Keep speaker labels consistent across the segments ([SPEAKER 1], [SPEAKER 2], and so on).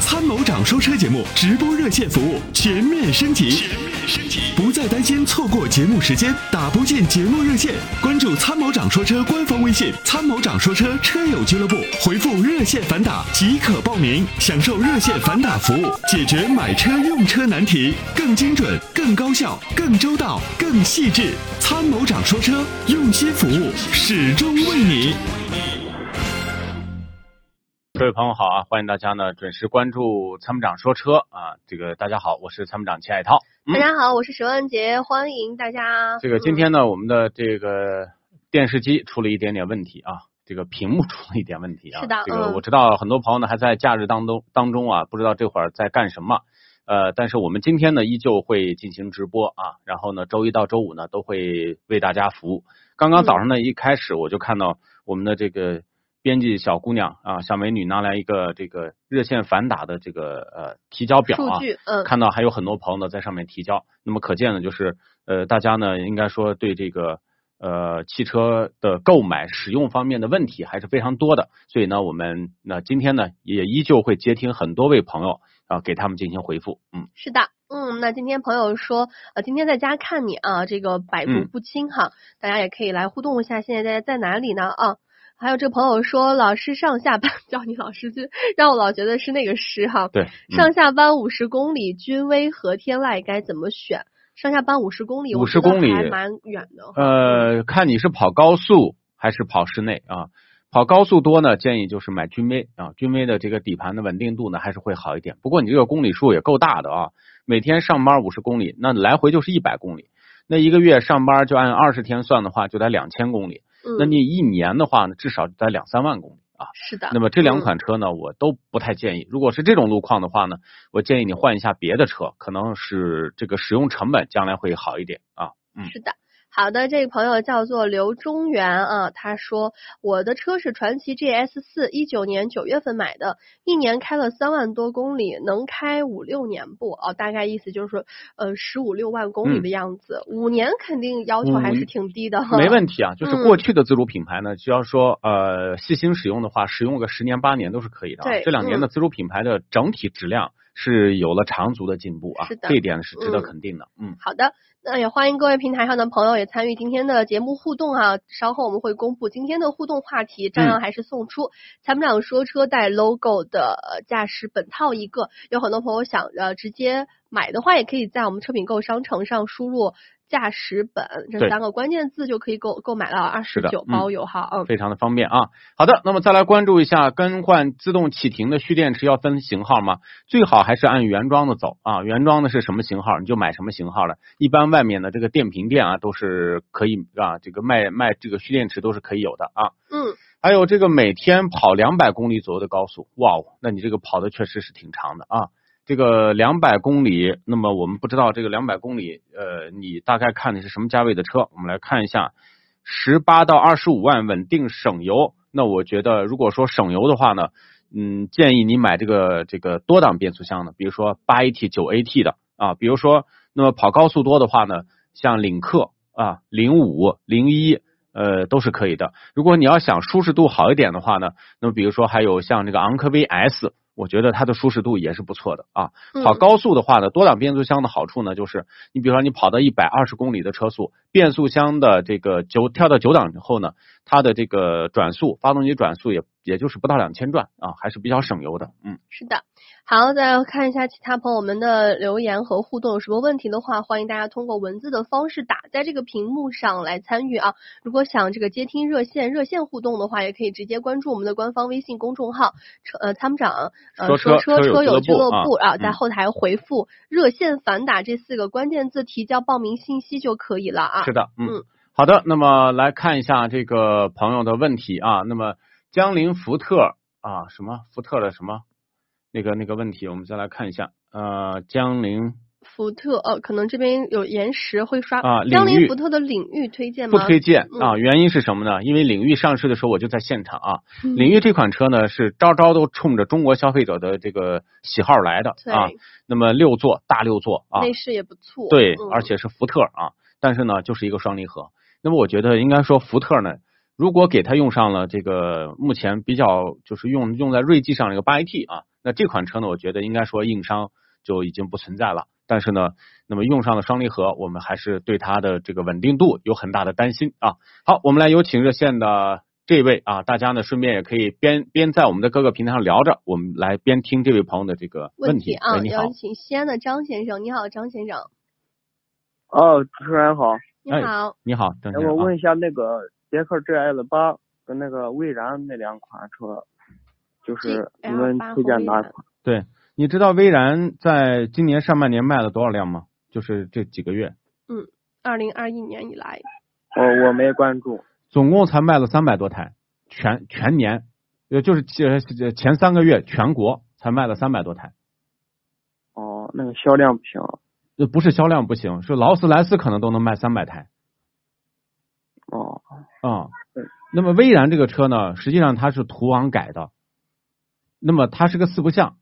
[SPEAKER 1] 参谋长说车节目直播热线服务全面升级，全面升级，不再担心错过节目时间，打不进节目热线，关注参谋长说车官方微信“参谋长说车车友俱乐部”，回复“热线反打”即可报名，享受热线反打服务，解决买车用车难题，更精准、更高效、更周到、更细致。参谋长说车，用心服务，始终为你。
[SPEAKER 2] 各位朋友好啊，欢迎大家呢准时关注参谋长说车啊。这个大家好，我是参谋长齐海涛。嗯
[SPEAKER 3] 大家好，我是佘万杰，欢迎大家。
[SPEAKER 2] 这个今
[SPEAKER 3] 嗯
[SPEAKER 2] 天呢，我们的这个电视机出了一点点问题啊，这个屏幕出了一点问题啊。
[SPEAKER 3] 是的
[SPEAKER 2] 这个
[SPEAKER 3] 嗯
[SPEAKER 2] 我知道很多朋友呢还在假日当中当中啊，不知道这会儿在干什么。呃，但是我们今天呢依旧会进行直播啊，然后呢周一到周五呢都会为大家服务。刚刚早上呢
[SPEAKER 3] 嗯
[SPEAKER 2] 一开始我就看到我们的这个编辑小姑娘啊小美女拿来一个这个热线反打的这个呃提交表啊，
[SPEAKER 3] 数据，嗯，
[SPEAKER 2] 看到还有很多朋友呢在上面提交，那么可见呢，就是呃，大家呢应该说对这个呃汽车的购买、使用方面的问题还是非常多的，所以呢，我们那今天呢也依旧会接听很多位朋友啊，给他们进行回复，嗯，
[SPEAKER 3] 是的，嗯，那今天朋友说，呃，今天在家看你啊，这个百毒
[SPEAKER 2] 嗯
[SPEAKER 3] 不侵哈，大家也可以来互动一下，现在大家在哪里呢？啊，还有这朋友说，老师上下班叫你老师，就让我老觉得是那个师哈，
[SPEAKER 2] 对，嗯
[SPEAKER 3] 上下班五十公里，君威和天籁该怎么选？上下班五十公里，我
[SPEAKER 2] 50
[SPEAKER 3] 觉得
[SPEAKER 2] 公里
[SPEAKER 3] 还蛮远的，
[SPEAKER 2] 呃，看你是跑高速还是跑室内啊。跑高速多呢，建议就是买君威啊，君威的这个底盘的稳定度呢还是会好一点。不过你这个公里数也够大的啊，每天上班五十公里，那来回就是一百公里，那一个月上班就按二十天算的话，就得两千公里。
[SPEAKER 3] 嗯，
[SPEAKER 2] 那你一年的话呢，至少得两三万公里啊。
[SPEAKER 3] 是的，
[SPEAKER 2] 那么这两
[SPEAKER 3] 嗯
[SPEAKER 2] 款车呢，我都不太建议。如果是这种路况的话呢，我建议你换一下别的车，可能是这个使用成本将来会好一点啊。嗯，
[SPEAKER 3] 是的。好的，这个朋友叫做刘中原啊，他说我的车是传祺 GS 四，一九年九月份买的，一年开了三万多公里，能开五六年不？哦，大概意思就是说，呃，十五六万公里
[SPEAKER 2] 嗯
[SPEAKER 3] 的样子，五、年肯定要求还
[SPEAKER 2] 五
[SPEAKER 3] 是挺低的。
[SPEAKER 2] 没问题啊，就是
[SPEAKER 3] 嗯
[SPEAKER 2] 过去的自主品牌呢，只要说呃细心使用的话，使用个十年八年都是可以的、啊。
[SPEAKER 3] 对嗯
[SPEAKER 2] 这两年的自主品牌的整体质量是有了长足的进步啊，
[SPEAKER 3] 是的
[SPEAKER 2] 这一点是值得
[SPEAKER 3] 嗯
[SPEAKER 2] 肯定的。嗯，
[SPEAKER 3] 好的，那也欢迎各位平台上的朋友也参与今天的节目互动啊。稍后我们会公布今天的互动话题，
[SPEAKER 2] 嗯
[SPEAKER 3] 照样还是送出。参谋长说车带 logo 的呃驾驶本套一个，有很多朋友想呃直接买的话，也可以在我们车品购商城上输入。驾驶本这
[SPEAKER 2] 对
[SPEAKER 3] 三个关键字就可以购购买到二
[SPEAKER 2] 是
[SPEAKER 3] 十
[SPEAKER 2] 的
[SPEAKER 3] 九
[SPEAKER 2] 嗯
[SPEAKER 3] 包邮哈，嗯，
[SPEAKER 2] 非常的方便啊。好的，那么再来关注一下更换自动启停的蓄电池要分型号吗？最好还是按原装的走啊，原装的是什么型号你就买什么型号了。一般外面的这个电瓶店啊都是可以啊，这个卖卖这个蓄电池都是可以有的啊。
[SPEAKER 3] 嗯，
[SPEAKER 2] 还有这个每天跑两百公里左右的高速，哇哦，那你这个跑的确实是挺长的啊。这个两百公里，那么我们不知道这个两百公里，呃，你大概看的是什么价位的车？我们来看一下，十八到二十五万稳定省油。那我觉得，如果说省油的话呢，嗯，建议你买这个这个多档变速箱的，比如说八 AT、九 AT 的啊，比如说那么跑高速多的话呢，像领克啊、零五、零一呃都是可以的。如果你要想舒适度好一点的话呢，那么比如说还有像这个昂科威 S，我觉得它的舒适度也是不错的啊。
[SPEAKER 3] 嗯
[SPEAKER 2] 跑高速的话呢，多档变速箱的好处呢，就是你比如说你跑到一百二十公里的车速，变速箱的这个九跳到九档之后呢，它的这个转速，发动机转速也也就是不到两千转啊，还是比较省油的。嗯，
[SPEAKER 3] 是的，好，再看一下其他朋友们的留言和互动，有什么问题的话，欢迎大家通过文字的方式打在这个屏幕上来参与啊。如果想这个接听热线、热线互动的话，也可以直接关注我们的官方微信公众号“车呃参谋长呃
[SPEAKER 2] 说车
[SPEAKER 3] 车
[SPEAKER 2] 车友
[SPEAKER 3] 车
[SPEAKER 2] 俱乐
[SPEAKER 3] 友俱
[SPEAKER 2] 部
[SPEAKER 3] 乐
[SPEAKER 2] 啊
[SPEAKER 3] 部”啊，
[SPEAKER 2] 嗯
[SPEAKER 3] 在后台回复“热线反打”这四个关键字提交报名信息就可以了啊。
[SPEAKER 2] 是的，
[SPEAKER 3] 嗯
[SPEAKER 2] 嗯，好的，那么来看一下这个朋友的问题啊，那么江铃福特啊，什么福特的什么那个那个问题，我们再来看一下，呃，江铃
[SPEAKER 3] 福特呃，可能这边有延时会刷
[SPEAKER 2] 啊
[SPEAKER 3] 江
[SPEAKER 2] 领
[SPEAKER 3] 铃
[SPEAKER 2] 域
[SPEAKER 3] 福特的领域推荐
[SPEAKER 2] 不
[SPEAKER 3] 吗？
[SPEAKER 2] 推荐
[SPEAKER 3] 嗯
[SPEAKER 2] 啊，原因是什么呢？因为领域上市的时候我就在现场啊，
[SPEAKER 3] 嗯
[SPEAKER 2] 领域这款车呢是招招都冲着中国消费者的这个喜好来的
[SPEAKER 3] 对、
[SPEAKER 2] 啊，那么六座大六座啊，
[SPEAKER 3] 内饰也不错。
[SPEAKER 2] 对
[SPEAKER 3] 嗯，
[SPEAKER 2] 而且是福特啊，但是呢，就是一个双离合。那么我觉得应该说福特呢，如果给它用上了这个目前比较就是用用在锐际上这个八 AT 啊，那这款车呢，我觉得应该说硬伤就已经不存在了。但是呢，那么用上了双离合，我们还是对它的这个稳定度有很大的担心啊。好，我们来有请热线的这位啊，大家呢顺便也可以边边在我们的各个平台上聊着，我们来边听这位朋友的这个
[SPEAKER 3] 问
[SPEAKER 2] 题。
[SPEAKER 3] 啊，
[SPEAKER 2] 喂，你好
[SPEAKER 3] 有，请西安的张先生，你好，张先生，
[SPEAKER 4] 哦，主持人好，
[SPEAKER 3] 你
[SPEAKER 2] 哎
[SPEAKER 3] 好，
[SPEAKER 2] 你好，张先
[SPEAKER 4] 哎，我
[SPEAKER 2] 生啊。
[SPEAKER 4] 问一下那个别克 GL 八跟那个蔚然那两款车，就是你
[SPEAKER 3] GL8
[SPEAKER 4] 们推荐哪款？
[SPEAKER 2] 对，你知道威然在今年上半年卖了多少辆吗？就是这几个月，
[SPEAKER 3] 嗯二零二一年以来，
[SPEAKER 4] 哦，我没关注。
[SPEAKER 2] 总共才卖了三百多台，全全年，也就是前前三个月全国才卖了三百多台。
[SPEAKER 4] 哦，那个销量不行。
[SPEAKER 2] 呃，不是销量不行，是劳斯莱斯可能都能卖三百台
[SPEAKER 4] 哦，
[SPEAKER 2] 啊、
[SPEAKER 4] 对
[SPEAKER 2] 那么威然这个车呢，实际上它是途昂改的，那么它是个四不像。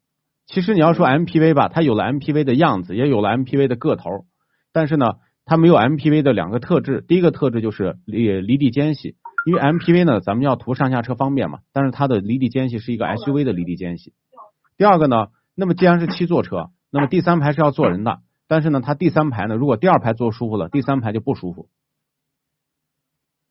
[SPEAKER 2] 其实你要说 MPV 吧，它有了 MPV 的样子，也有了 MPV 的个头，但是呢，它没有 MPV 的两个特质。第一个特质就是离离地间隙，因为 MPV 呢，咱们要图上下车方便嘛，但是它的离地间隙是一个 SUV 的离地间隙。第二个呢，那么既然是七座车，那么第三排是要坐人的，但是呢，它第三排呢，如果第二排坐舒服了，第三排就不舒服。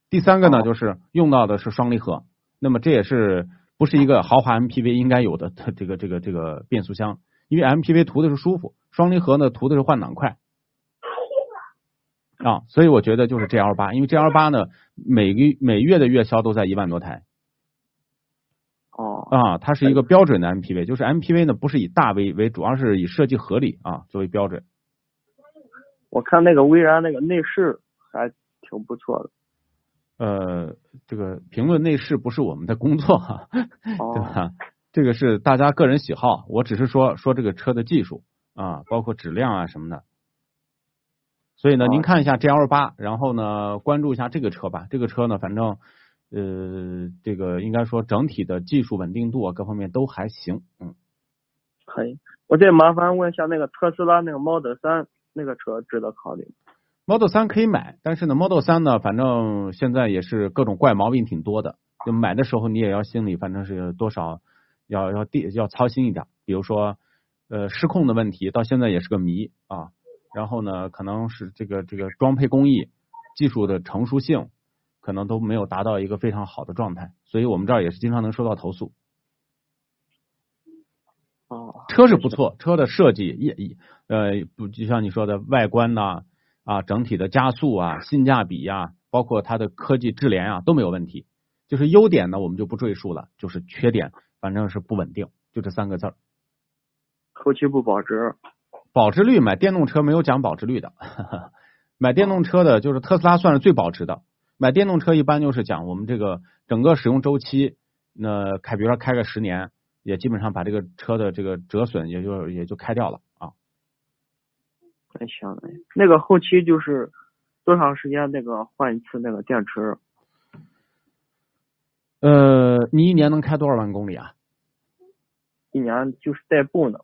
[SPEAKER 2] 第三个呢，
[SPEAKER 4] 哦
[SPEAKER 2] 就是用到的是双离合，那么这也是不是一个豪华 MPV 应该有的 这个这个这个变速箱，因为 MPV 图的是舒服，双离合呢图的是换挡快。啊，所以我觉得就是 GL 八，因为 GL 八呢，每个每月的月销都在一万多台，
[SPEAKER 4] 哦，
[SPEAKER 2] 啊，它是一个标准的 MPV，就是 MPV 呢不是以大为为主，而是以设计合理啊作为标准。
[SPEAKER 4] 我看那个蔚然那个内饰还挺不错的。
[SPEAKER 2] 呃，这个评论内饰不是我们的工作，哈， 对
[SPEAKER 4] 哦，
[SPEAKER 2] 吧？这个是大家个人喜好，我只是说说这个车的技术啊，包括质量啊什么的。所以呢，
[SPEAKER 4] 哦
[SPEAKER 2] 您看一下 GL 八，然后呢关注一下这个车吧。这个车呢，反正呃，这个应该说整体的技术稳定度啊各方面都还行，嗯。
[SPEAKER 4] 可以。我再麻烦问一下那个特斯拉那个 Model 三那个车值得考虑吗？
[SPEAKER 2] Model 三可以买，但是呢，Model 三呢，反正现在也是各种怪毛病挺多的，就买的时候你也要心里反正是多少要要地要操心一点，比如说呃失控的问题到现在也是个谜啊，然后呢，可能是这个这个装配工艺技术的成熟性可能都没有达到一个非常好的状态，所以我们这儿也是经常能收到投诉。
[SPEAKER 4] 哦，
[SPEAKER 2] 车是不错，车的设计也也呃不就像你说的外观呐啊整体的加速啊、性价比呀、包括它的科技智联啊都没有问题。就是优点呢，我们就不赘述了，就是缺点，反正是不稳定，就这三个字儿。
[SPEAKER 4] 后期不保值。
[SPEAKER 2] 保值率买电动车没有讲保值率的， 买电动车的就是特斯拉算是最保值的。买电动车一般就是讲我们这个整个使用周期，那开比如说开个十年，也基本上把这个车的这个折损也就也就开掉了啊。
[SPEAKER 4] 那行嘞，那个后期就是多长时间那个换一次那个电池？
[SPEAKER 2] 呃，你一年能开多少万公里啊？
[SPEAKER 4] 一年就是代步呢。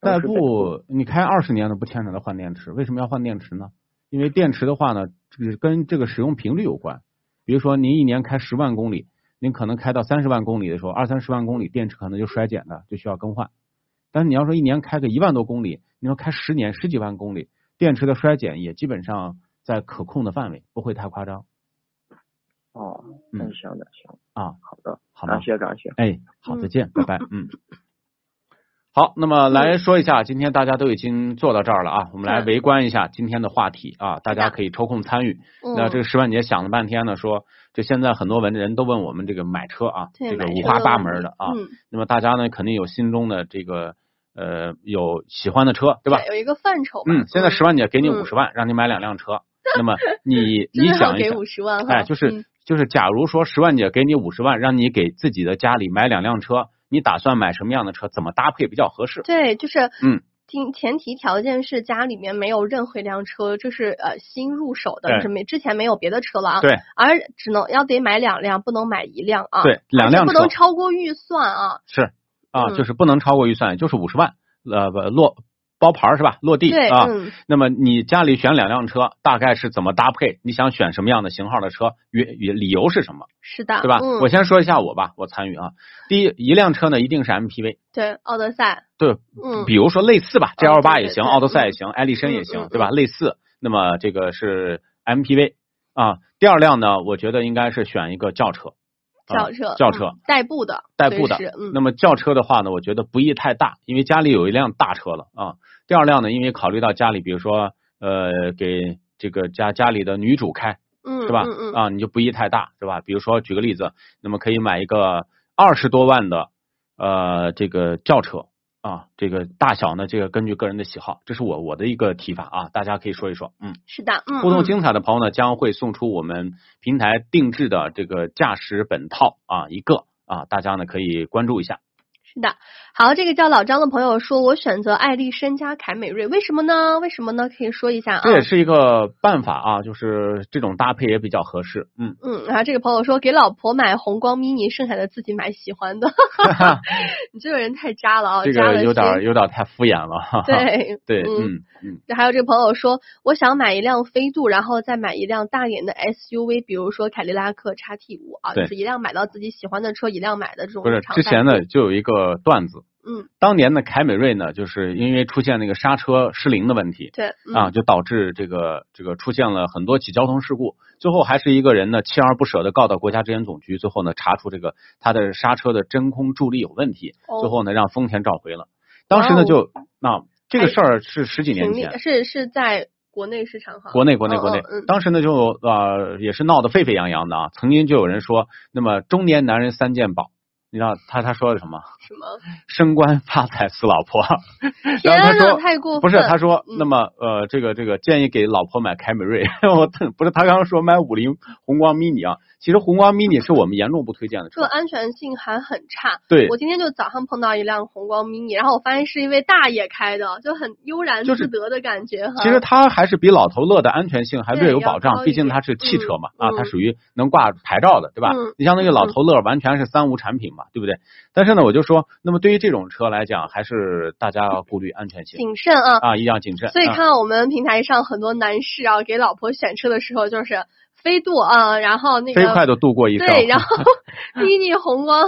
[SPEAKER 2] 代步你开二十年的不牵扯到换电池，为什么要换电池呢？因为电池的话呢，只跟这个使用频率有关。比如说您一年开十万公里，您可能开到三十万公里的时候，二三十万公里电池可能就衰减的，就需要更换。但是你要说一年开个一万多公里，你要开十年十几万公里，电池的衰减也基本上在可控的范围，不会太夸张
[SPEAKER 4] 哦，那
[SPEAKER 2] 嗯
[SPEAKER 4] 行那行，
[SPEAKER 2] 啊。
[SPEAKER 4] 好的，
[SPEAKER 2] 好吗
[SPEAKER 4] 感谢感谢。
[SPEAKER 2] 哎，好，再
[SPEAKER 3] 嗯
[SPEAKER 2] 见，拜拜，嗯。好，那么来说一下，今天大家都已经坐到这儿了啊，我们来
[SPEAKER 3] 嗯
[SPEAKER 2] 围观一下今天的话题啊，大家
[SPEAKER 3] 是的
[SPEAKER 2] 可以抽空参与。
[SPEAKER 3] 嗯，
[SPEAKER 2] 那这个石万姐想了半天呢，说这现在很多文人都问我们这个买车啊，
[SPEAKER 3] 对
[SPEAKER 2] 这个
[SPEAKER 3] 买
[SPEAKER 2] 五
[SPEAKER 3] 车
[SPEAKER 2] 花
[SPEAKER 3] 的
[SPEAKER 2] 八
[SPEAKER 3] 问
[SPEAKER 2] 门
[SPEAKER 3] 题
[SPEAKER 2] 的啊。
[SPEAKER 3] 嗯，
[SPEAKER 2] 那么大家呢，肯定有心中的这个呃有喜欢的车，对吧？
[SPEAKER 3] 有一个范畴嘛，
[SPEAKER 2] 嗯，现在十万姐给你
[SPEAKER 3] 嗯
[SPEAKER 2] 五十万，让你买两辆车。那么 你
[SPEAKER 3] 真
[SPEAKER 2] 你
[SPEAKER 3] 的要
[SPEAKER 2] 想一
[SPEAKER 3] 给
[SPEAKER 2] 想，
[SPEAKER 3] 五十万哈，
[SPEAKER 2] 哎，就是、
[SPEAKER 3] 嗯
[SPEAKER 2] 就是，假如说十万姐给你五十万，让你给自己的家里买两辆车，你打算买什么样的车？怎么搭配比较合适？
[SPEAKER 3] 对，就是
[SPEAKER 2] 嗯，
[SPEAKER 3] 前前提条件是家里面没有任何一辆车，就是呃新入手的，
[SPEAKER 2] 对
[SPEAKER 3] 就是没之前没有别的车了啊，
[SPEAKER 2] 对，
[SPEAKER 3] 而只能要得买两辆，不能买一辆啊，
[SPEAKER 2] 对
[SPEAKER 3] 而且
[SPEAKER 2] 两辆
[SPEAKER 3] 不
[SPEAKER 2] 车
[SPEAKER 3] 能超过预算啊，
[SPEAKER 2] 是啊，
[SPEAKER 3] 嗯
[SPEAKER 2] 就是不能超过预算，就是五十万，呃，不落包牌儿是吧？落地
[SPEAKER 3] 对，
[SPEAKER 2] 啊。
[SPEAKER 3] 嗯，
[SPEAKER 2] 那么你家里选两辆车，大概是怎么搭配？你想选什么样的型号的车？原原理由是什么？
[SPEAKER 3] 是的，
[SPEAKER 2] 对吧？
[SPEAKER 3] 嗯，
[SPEAKER 2] 我先说一下我吧，我参与啊。第一，一辆车呢一定是 MPV，
[SPEAKER 3] 对，奥德赛，
[SPEAKER 2] 对，
[SPEAKER 3] 嗯，
[SPEAKER 2] 比如说类似吧，G L 八
[SPEAKER 3] 对
[SPEAKER 2] 也行，
[SPEAKER 3] 对
[SPEAKER 2] 奥德赛也行，艾力绅
[SPEAKER 3] 嗯
[SPEAKER 2] 也
[SPEAKER 3] 嗯
[SPEAKER 2] 行，
[SPEAKER 3] 嗯
[SPEAKER 2] 对吧？类似，那么这个是 M P V 啊。第二辆呢，我觉得应该是选一个轿车，啊
[SPEAKER 3] 轿车，
[SPEAKER 2] 轿车
[SPEAKER 3] 嗯代步的，
[SPEAKER 2] 代步的
[SPEAKER 3] 随时嗯，
[SPEAKER 2] 那么轿车的话呢，我觉得不宜太大，因为家里有一辆大车了啊。第二辆呢，因为考虑到家里，比如说呃，给这个家家里的女主开
[SPEAKER 3] 嗯，
[SPEAKER 2] 是吧
[SPEAKER 3] 嗯？嗯，
[SPEAKER 2] 啊，你就不宜太大是吧？比如说举个例子，那么可以买一个二十多万的呃这个轿车啊，这个大小呢，这个根据个人的喜好，这是我我的一个提法啊，大家可以说一说，嗯。
[SPEAKER 3] 是的，嗯，
[SPEAKER 2] 互动
[SPEAKER 3] 嗯
[SPEAKER 2] 精彩的朋友呢，将会送出我们平台定制的这个驾驶本套啊一个啊，大家呢可以关注一下。
[SPEAKER 3] 是的，好，这个叫老张的朋友说，我选择爱丽绅加凯美瑞，为什么呢？为什么呢？可以说一下啊。
[SPEAKER 2] 这也是一个办法啊，就是这种搭配也比较合适。嗯，
[SPEAKER 3] 嗯，然后这个朋友说给老婆买红光 mini，剩下的自己买喜 欢的。你这个人太渣了啊！
[SPEAKER 2] 这
[SPEAKER 3] 渣
[SPEAKER 2] 个
[SPEAKER 3] 了
[SPEAKER 2] 有点儿
[SPEAKER 3] 心
[SPEAKER 2] 有点儿太敷衍了。哈哈
[SPEAKER 3] 对
[SPEAKER 2] 对，
[SPEAKER 3] 嗯。
[SPEAKER 2] 嗯嗯，
[SPEAKER 3] 还有这个朋友说，我想买一辆飞度，然后再买一辆大点的 SUV，比如说凯迪拉克 XT 五啊，就
[SPEAKER 2] 对
[SPEAKER 3] 是一辆买到自己喜欢的车，一辆买的这种
[SPEAKER 2] 不是
[SPEAKER 3] 长
[SPEAKER 2] 之
[SPEAKER 3] 代
[SPEAKER 2] 前
[SPEAKER 3] 步
[SPEAKER 2] 呢就有一个段子，
[SPEAKER 3] 嗯，
[SPEAKER 2] 当年的凯美瑞呢，就是因为出现那个刹车失灵的问题，
[SPEAKER 3] 对，嗯、
[SPEAKER 2] 啊，就导致这个这个出现了很多起交通事故，最后还是一个人呢锲而不舍的告到国家质检总局，最后呢查出这个他的刹车的真空助力有问题，
[SPEAKER 3] 哦
[SPEAKER 2] 最后呢让丰田召回了。当时呢就那、这个事儿是十几年
[SPEAKER 3] 哎挺厉
[SPEAKER 2] 前，
[SPEAKER 3] 是是在国内市场哈，
[SPEAKER 2] 国内国内
[SPEAKER 3] 嗯
[SPEAKER 2] 国内
[SPEAKER 3] 嗯嗯，
[SPEAKER 2] 当时呢就呃也是闹得沸沸扬扬的啊，曾经就有人说，那么中年男人三件宝。你知道他他说的什么？
[SPEAKER 3] 什么？
[SPEAKER 2] 升官发财死老婆。
[SPEAKER 3] 天
[SPEAKER 2] 然后他
[SPEAKER 3] 呐，
[SPEAKER 2] 说
[SPEAKER 3] 太过分！
[SPEAKER 2] 不是，他说
[SPEAKER 3] 嗯
[SPEAKER 2] 那么呃，这个这个建议给老婆买凯美瑞， 我不是他刚刚说买五菱宏光 mini 啊，其实宏光 mini 是我们严重不推荐的
[SPEAKER 3] 这个
[SPEAKER 2] 车，
[SPEAKER 3] 安全性还很差。
[SPEAKER 2] 对
[SPEAKER 3] 我，今天就早上碰到一辆宏光 mini，然后我发现是一位大爷开的，就很悠然
[SPEAKER 2] 就是
[SPEAKER 3] 自得的感觉哈。
[SPEAKER 2] 其实它还是比老头乐的安全性还
[SPEAKER 3] 嗯对
[SPEAKER 2] 略有
[SPEAKER 3] 要
[SPEAKER 2] 保
[SPEAKER 3] 高
[SPEAKER 2] 障，
[SPEAKER 3] 一
[SPEAKER 2] 毕竟
[SPEAKER 3] 点
[SPEAKER 2] 它是汽车嘛，
[SPEAKER 3] 嗯
[SPEAKER 2] 啊，它
[SPEAKER 3] 嗯
[SPEAKER 2] 属于能挂牌照的，对吧
[SPEAKER 3] 嗯？
[SPEAKER 2] 你相当于老
[SPEAKER 3] 嗯
[SPEAKER 2] 头乐完全是三无产品嘛，对不对？但是呢，我就说，那么对于这种车来讲，还是大家要顾虑安全性
[SPEAKER 3] 谨慎啊，
[SPEAKER 2] 啊，一定要谨慎。
[SPEAKER 3] 所以
[SPEAKER 2] 啊
[SPEAKER 3] 看到我们平台上很多男士啊，给老婆选车的时候就是飞度啊，然后那个
[SPEAKER 2] 飞快的度过一生，
[SPEAKER 3] 对，然 后 mini 宏光，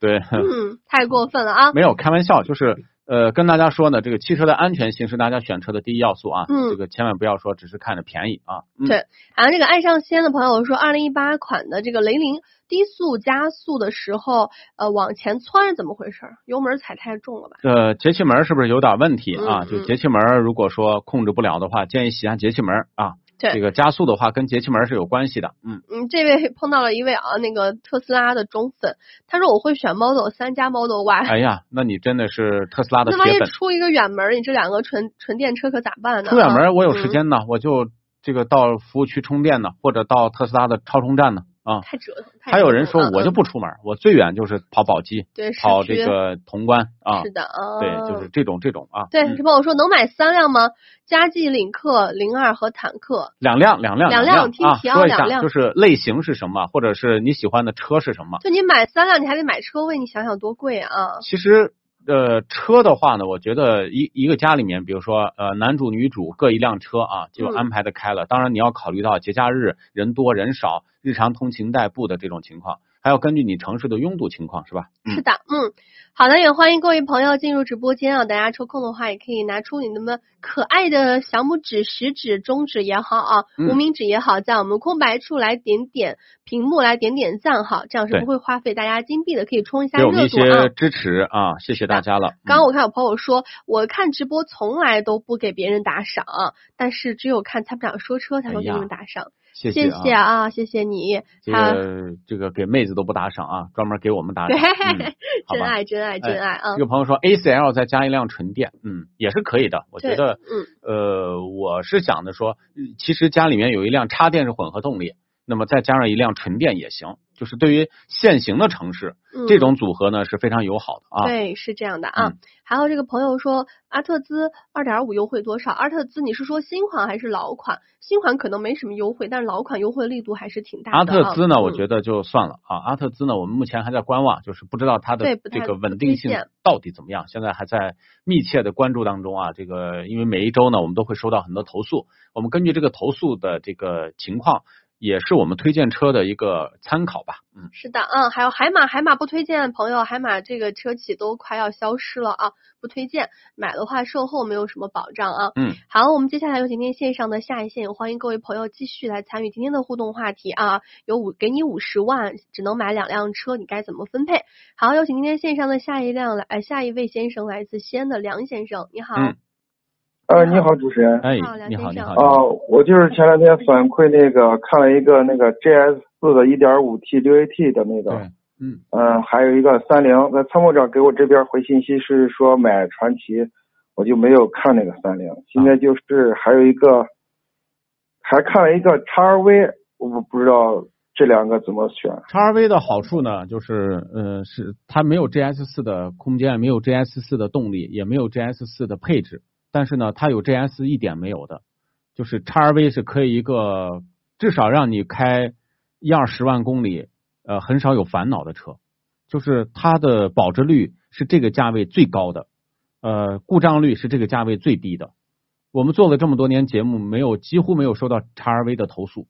[SPEAKER 2] 对。
[SPEAKER 3] 嗯，太过分了啊。
[SPEAKER 2] 没有开玩笑，就是呃，跟大家说呢，这个汽车的安全性是大家选车的第一要素啊，
[SPEAKER 3] 嗯
[SPEAKER 2] 这个千万不要说只是看着便宜啊。嗯、
[SPEAKER 3] 对然后这个爱上西安的朋友说，二零一八款的这个雷凌低速加速的时候，呃，往前窜是怎么回事儿？油门踩太重了吧？
[SPEAKER 2] 呃，节气门是不是有点问题啊？
[SPEAKER 3] 嗯
[SPEAKER 2] 就
[SPEAKER 3] 嗯
[SPEAKER 2] 节气门如果说控制不了的话，建议洗下节气门啊。
[SPEAKER 3] 对
[SPEAKER 2] 这个加速的话跟节气门是有关系的。嗯，
[SPEAKER 3] 嗯，这位 碰到了一位啊，那个特斯拉的忠粉，他说我会选 Model 三加 Model Y，、
[SPEAKER 2] 哎呀，那你真的是特斯拉的
[SPEAKER 3] 啊 那万
[SPEAKER 2] 铁
[SPEAKER 3] 一
[SPEAKER 2] 粉。
[SPEAKER 3] 出一个远门儿，你这两个纯纯电车可咋办呢？
[SPEAKER 2] 出远
[SPEAKER 3] 啊
[SPEAKER 2] 门我有时
[SPEAKER 3] 嗯
[SPEAKER 2] 间呢，我就这个到服务区充电呢，或者到特斯拉的超充站呢啊。
[SPEAKER 3] 太折腾。太
[SPEAKER 2] 还有人
[SPEAKER 3] 折腾
[SPEAKER 2] 说
[SPEAKER 3] 了
[SPEAKER 2] 我就
[SPEAKER 3] 嗯
[SPEAKER 2] 不出门，我最远就是跑宝鸡，
[SPEAKER 3] 对市
[SPEAKER 2] 跑这
[SPEAKER 3] 区
[SPEAKER 2] 个潼关啊
[SPEAKER 3] 是。的啊，
[SPEAKER 2] 对，就是这种这种啊。
[SPEAKER 3] 对。
[SPEAKER 2] 嗯
[SPEAKER 3] 这朋友说能买三辆吗？佳绩领克零二和坦克。
[SPEAKER 2] 两辆两辆
[SPEAKER 3] 两
[SPEAKER 2] 辆
[SPEAKER 3] 辆听
[SPEAKER 2] 啊，
[SPEAKER 3] 提到
[SPEAKER 2] 说一
[SPEAKER 3] 两
[SPEAKER 2] 下
[SPEAKER 3] 辆
[SPEAKER 2] 就是类型是什么，或者是你喜欢的车是什么。
[SPEAKER 3] 就你买三辆，你还得买车位，你想想多贵啊！
[SPEAKER 2] 其实呃，车的话呢，我觉得一一个家里面，比如说呃，男主女主各一辆车啊，就
[SPEAKER 3] 嗯
[SPEAKER 2] 安排的开了。当然你要考虑到节假日人多人少，日常通勤代步的这种情况，还要根据你城市的拥堵情况，是吧？嗯
[SPEAKER 3] 是的，嗯，好的，也欢迎各位朋友进入直播间啊！大家抽空的话，也可以拿出你那么可爱的小拇指、食指、中指也好啊，
[SPEAKER 2] 嗯
[SPEAKER 3] 无名指也好，在我们空白处来点点屏幕来点点赞哈，这样是
[SPEAKER 2] 对
[SPEAKER 3] 不会花费大家金币的，可以冲一下
[SPEAKER 2] 给
[SPEAKER 3] 热
[SPEAKER 2] 我
[SPEAKER 3] 度
[SPEAKER 2] 们
[SPEAKER 3] 啊。
[SPEAKER 2] 一些支持啊，谢谢大家了。
[SPEAKER 3] 刚
[SPEAKER 2] 嗯
[SPEAKER 3] 刚我看有朋友说，我看直播从来都不给别人打赏，啊但是只有看参谋长说车才会给你
[SPEAKER 2] 哎呀
[SPEAKER 3] 们打赏。
[SPEAKER 2] 谢
[SPEAKER 3] 谢
[SPEAKER 2] 啊，
[SPEAKER 3] 啊，谢谢你，
[SPEAKER 2] 这
[SPEAKER 3] 啊
[SPEAKER 2] 个嗯这个给妹子都不打赏啊，专门给我们打
[SPEAKER 3] 对
[SPEAKER 2] 赏。嗯，好
[SPEAKER 3] 真
[SPEAKER 2] 吧。哎
[SPEAKER 3] 爱，真爱，真爱啊
[SPEAKER 2] 这！个朋友说 ACL 再加一辆纯电，嗯，也是可以的。我觉
[SPEAKER 3] 对
[SPEAKER 2] 得，
[SPEAKER 3] 嗯，
[SPEAKER 2] 呃，我是想着说，嗯其实家里面有一辆插电式混合动力，那么再加上一辆纯电也行，就是对于现行的城市，
[SPEAKER 3] 嗯
[SPEAKER 2] 这种组合呢是非常友好的啊。
[SPEAKER 3] 对，是这样的啊。
[SPEAKER 2] 嗯
[SPEAKER 3] 还有这个朋友说，阿特兹二点五优惠多少？阿特兹你是说新款还是老款？新款可能没什么优惠，但是老款优惠力度还是挺大的啊。
[SPEAKER 2] 阿特兹呢，我
[SPEAKER 3] 得
[SPEAKER 2] 觉得就算了啊。阿特兹呢，我们目前还在观望，就是不知道它
[SPEAKER 3] 对
[SPEAKER 2] 的
[SPEAKER 3] 不太
[SPEAKER 2] 这个稳
[SPEAKER 3] 不
[SPEAKER 2] 定
[SPEAKER 3] 推
[SPEAKER 2] 性
[SPEAKER 3] 荐
[SPEAKER 2] 到底怎么样，现在还在密切的关注当中啊。这个因为每一周呢，我们都会收到很多投诉，我们根据这个投诉的这个情况，也是我们推荐车的一个参考吧。嗯，
[SPEAKER 3] 是的，嗯，还有海马，海马不推荐，朋友，海马这个车企都快要消失了啊，不推荐。买的话，售后没有什么保障啊。
[SPEAKER 2] 嗯，
[SPEAKER 3] 好，我们接下来有请今天线上的下一线，也欢迎各位朋友继续来参与今天的互动话题啊。有五给你五十万，只能买两辆车，你该怎么分配？好，有请今天线上的下一辆来，呃，下一位先生来自西安的梁先生，你好。
[SPEAKER 2] 嗯
[SPEAKER 5] 呃，你好，主持人。
[SPEAKER 2] 哎
[SPEAKER 3] 你好，梁
[SPEAKER 2] 你好，
[SPEAKER 3] 先
[SPEAKER 2] 你
[SPEAKER 3] 生
[SPEAKER 2] 好，你
[SPEAKER 5] 啊
[SPEAKER 2] 好，
[SPEAKER 5] 我就是前两天反馈那个看了一个那个 GS 四的 1.5T 六 AT 的那个
[SPEAKER 2] 对，，嗯，
[SPEAKER 5] 嗯、还有一个三菱。那参谋长给我这边回信息是说买传奇，我就没有看那个三菱。现在就是还有一个，还看了一个 XRV，我不知道这两个怎么选。
[SPEAKER 2] 叉 R V 的好处呢，就是呃，是它没有 G S 四的空间，没有 G S 四的动力，也没有 G S 四的配置，但是呢，它有 G S 一点没有的，就是叉 R V 是可以一个至少让你开一二十万公里，呃，很少有烦恼的车，就是它的保值率是这个价位最高的，呃，故障率是这个价位最低的。我们做了这么多年节目，没有几乎没有收到叉 R V 的投诉。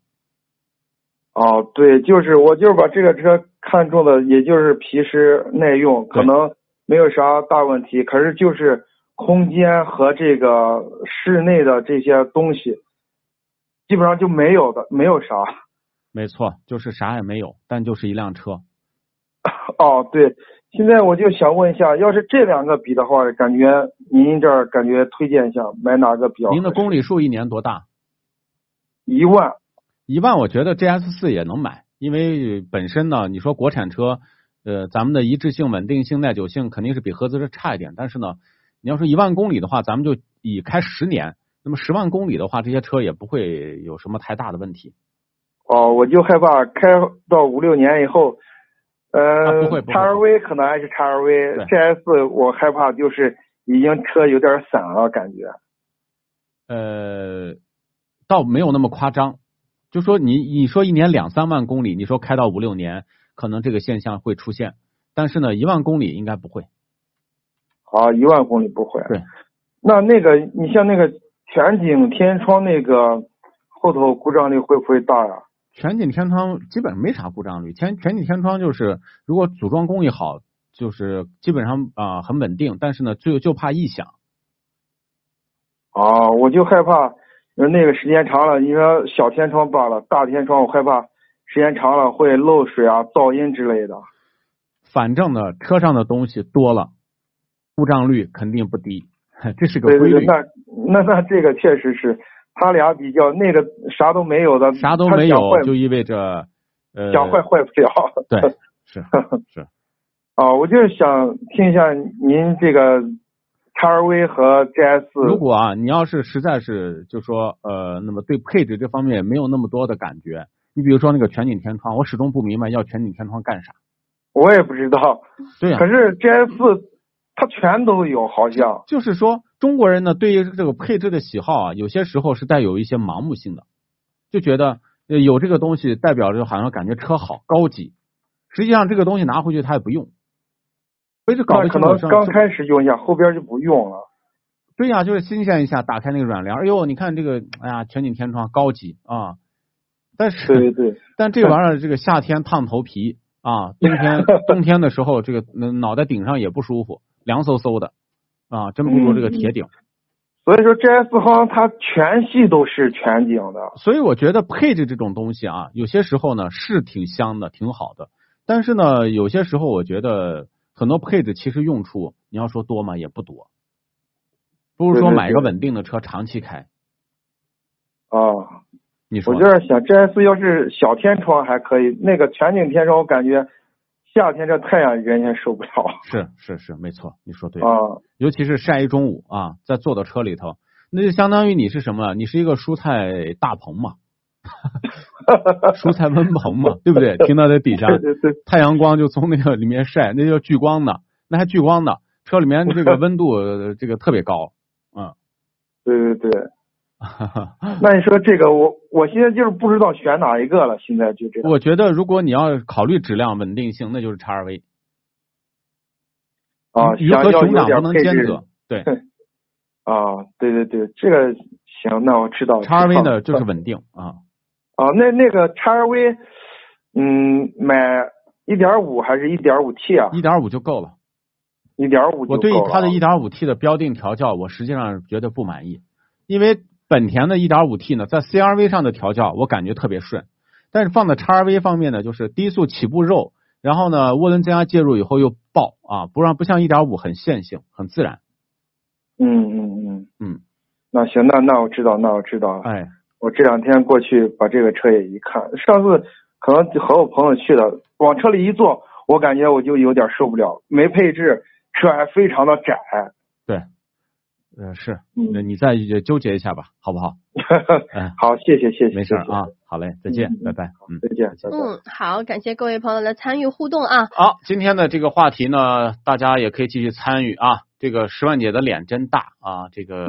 [SPEAKER 5] 哦，对，就是我就是把这个车看中的，也就是皮实耐用，可
[SPEAKER 2] 对
[SPEAKER 5] 能没有啥大问题，可是就是空间和这个室内的这些东西，基本上就没有的，没有啥。
[SPEAKER 2] 没错，就是啥也没有，但就是一辆车。
[SPEAKER 5] 哦，对，现在我就想问一下，要是这两个比的话，感觉您这儿感觉推荐一下，买哪个比较合适？
[SPEAKER 2] 您的公里数一年多大？
[SPEAKER 5] 一万，
[SPEAKER 2] 一万，我觉得 GS 四也能买，因为本身呢，你说国产车，呃，咱们的一致性、稳定性、耐久性肯定是比合资车差一点，但是呢，你要说一万公里的话，咱们就以开十年，那么十万公里的话，这些车也不会有什么太大的问题。
[SPEAKER 5] 哦，我就害怕开到五六年以后，
[SPEAKER 2] 啊
[SPEAKER 5] 呃
[SPEAKER 2] 不会不会
[SPEAKER 5] x R V 可能还是 x R V
[SPEAKER 2] 对
[SPEAKER 5] G S，我害怕就是已经车有点散了，感觉。
[SPEAKER 2] 呃，倒没有那么夸张，就说你你说一年两三万公里，你说开到五六年，可能这个现象会出现，但是呢，一万公里应该不会。
[SPEAKER 5] 好，一万公里不会。
[SPEAKER 2] 对。
[SPEAKER 5] 那那个，你像那个全景天窗那个后头故障率会不会大呀、
[SPEAKER 2] 全景天窗基本没啥故障率，全全景天窗就是如果组装工艺好，就是基本上啊、很稳定，但是呢就就怕异响。
[SPEAKER 5] 哦，我就害怕呃那个时间长了，你说小天窗罢了，大天窗我害怕时间长了会漏水啊、噪音之类的。
[SPEAKER 2] 反正呢车上的东西多了，故障率肯定不低， 这是个
[SPEAKER 5] 对
[SPEAKER 2] 规
[SPEAKER 5] 对
[SPEAKER 2] 律。
[SPEAKER 5] 对，那那那这个确实是他俩比较，那个啥都没有的，
[SPEAKER 2] 啥都
[SPEAKER 5] 他
[SPEAKER 2] 没
[SPEAKER 5] 想坏
[SPEAKER 2] 有就意味着呃
[SPEAKER 5] 想坏坏不了。
[SPEAKER 2] 对是是
[SPEAKER 5] 啊，我就是想听一下您这个 x R V 和 G S。
[SPEAKER 2] 如果啊，你要是实在是就说呃，那么对配置这方面没有那么多的感觉，你比如说那个全景天窗，我始终不明白要全景天窗干啥。
[SPEAKER 5] 我也不知道，
[SPEAKER 2] 对呀、
[SPEAKER 5] 可是 G S 它全都有，好像
[SPEAKER 2] 就是说，中国人呢对于这个配置的喜好啊，有些时候是带有一些盲目性的，就觉得呃有这个东西代表着好像感觉车好高级，实际上这个东西拿回去他也不用，所以这搞
[SPEAKER 5] 那
[SPEAKER 2] 得
[SPEAKER 5] 可
[SPEAKER 2] 清
[SPEAKER 5] 能
[SPEAKER 2] 楚上
[SPEAKER 5] 刚
[SPEAKER 2] 就
[SPEAKER 5] 开始用一下，后边就不用了。
[SPEAKER 2] 对呀、就是新鲜一下，打开那个软帘，哎呦，你看这个，哎呀，全景天窗高级啊，但是
[SPEAKER 5] 对对对，
[SPEAKER 2] 但这
[SPEAKER 6] 哎
[SPEAKER 2] 玩意儿，这个夏天烫头皮啊，冬 天冬天的时候，这个嗯脑袋顶上也不舒服，凉飕飕的啊，真不如这个铁顶。
[SPEAKER 5] 所以说 G S 好像它全系都是全景的。
[SPEAKER 2] 所以我觉得配置这种东西啊，有些时候呢是挺香的，挺好的。但是呢，有些时候我觉得很多配置其实用处，你要说多嘛也不多，不如说
[SPEAKER 5] 对对
[SPEAKER 2] 买一个
[SPEAKER 5] 对
[SPEAKER 2] 稳定的车长期开。
[SPEAKER 5] 啊，
[SPEAKER 2] 你说
[SPEAKER 5] 我
[SPEAKER 2] 呢？
[SPEAKER 5] 就是想 GS 要是小天窗还可以，那个全景天窗我感觉夏天这太阳人家受不了
[SPEAKER 2] 是是是，没错，你说对了。
[SPEAKER 5] 啊。
[SPEAKER 2] 尤其是晒一中午啊，再坐 到车里头，那就相当于你是什么？你是一个蔬菜大棚嘛，蔬菜温棚嘛，对不对？停到在底下
[SPEAKER 5] 对，对对，
[SPEAKER 2] 太阳光就从那个里面晒，那叫聚光呢，那还聚光呢。车里面这个温度呃这个特别高，
[SPEAKER 5] 对对对。那你说这个，我我现在就是不知道选哪一个了，现在就这样。
[SPEAKER 2] 我觉得如果你要考虑质量稳定性，那就是叉 RV。
[SPEAKER 5] 啊，
[SPEAKER 2] 鱼和
[SPEAKER 5] 想要
[SPEAKER 2] 熊
[SPEAKER 5] 有
[SPEAKER 2] 掌不
[SPEAKER 5] 点
[SPEAKER 2] 能
[SPEAKER 5] 配
[SPEAKER 2] 兼
[SPEAKER 5] 置
[SPEAKER 2] 得。 对，
[SPEAKER 5] 啊，对对对，这个行，那我知道了。
[SPEAKER 2] 叉 RV 呢就是
[SPEAKER 5] 啊
[SPEAKER 2] 稳定啊，
[SPEAKER 5] 啊，那那个叉 RV，嗯，买一点五还是一点五 T 啊？
[SPEAKER 2] 一点五就够了。
[SPEAKER 5] 一点五
[SPEAKER 2] 我对它
[SPEAKER 5] 啊
[SPEAKER 2] 的 1.5T 的标定调教，我实际上觉得不满意，因为本田的 1.5T 呢，在 CRV 上的调教我感觉特别顺，但是放在 XRV 方面呢，就是低速起步肉，然后呢涡轮增压介入以后又爆啊，不让不像1.5很线性，很自然。
[SPEAKER 5] 嗯嗯嗯
[SPEAKER 2] 嗯，
[SPEAKER 5] 那行，那那我知道，那我知道了。
[SPEAKER 2] 哎，
[SPEAKER 5] 我这两天过去把这个车也一看，上次可能和我朋友去的，往车里一坐，我感觉我就有点受不了，没配置，车还非常的窄。
[SPEAKER 2] 呃是，
[SPEAKER 5] 嗯
[SPEAKER 2] 那你再纠结一下吧，好不 好？哎，
[SPEAKER 5] 好，谢谢谢谢，
[SPEAKER 2] 没事儿
[SPEAKER 5] 谢谢
[SPEAKER 2] 啊，，好嘞，再见
[SPEAKER 5] 嗯，嗯
[SPEAKER 2] 拜拜，嗯。
[SPEAKER 5] 再见，再见。
[SPEAKER 3] 嗯，好，感谢各位朋友的参与互动啊。
[SPEAKER 2] 好，今天的这个话题呢，大家也可以继续参与啊。这个十万姐的脸真大啊，这 个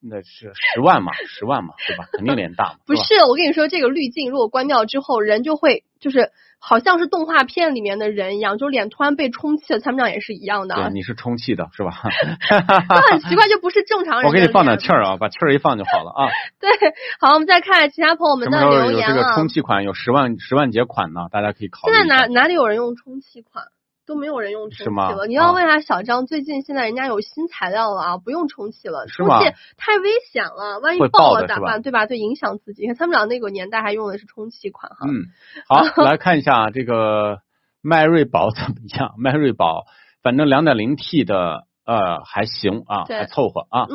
[SPEAKER 2] 那是十万嘛，十万嘛，对吧？肯定脸大嘛，
[SPEAKER 3] 不
[SPEAKER 2] 吧？
[SPEAKER 3] 是，我跟你说，这个滤镜如果关掉之后，人就会就是好像是动画片里面的人一样，就脸突然被充气了。参谋长也是一样的啊
[SPEAKER 2] 对，，你是充气的是 吧？
[SPEAKER 3] 就很奇怪，就不是正常 人。
[SPEAKER 2] 我给你放点气。儿啊，把气儿一放就好了啊。
[SPEAKER 3] 对，好，我们再看其他朋友
[SPEAKER 2] 什
[SPEAKER 3] 们
[SPEAKER 2] 么
[SPEAKER 3] 的
[SPEAKER 2] 时候
[SPEAKER 3] 留
[SPEAKER 2] 有
[SPEAKER 3] 言
[SPEAKER 2] 这个
[SPEAKER 3] 啊。
[SPEAKER 2] 充气款，有十万十万节款呢？大家可以考
[SPEAKER 3] 现
[SPEAKER 2] 虑一下。
[SPEAKER 3] 在哪哪里有人用充气款？都没有人用充
[SPEAKER 2] 是
[SPEAKER 3] 气
[SPEAKER 2] 吗
[SPEAKER 3] 了。你要
[SPEAKER 2] 啊
[SPEAKER 3] 问一下小张，最近现在人家有新材料了啊，不用充气了。
[SPEAKER 2] 是
[SPEAKER 3] 充
[SPEAKER 2] 吗
[SPEAKER 3] 气太危险了，万一
[SPEAKER 2] 会
[SPEAKER 3] 爆
[SPEAKER 2] 爆
[SPEAKER 3] 了
[SPEAKER 2] 的
[SPEAKER 3] 咋
[SPEAKER 2] 是吧
[SPEAKER 3] 办？对吧？对，影响自己。看参谋长那个年代还用的是充气款哈。
[SPEAKER 2] 嗯， 好，来看一下这个迈锐宝怎么样？迈锐宝，反正两点零 T 的呃还行啊，
[SPEAKER 3] 对嗯
[SPEAKER 2] 还凑合啊。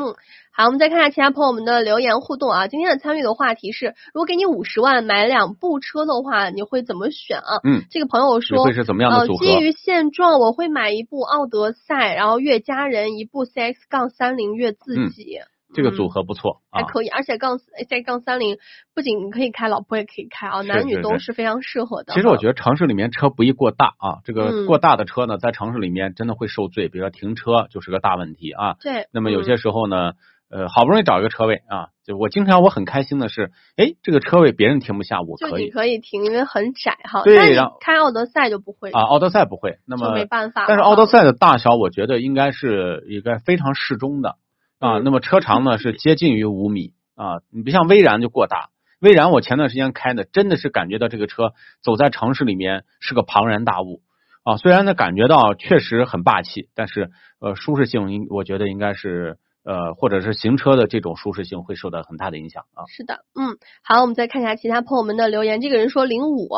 [SPEAKER 3] 好，我们再看一下其他朋友们的留言互动啊。今天的参与的话题是，如果给你五十万买两部车的话，你会怎么选啊？
[SPEAKER 2] 嗯，
[SPEAKER 3] 这个朋友
[SPEAKER 2] 你
[SPEAKER 3] 说，
[SPEAKER 2] 会是怎么样的
[SPEAKER 3] 呃，
[SPEAKER 2] 组合？
[SPEAKER 3] 基于现状，我会买一部奥德赛，然后悦家人一部 CX 杠三零悦自
[SPEAKER 2] 嗯
[SPEAKER 3] 己，
[SPEAKER 2] 这个
[SPEAKER 3] 嗯
[SPEAKER 2] 组合不错啊
[SPEAKER 3] 还。可以，而且杠 CX 杠三零不仅可以开，老婆也可以开啊，
[SPEAKER 2] 是
[SPEAKER 3] 男女
[SPEAKER 2] 是
[SPEAKER 3] 都
[SPEAKER 2] 是
[SPEAKER 3] 是非常适合的。
[SPEAKER 2] 其实我觉得城市里面车不宜过大啊，这
[SPEAKER 3] 嗯
[SPEAKER 2] 个过大的车呢，在城市里面真的会受罪，比如说停车就是个大问题啊。
[SPEAKER 3] 对，
[SPEAKER 2] 那么有
[SPEAKER 3] 嗯
[SPEAKER 2] 些时候呢，呃，好不容易找一个车位啊，就我经常我很开心的是，哎，这个车位别人停不下，我
[SPEAKER 3] 就
[SPEAKER 2] 可
[SPEAKER 3] 你
[SPEAKER 2] 以
[SPEAKER 3] 可以停，因为很窄哈。
[SPEAKER 2] 对
[SPEAKER 3] 但是你
[SPEAKER 2] 然后
[SPEAKER 3] 开奥德赛就不会
[SPEAKER 2] 啊。，奥德赛不会，那
[SPEAKER 3] 就
[SPEAKER 2] 么
[SPEAKER 3] 没办法了哈。
[SPEAKER 2] 但是奥德赛的大小，我觉得应该是一个非常适中的啊。
[SPEAKER 3] 嗯
[SPEAKER 2] 那么车长呢是接近于五米啊，你不像威然就过大。威然我前段时间开的，真的是感觉到这个车走在城市里面是个庞然大物啊。虽然呢感觉到确实很霸气，但是呃舒适性应我觉得应该是呃或者是行车的这种舒适性会受到很大的影响啊。
[SPEAKER 3] 是的，嗯，好，我们再看一下其他朋友们的留言。这个人说零五，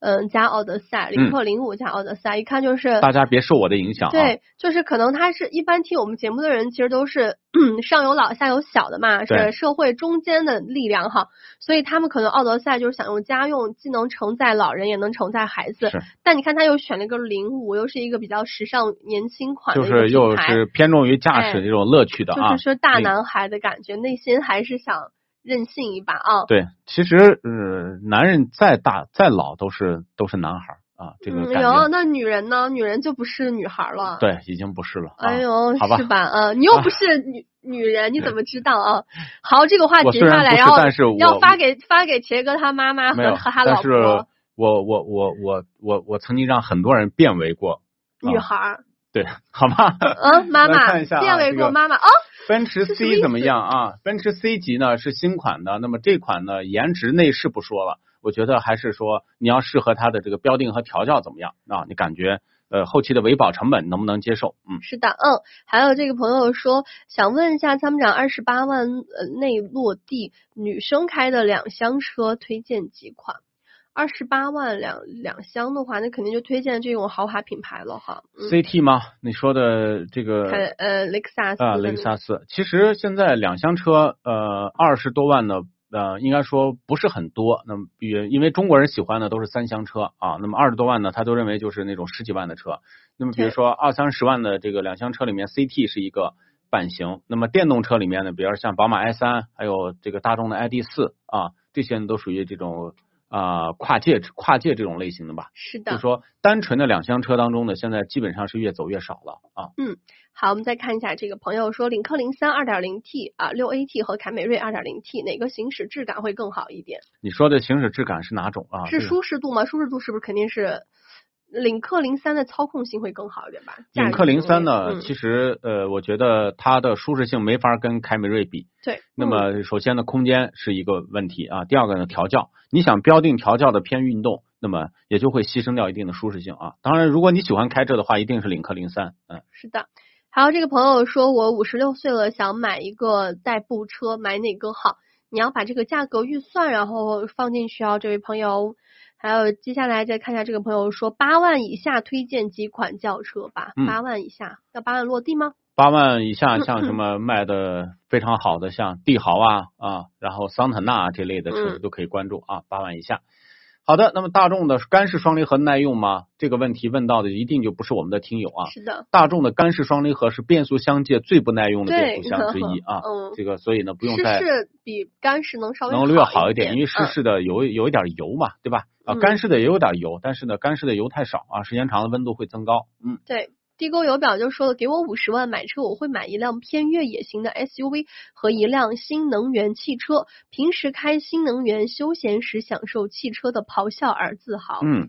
[SPEAKER 3] 嗯，加奥德赛，领克零五加奥德赛，一看就是
[SPEAKER 2] 大家别受我的影响啊。
[SPEAKER 3] 对，就是可能他是一般听我们节目的人，其实都是 上有老下有小的嘛，是
[SPEAKER 2] 对
[SPEAKER 3] 社会中间的力量哈，所以他们可能奥德赛就是想用家用，既能承载老人，也能承载孩子
[SPEAKER 2] 是。
[SPEAKER 3] 但你看他又选了一个零五，又是一个比较时尚年轻款
[SPEAKER 2] 就
[SPEAKER 3] 的一个
[SPEAKER 2] 是
[SPEAKER 3] 品
[SPEAKER 2] 又
[SPEAKER 3] 牌，哎
[SPEAKER 2] 是偏重于驾驶这种乐趣的啊，
[SPEAKER 3] 就是说大
[SPEAKER 2] 那个
[SPEAKER 3] 男孩的感觉，内心还是想任性一把啊。
[SPEAKER 2] 对，其实呃，男人再大再老都是都是男孩儿啊，这个
[SPEAKER 3] 嗯，
[SPEAKER 2] 感
[SPEAKER 3] 有
[SPEAKER 2] 觉、
[SPEAKER 3] 那女人呢？女人就不是女孩了。，
[SPEAKER 2] 对已经不是了。
[SPEAKER 3] 哎
[SPEAKER 2] 啊，
[SPEAKER 3] 呦，
[SPEAKER 2] 好吧嗯
[SPEAKER 3] 是吧？啊，你又不是女女人，你怎么知道啊？好，这个话
[SPEAKER 2] 我
[SPEAKER 3] 题
[SPEAKER 2] 虽然
[SPEAKER 3] 下来，
[SPEAKER 2] 不是
[SPEAKER 3] 然后
[SPEAKER 2] 但是我
[SPEAKER 3] 要发给发给杰哥他妈妈
[SPEAKER 2] 没有
[SPEAKER 3] 和和，他
[SPEAKER 2] 但
[SPEAKER 3] 老
[SPEAKER 2] 是
[SPEAKER 3] 婆，
[SPEAKER 2] 我我我我我我曾经让很多人变为过，啊
[SPEAKER 3] 女孩儿，
[SPEAKER 2] 对，好吧？
[SPEAKER 3] 嗯，妈
[SPEAKER 2] 来
[SPEAKER 3] 妈
[SPEAKER 2] 看一下啊
[SPEAKER 3] 变为
[SPEAKER 2] 这
[SPEAKER 3] 过
[SPEAKER 2] 个
[SPEAKER 3] 妈妈哦，
[SPEAKER 2] 奔驰
[SPEAKER 3] 这什么意
[SPEAKER 2] C 怎么
[SPEAKER 3] 思
[SPEAKER 2] 样啊？奔驰 C 级呢是新款的，那么这款呢颜值内饰不说了，我觉得还是说你要适合它的这个标定和调教怎么样啊？你感觉呃后期的维保成本能不能接受？嗯。
[SPEAKER 3] 是的，嗯，还有这个朋友说想问一下参谋长，二十八万呃内落地女生开的两厢车推荐几款？二十八万两两厢的话，那肯定就推荐这种豪华品牌了哈。嗯。
[SPEAKER 2] CT 吗？你说的这个
[SPEAKER 3] 看呃雷克萨斯
[SPEAKER 2] 啊，
[SPEAKER 3] 的
[SPEAKER 2] 雷克
[SPEAKER 3] 那
[SPEAKER 2] 萨斯。其实现在两厢车，呃，二十多万呢，呃，应该说不是很多。那么也因为中国人喜欢的都是三厢车啊，那么二十多万呢，他都认为就是那种十几万的车。那么比如
[SPEAKER 3] 对
[SPEAKER 2] 说二三十万的这个两厢车里面，CT 是一个版型。那么电动车里面呢，比如像宝马 i 三，还有这个大众的 ID 四啊，这些呢都属于这种啊、跨界跨界这种类型的吧。
[SPEAKER 3] 是
[SPEAKER 2] 就
[SPEAKER 3] 的
[SPEAKER 2] 是，说单纯的两厢车当中呢，现在基本上是越走越少了啊。
[SPEAKER 3] 嗯好，我们再看一下这个朋友说，领克零三二点零 T 啊，六 AT 和凯美瑞二点零 T 哪个行驶质感会更好一点？
[SPEAKER 2] 你说的行驶质感是哪种啊？
[SPEAKER 3] 是
[SPEAKER 2] 这个
[SPEAKER 3] 舒适度吗？舒适度是不是肯定是领克零三的操控性会更好一点吧？驾
[SPEAKER 2] 领
[SPEAKER 3] 驭
[SPEAKER 2] 克零三
[SPEAKER 3] 行为
[SPEAKER 2] 呢，
[SPEAKER 3] 嗯
[SPEAKER 2] 其实呃，我觉得它的舒适性没法跟凯美瑞比。
[SPEAKER 3] 对，
[SPEAKER 2] 那
[SPEAKER 3] 嗯
[SPEAKER 2] 么首先呢，空间是一个问题啊，第二个呢，调教，你想标定调教的偏运动，那么也就会牺牲掉一定的舒适性啊。当然，如果你喜欢开车的话，一定是领克零三，嗯，
[SPEAKER 3] 是的。还有这个朋友说，我五十六岁了，想买一个代步车，买哪个好？你要把这个价格预算然后放进去哦，这位朋友。还有接下来再看一下这个朋友说，八万以下推荐几款轿车吧。
[SPEAKER 2] 嗯
[SPEAKER 3] 八万以下，要八万落地吗？
[SPEAKER 2] 八万以下，
[SPEAKER 3] 嗯
[SPEAKER 2] 像什
[SPEAKER 3] 嗯
[SPEAKER 2] 么卖的非常好的，像帝豪啊啊，然后桑塔纳啊这类的车子
[SPEAKER 3] 嗯
[SPEAKER 2] 都可以关注啊，八万以下。好的，那么大众的干式双离合耐用吗？这个问题问到的一定就不是我们的听友啊。
[SPEAKER 3] 是的，
[SPEAKER 2] 大众的干式双离合是变速箱界最不耐用的变
[SPEAKER 3] 对，
[SPEAKER 2] 速箱之一啊。
[SPEAKER 3] 嗯，
[SPEAKER 2] 这个所以呢，不用
[SPEAKER 3] 湿
[SPEAKER 2] 再
[SPEAKER 3] 式比干式能稍微
[SPEAKER 2] 能略好一点，因为湿
[SPEAKER 3] 嗯
[SPEAKER 2] 式的有有一点油嘛，对吧？啊，
[SPEAKER 3] 嗯
[SPEAKER 2] 干式的也有点油，但是呢，干式的油太少啊，时间长了温度会增高。嗯，
[SPEAKER 3] 对，地沟油表就说了，给我五十万买车，我会买一辆偏越野型的 SUV 和一辆新能源汽车。平时开新能源，休闲时享受汽车的咆哮而自豪。
[SPEAKER 2] 嗯，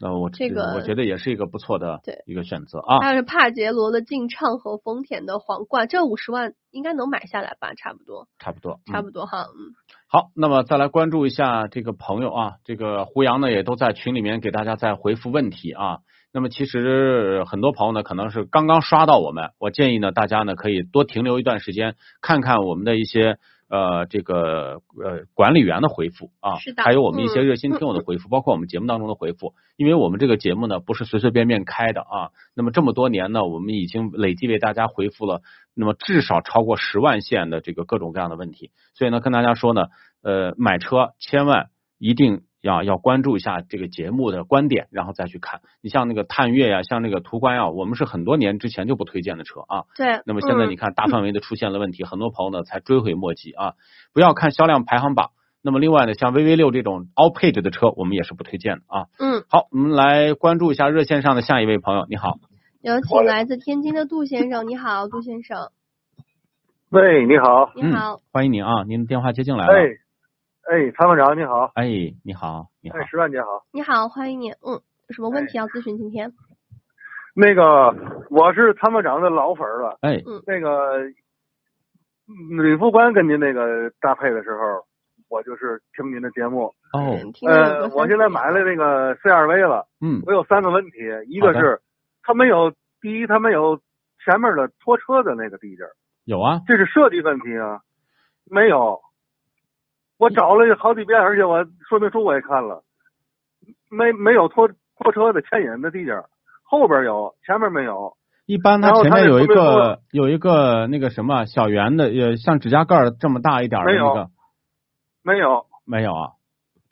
[SPEAKER 2] 那我
[SPEAKER 3] 这个
[SPEAKER 2] 我觉得也是一个不错的
[SPEAKER 3] 对
[SPEAKER 2] 一个选择啊。
[SPEAKER 3] 还有是帕杰罗的劲畅和丰田的皇冠，这五十万应该能买下来吧？差不多，
[SPEAKER 2] 差不多，
[SPEAKER 3] 差
[SPEAKER 2] 嗯
[SPEAKER 3] 不多哈。嗯，
[SPEAKER 2] 好，那么再来关注一下这个朋友啊，这个胡杨呢也都在群里面给大家在回复问题啊。那么其实呃很多朋友呢可能是刚刚刷到我们，我建议呢大家呢可以多停留一段时间，看看我们的一些呃这个呃管理员的回复啊，
[SPEAKER 3] 是的
[SPEAKER 2] 还有我们一些
[SPEAKER 3] 嗯
[SPEAKER 2] 热心听友的回复，包括我们节目当中的回复，因为我们这个节目呢不是随随便便开的啊。那么这么多年呢，我们已经累计为大家回复了那么至少超过十万线的这个各种各样的问题，所以呢跟大家说呢，呃，买车千万一定要要关注一下这个节目的观点，然后再去看。你像那个探岳呀、像那个途观呀、我们是很多年之前就不推荐的车啊。
[SPEAKER 3] 对。
[SPEAKER 2] 那么现在
[SPEAKER 3] 嗯
[SPEAKER 2] 你看大范围的出现了问题，很多朋友呢才追悔莫及啊！不要看销量排行榜。那么另外呢，像 VV 六这种 all page 的车，我们也是不推荐的啊。
[SPEAKER 3] 嗯，
[SPEAKER 2] 好，我们来关注一下热线上的下一位朋友，你好，
[SPEAKER 3] 有请来自天津的杜先生，你好，杜先生，
[SPEAKER 6] 喂，你好。
[SPEAKER 3] 你
[SPEAKER 2] 嗯
[SPEAKER 3] 好，
[SPEAKER 2] 欢迎您啊，您的电话接进来
[SPEAKER 6] 哎
[SPEAKER 2] 了。，
[SPEAKER 6] 哎，参谋长你好。
[SPEAKER 2] 哎，你好，你好
[SPEAKER 6] 哎，，石万姐好。
[SPEAKER 3] 你好，欢迎你。嗯，有什么问
[SPEAKER 2] 哎
[SPEAKER 3] 题要咨询今天？
[SPEAKER 6] 那个，我是参谋长的老粉儿了。
[SPEAKER 2] 哎，
[SPEAKER 6] 那个，嗯吕副官跟您那个搭配的时候，我就是听您的节目。
[SPEAKER 2] 哦，
[SPEAKER 3] 嗯听了有
[SPEAKER 6] 呃
[SPEAKER 3] 个，
[SPEAKER 6] 我
[SPEAKER 3] 30
[SPEAKER 6] 现在
[SPEAKER 3] 秒
[SPEAKER 6] 买了那个 CRV 了，
[SPEAKER 2] 嗯，
[SPEAKER 6] 我有三个问题，一个
[SPEAKER 2] 好的
[SPEAKER 6] 是它没有，第一它没有前面的拖车的那个地界儿，
[SPEAKER 2] 有啊，
[SPEAKER 6] 这是设计问题啊，没有。我找了好几遍，而且我说明书我也看了，没没有拖拖车的牵引的地界儿，后边有，前面没有。
[SPEAKER 2] 一般它
[SPEAKER 6] 然后
[SPEAKER 2] 前
[SPEAKER 6] 它
[SPEAKER 2] 面
[SPEAKER 6] 那
[SPEAKER 2] 有一
[SPEAKER 6] 后面多
[SPEAKER 2] 个
[SPEAKER 6] 了
[SPEAKER 2] 有一个那个什么小圆的，呃，像指甲盖儿这么大一点儿的
[SPEAKER 6] 没
[SPEAKER 2] 那
[SPEAKER 6] 有
[SPEAKER 2] 个，
[SPEAKER 6] 没有，
[SPEAKER 2] 没有啊？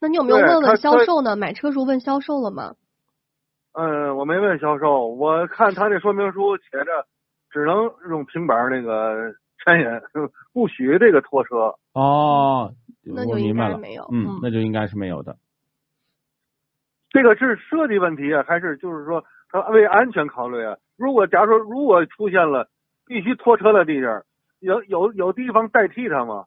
[SPEAKER 3] 那你有没有
[SPEAKER 6] 对
[SPEAKER 3] 问问
[SPEAKER 6] 他
[SPEAKER 3] 销
[SPEAKER 6] 他
[SPEAKER 3] 售呢？买车时候问销售了吗？
[SPEAKER 6] 嗯，我没问销售，我看他那说明书写着，只能用平板儿那个牵引， 不许这个拖车。
[SPEAKER 2] 哦，
[SPEAKER 3] 那
[SPEAKER 2] 我
[SPEAKER 3] 就应
[SPEAKER 2] 明白
[SPEAKER 3] 该
[SPEAKER 2] 了，
[SPEAKER 3] 没有。
[SPEAKER 2] 嗯，那就应该是没有的。
[SPEAKER 6] 这个是设计问题啊，还是就是说他为安全考虑啊？如果假如说如果出现了必须拖车的地界儿，有有有地方代替它吗？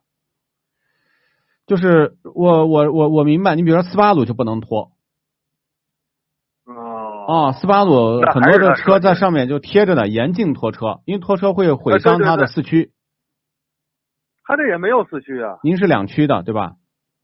[SPEAKER 2] 就是我我我我明白，你比如说斯巴鲁就不能拖啊、
[SPEAKER 6] 哦，
[SPEAKER 2] 斯巴鲁
[SPEAKER 6] 那
[SPEAKER 2] 很
[SPEAKER 6] 还
[SPEAKER 2] 多
[SPEAKER 6] 是
[SPEAKER 2] 的
[SPEAKER 6] 按
[SPEAKER 2] 车
[SPEAKER 6] 设计
[SPEAKER 2] 在上面就贴着呢，严禁拖车，因为拖车会毁
[SPEAKER 6] 呃对
[SPEAKER 2] 伤
[SPEAKER 6] 对
[SPEAKER 2] 它的
[SPEAKER 6] 对
[SPEAKER 2] 四驱。
[SPEAKER 6] 他这也没有四驱啊。
[SPEAKER 2] 您是两驱的对吧？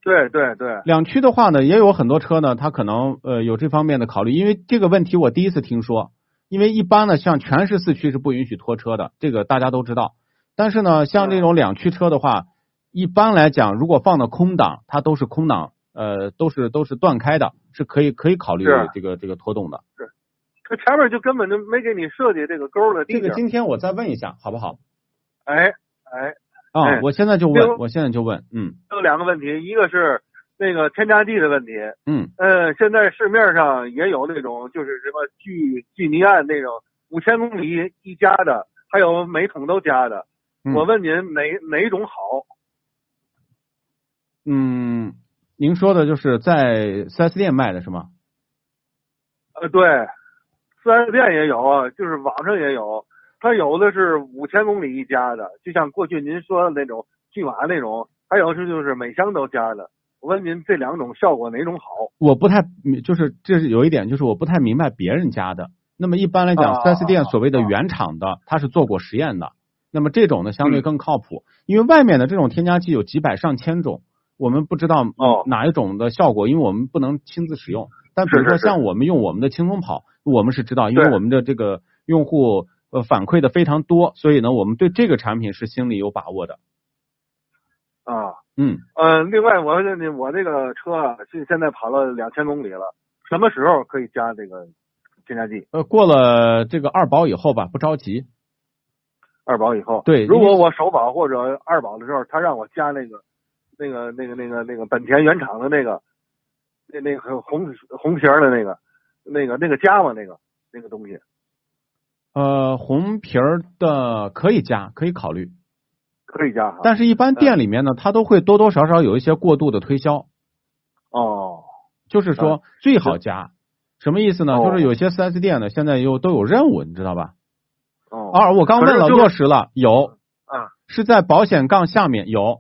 [SPEAKER 6] 对对对，
[SPEAKER 2] 两驱的话呢，也有很多车呢，它可能呃有这方面的考虑，因为这个问题我第一次听说。因为一般呢，像全时四驱是不允许拖车的，这个大家都知道。但是呢，像这种两驱车的话，一般来讲，如果放到空档，它都是空档，呃，都是都是断开的，是可以可以考虑
[SPEAKER 6] 是
[SPEAKER 2] 这个这个拖动的。
[SPEAKER 6] 他前面就根本就没给你设计这个沟儿的
[SPEAKER 2] 这
[SPEAKER 6] 地界
[SPEAKER 2] 个
[SPEAKER 6] 儿。
[SPEAKER 2] 今天我再问一下，好不好？
[SPEAKER 6] 哎哎，
[SPEAKER 2] 啊
[SPEAKER 6] 哎，
[SPEAKER 2] 我现在就
[SPEAKER 6] 另外
[SPEAKER 2] 问，我现在就问，嗯
[SPEAKER 6] 还有两个问题，一个是那个添加剂的问题。
[SPEAKER 2] 嗯，
[SPEAKER 6] 呃，现在市面上也有那种就是什么聚聚尼胺那种五千公里一加的，还有每桶都加的。
[SPEAKER 2] 嗯
[SPEAKER 6] 我问您哪哪种好？
[SPEAKER 2] 嗯，您说的就是在 4S 店卖的是吗？
[SPEAKER 6] 呃，对，四 S 店也有啊，就是网上也有，它有的是五千公里一家的，就像过去您说的那种巨马那种，还有是就是每箱都加的。我问您这两种效果哪种好？
[SPEAKER 2] 我不太明就是这是有一点，就是我不太明白别人家的。那么一般来讲，
[SPEAKER 6] 啊
[SPEAKER 2] 4S 店所谓的原厂的，它是做过实验的。那么这种呢，相对
[SPEAKER 6] 嗯
[SPEAKER 2] 更靠谱，因为外面的这种添加剂有几百上千种，我们不知道
[SPEAKER 6] 哦
[SPEAKER 2] 哪一种的效果，因为我们不能亲自使用。但比如
[SPEAKER 6] 是
[SPEAKER 2] 说
[SPEAKER 6] 是是
[SPEAKER 2] 像我们用我们的轻松跑，我们是知道，因为
[SPEAKER 6] 对
[SPEAKER 2] 我们的这个用户呃反馈的非常多，所以呢，我们对这个产品是心里有把握的。
[SPEAKER 6] 啊，
[SPEAKER 2] 嗯，
[SPEAKER 6] 呃，另外我问你，我这个车啊，是现在跑了两千公里了，什么时候可以加这个添加剂？
[SPEAKER 2] 呃，过了这个二保以后吧，不着急。
[SPEAKER 6] 二保以后，
[SPEAKER 2] 对
[SPEAKER 6] 如
[SPEAKER 2] 因
[SPEAKER 6] 果
[SPEAKER 2] 为
[SPEAKER 6] 我首保或者二保的时候，他让我加那个、那个、那个、那个、那个本田原厂的那个、那那个红红皮儿的那个、那个、那个加吗？那个那个东西
[SPEAKER 2] 呃，红皮儿的可以加，可以考虑，
[SPEAKER 6] 可以加哈？
[SPEAKER 2] 但是一般店里面呢，它都会多多少少有一些过度的推销，
[SPEAKER 6] 哦，
[SPEAKER 2] 就是说最好加。什么意思呢？
[SPEAKER 6] 哦
[SPEAKER 2] 就是有些 4S 店呢，现在又都有任务，你知道吧？
[SPEAKER 6] 哦，
[SPEAKER 2] 啊，我刚问了，
[SPEAKER 6] 可是就是
[SPEAKER 2] 落实了，有，
[SPEAKER 6] 啊，
[SPEAKER 2] 是在保险杠下面有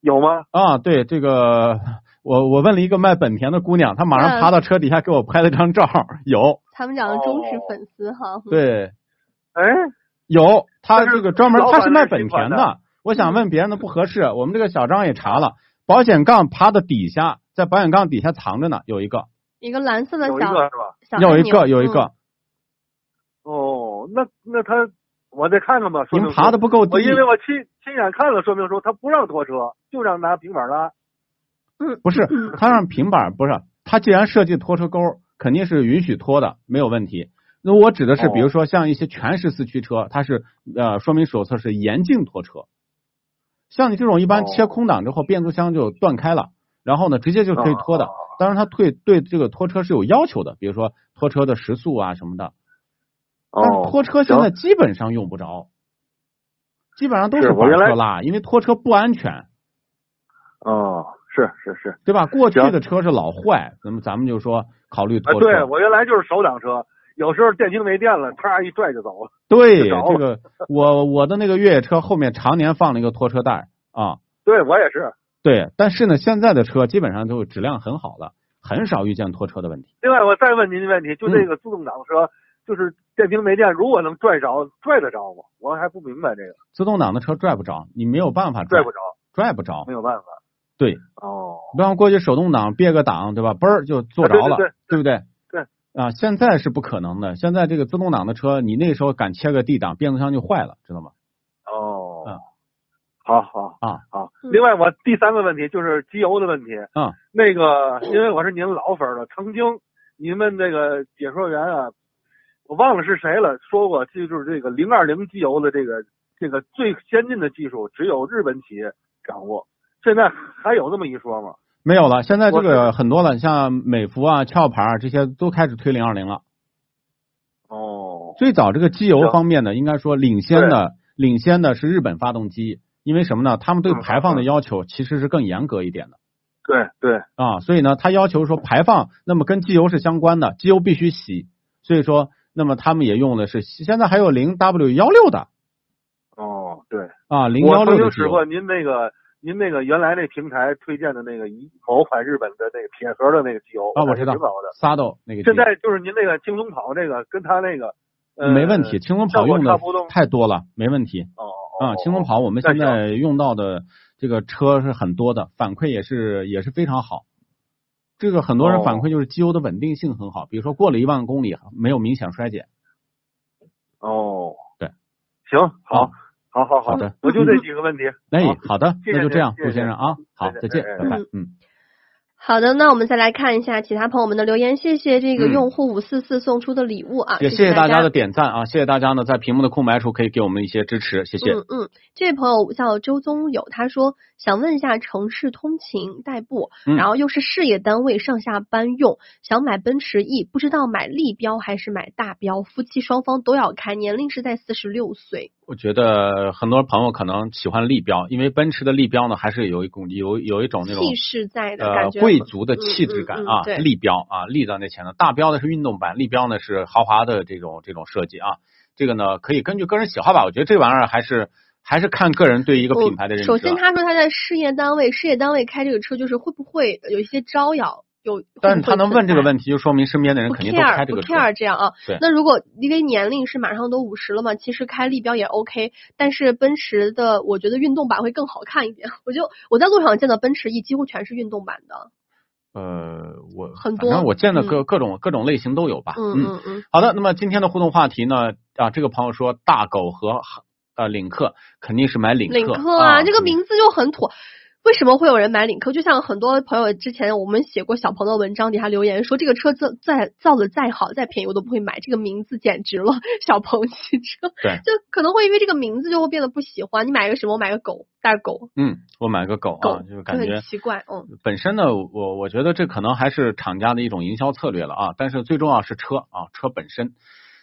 [SPEAKER 6] 有吗？
[SPEAKER 2] 啊。对，这个我我问了一个卖本田的姑娘，她马上
[SPEAKER 3] 嗯
[SPEAKER 2] 爬到车底下给我拍了张照，有，
[SPEAKER 3] 参谋长的忠实粉丝哈。，嗯
[SPEAKER 2] 对，
[SPEAKER 6] 哎，
[SPEAKER 2] 有，他
[SPEAKER 6] 但是
[SPEAKER 2] 这个专门
[SPEAKER 6] 老板
[SPEAKER 2] 他是卖本
[SPEAKER 6] 是新
[SPEAKER 2] 田
[SPEAKER 6] 款的嗯
[SPEAKER 2] 的，我想问别人的不合适。我们这个小张也查了，保险杠爬的底下，在保险杠底下藏着呢，有一个，
[SPEAKER 3] 一个蓝色的
[SPEAKER 6] 有一
[SPEAKER 3] 小
[SPEAKER 6] 个是吧？
[SPEAKER 3] 小
[SPEAKER 2] 有一
[SPEAKER 3] 按钮
[SPEAKER 2] 个，有一
[SPEAKER 3] 嗯
[SPEAKER 2] 个，
[SPEAKER 6] 哦，那那他我得看看吧。说
[SPEAKER 2] 您
[SPEAKER 6] 明
[SPEAKER 2] 爬的
[SPEAKER 6] 书
[SPEAKER 2] 不够低
[SPEAKER 6] 我，因为我亲亲眼看了说明书，他不让拖车，就让拿平板拉。
[SPEAKER 2] 不是他让平板，不是他既然设计拖车钩，肯定是允许拖的，没有问题。那我指的是，
[SPEAKER 6] 哦
[SPEAKER 2] 比如说像一些全时四驱车，它是呃说明手册是严禁拖车。像你这种一般
[SPEAKER 6] 哦
[SPEAKER 2] 切空挡之后，变速箱就断开了，然后呢直接就可以拖的
[SPEAKER 6] 哦。
[SPEAKER 2] 当然，它对对这个拖车是有要求的，比如说拖车的时速啊什么的。但是拖车现在
[SPEAKER 6] 哦行
[SPEAKER 2] 基本上用不着，基本上都
[SPEAKER 6] 是
[SPEAKER 2] 是
[SPEAKER 6] 我
[SPEAKER 2] 板
[SPEAKER 6] 原来
[SPEAKER 2] 车啦，因为拖车不安全。
[SPEAKER 6] 哦，是是是，
[SPEAKER 2] 对吧？过去
[SPEAKER 6] 行
[SPEAKER 2] 的车是老坏，那么咱们就说考虑
[SPEAKER 6] 啊
[SPEAKER 2] 拖，车。
[SPEAKER 6] 对我原来就是手挡车，有时候电瓶没电了，啪一拽就走了。
[SPEAKER 2] 对
[SPEAKER 6] 就着了
[SPEAKER 2] 这个，我我的那个越野车后面常年放了一个拖车带儿啊，
[SPEAKER 6] 对我也是。
[SPEAKER 2] 对。但是呢，现在的车基本上都质量很好了，很少遇见拖车的问题。
[SPEAKER 6] 另外，我再问您一个问题，就
[SPEAKER 2] 嗯
[SPEAKER 6] 这个自动挡车，就是电瓶没电，如果能拽着，拽得着吗？我还不明白这个，
[SPEAKER 2] 自动挡的车拽不着，你没有办法
[SPEAKER 6] 拽
[SPEAKER 2] 拽，
[SPEAKER 6] 不着，
[SPEAKER 2] 拽不着
[SPEAKER 6] 没。有办法。
[SPEAKER 2] 对，
[SPEAKER 6] 哦，
[SPEAKER 2] 不像过去手动挡别个档，对吧？嘣儿就坐着了，
[SPEAKER 6] 啊对
[SPEAKER 2] 不对？
[SPEAKER 6] 对
[SPEAKER 2] 啊，现在是不可能的。现在这个自动挡的车，你那时候敢切个 D 档，变速箱就坏了，知道吗？
[SPEAKER 6] 哦，
[SPEAKER 2] 嗯
[SPEAKER 6] 好好
[SPEAKER 2] 啊
[SPEAKER 6] 好。
[SPEAKER 3] 嗯
[SPEAKER 6] 另外，我第三个问题就是机油的问题。
[SPEAKER 2] 嗯，
[SPEAKER 6] 那个因为我是您老粉儿了，曾经您们这个解说员啊，我忘了是谁了，说过就是这个零二零机油的这个这个最先进的技术只有日本企业掌握，现在还有这么一说吗？
[SPEAKER 2] 没有了，现在这
[SPEAKER 6] 我知道
[SPEAKER 2] 个很多了，像美孚啊、壳牌啊这些都开始推零二零了。
[SPEAKER 6] 哦，
[SPEAKER 2] 最早这个机油
[SPEAKER 6] 行
[SPEAKER 2] 方面呢，应该说领先的领先的是日本发动机，因为什么呢？他们对
[SPEAKER 6] 嗯
[SPEAKER 2] 排放的
[SPEAKER 6] 嗯
[SPEAKER 2] 要求其实是更严格一点的
[SPEAKER 6] 对对，
[SPEAKER 2] 啊，所以呢，它要求说排放，那么跟机油是相关的，机油必须洗，所以说，那么他们也用的是现在还有零 W 幺六的
[SPEAKER 6] 哦对，
[SPEAKER 2] 啊，零幺
[SPEAKER 6] 我曾
[SPEAKER 2] 六的
[SPEAKER 6] 经
[SPEAKER 2] 机
[SPEAKER 6] 使
[SPEAKER 2] 油
[SPEAKER 6] 过，您那个。您那个原来那平台推荐的那个一某款日本的那个铁盒的那个机油
[SPEAKER 2] 啊，我知道
[SPEAKER 6] 挺好的，
[SPEAKER 2] ，Sado 那个机
[SPEAKER 6] 现
[SPEAKER 2] 油
[SPEAKER 6] 在就是您那个轻松跑这个跟他那个，呃、
[SPEAKER 2] 没问题，轻松
[SPEAKER 6] 效
[SPEAKER 2] 跑
[SPEAKER 6] 果
[SPEAKER 2] 用
[SPEAKER 6] 差
[SPEAKER 2] 的
[SPEAKER 6] 不多
[SPEAKER 2] 太多了，没问题。
[SPEAKER 6] 哦
[SPEAKER 2] 啊，轻松。
[SPEAKER 6] 哦哦
[SPEAKER 2] 跑我们
[SPEAKER 6] 那
[SPEAKER 2] 现在用到的这个车是很多的，反馈也是也是非常好。这个很多人
[SPEAKER 6] 哦
[SPEAKER 2] 反馈就是机油的稳定性很好，比如说过了一万公里没有明显衰减。
[SPEAKER 6] 哦，
[SPEAKER 2] 对，
[SPEAKER 6] 行，好，
[SPEAKER 2] 嗯
[SPEAKER 6] 好好
[SPEAKER 2] 好的
[SPEAKER 6] 我就这几个问题。
[SPEAKER 2] 哎
[SPEAKER 6] 好，
[SPEAKER 2] 好的，
[SPEAKER 6] 谢谢
[SPEAKER 2] 那就这样，
[SPEAKER 6] 您
[SPEAKER 2] 陆
[SPEAKER 6] 谢谢
[SPEAKER 2] 先生啊，好，再
[SPEAKER 6] 谢谢
[SPEAKER 2] 见
[SPEAKER 6] 哎，
[SPEAKER 2] 拜拜
[SPEAKER 3] 嗯，
[SPEAKER 2] 嗯。
[SPEAKER 3] 好的，那我们再来看一下其他朋友们的留言，谢谢这个
[SPEAKER 2] 嗯
[SPEAKER 3] 用户五四四送出的礼物啊，
[SPEAKER 2] 也谢
[SPEAKER 3] 谢
[SPEAKER 2] 谢大
[SPEAKER 3] 家
[SPEAKER 2] 家的点赞啊，谢谢大家呢在屏幕的空白处可以给我们一些支持，谢谢。
[SPEAKER 3] 嗯嗯，这位朋友叫周宗友，他说想问一下城市通勤代步，
[SPEAKER 2] 嗯
[SPEAKER 3] 然后又是事业单位上下班用，想买奔驰 E，不知道买立标还是买大标，夫妻双方都要开，年龄是在四十六岁。
[SPEAKER 2] 我觉得很多朋友可能喜欢立标，因为奔驰的立标呢，还是有一股有有一种那种
[SPEAKER 3] 气势在的
[SPEAKER 2] 呃
[SPEAKER 3] 感觉，
[SPEAKER 2] 贵族的气质
[SPEAKER 3] 嗯
[SPEAKER 2] 感
[SPEAKER 3] 嗯
[SPEAKER 2] 啊，
[SPEAKER 3] 对
[SPEAKER 2] 立标啊，立到那前头。大标呢是运动版，立标呢是豪华的这种这种设计啊。这个呢可以根据个人喜好吧，我觉得这玩意儿还是还是看个人对一个
[SPEAKER 3] 我
[SPEAKER 2] 品牌的认知
[SPEAKER 3] 哦
[SPEAKER 2] 啊
[SPEAKER 3] 首
[SPEAKER 2] 了。
[SPEAKER 3] 先，他说他在事业单位，事业单位开这个车就是会不会有一些招摇？有，
[SPEAKER 2] 但是他能问这个
[SPEAKER 3] 题，
[SPEAKER 2] 问题，就说明身边的人
[SPEAKER 3] 不
[SPEAKER 2] 肯定都开
[SPEAKER 3] care
[SPEAKER 2] 这
[SPEAKER 3] 不
[SPEAKER 2] 个车。
[SPEAKER 3] care 这样啊
[SPEAKER 2] 对？
[SPEAKER 3] 那如果因为年龄是马上都五十了嘛，其实开立标也 OK，但是奔驰的我觉得运动版会更好看一点。 我就我在路上见到奔驰 E 几乎全是运动版的，
[SPEAKER 2] 呃，我反
[SPEAKER 3] 很多
[SPEAKER 2] 正我见的
[SPEAKER 3] 嗯
[SPEAKER 2] 各、各种各种类型都有吧。
[SPEAKER 3] 嗯嗯嗯，
[SPEAKER 2] 好的，那么今天的互动话题呢？啊，这个朋友说大狗和呃领克肯定是买领克，
[SPEAKER 3] 领克
[SPEAKER 2] 啊，
[SPEAKER 3] 啊，这个
[SPEAKER 2] 嗯
[SPEAKER 3] 名字就很土。为什么会有人买领克？就像很多朋友之前我们写过小鹏的文章底下留言说，这个车造再造的再好再便宜我都不会买，这个名字简直了，小鹏汽车。
[SPEAKER 2] 对
[SPEAKER 3] 就可能会因为这个名字就会变得不喜欢。你买个什么？我买个狗，大狗，
[SPEAKER 2] 嗯，我买个狗
[SPEAKER 3] 狗
[SPEAKER 2] 啊，就是
[SPEAKER 3] 就
[SPEAKER 2] 感觉
[SPEAKER 3] 很奇怪。嗯，
[SPEAKER 2] 本身呢，我我觉得这可能还是厂家的一种营销策略了啊，但是最重要是车啊，车本身。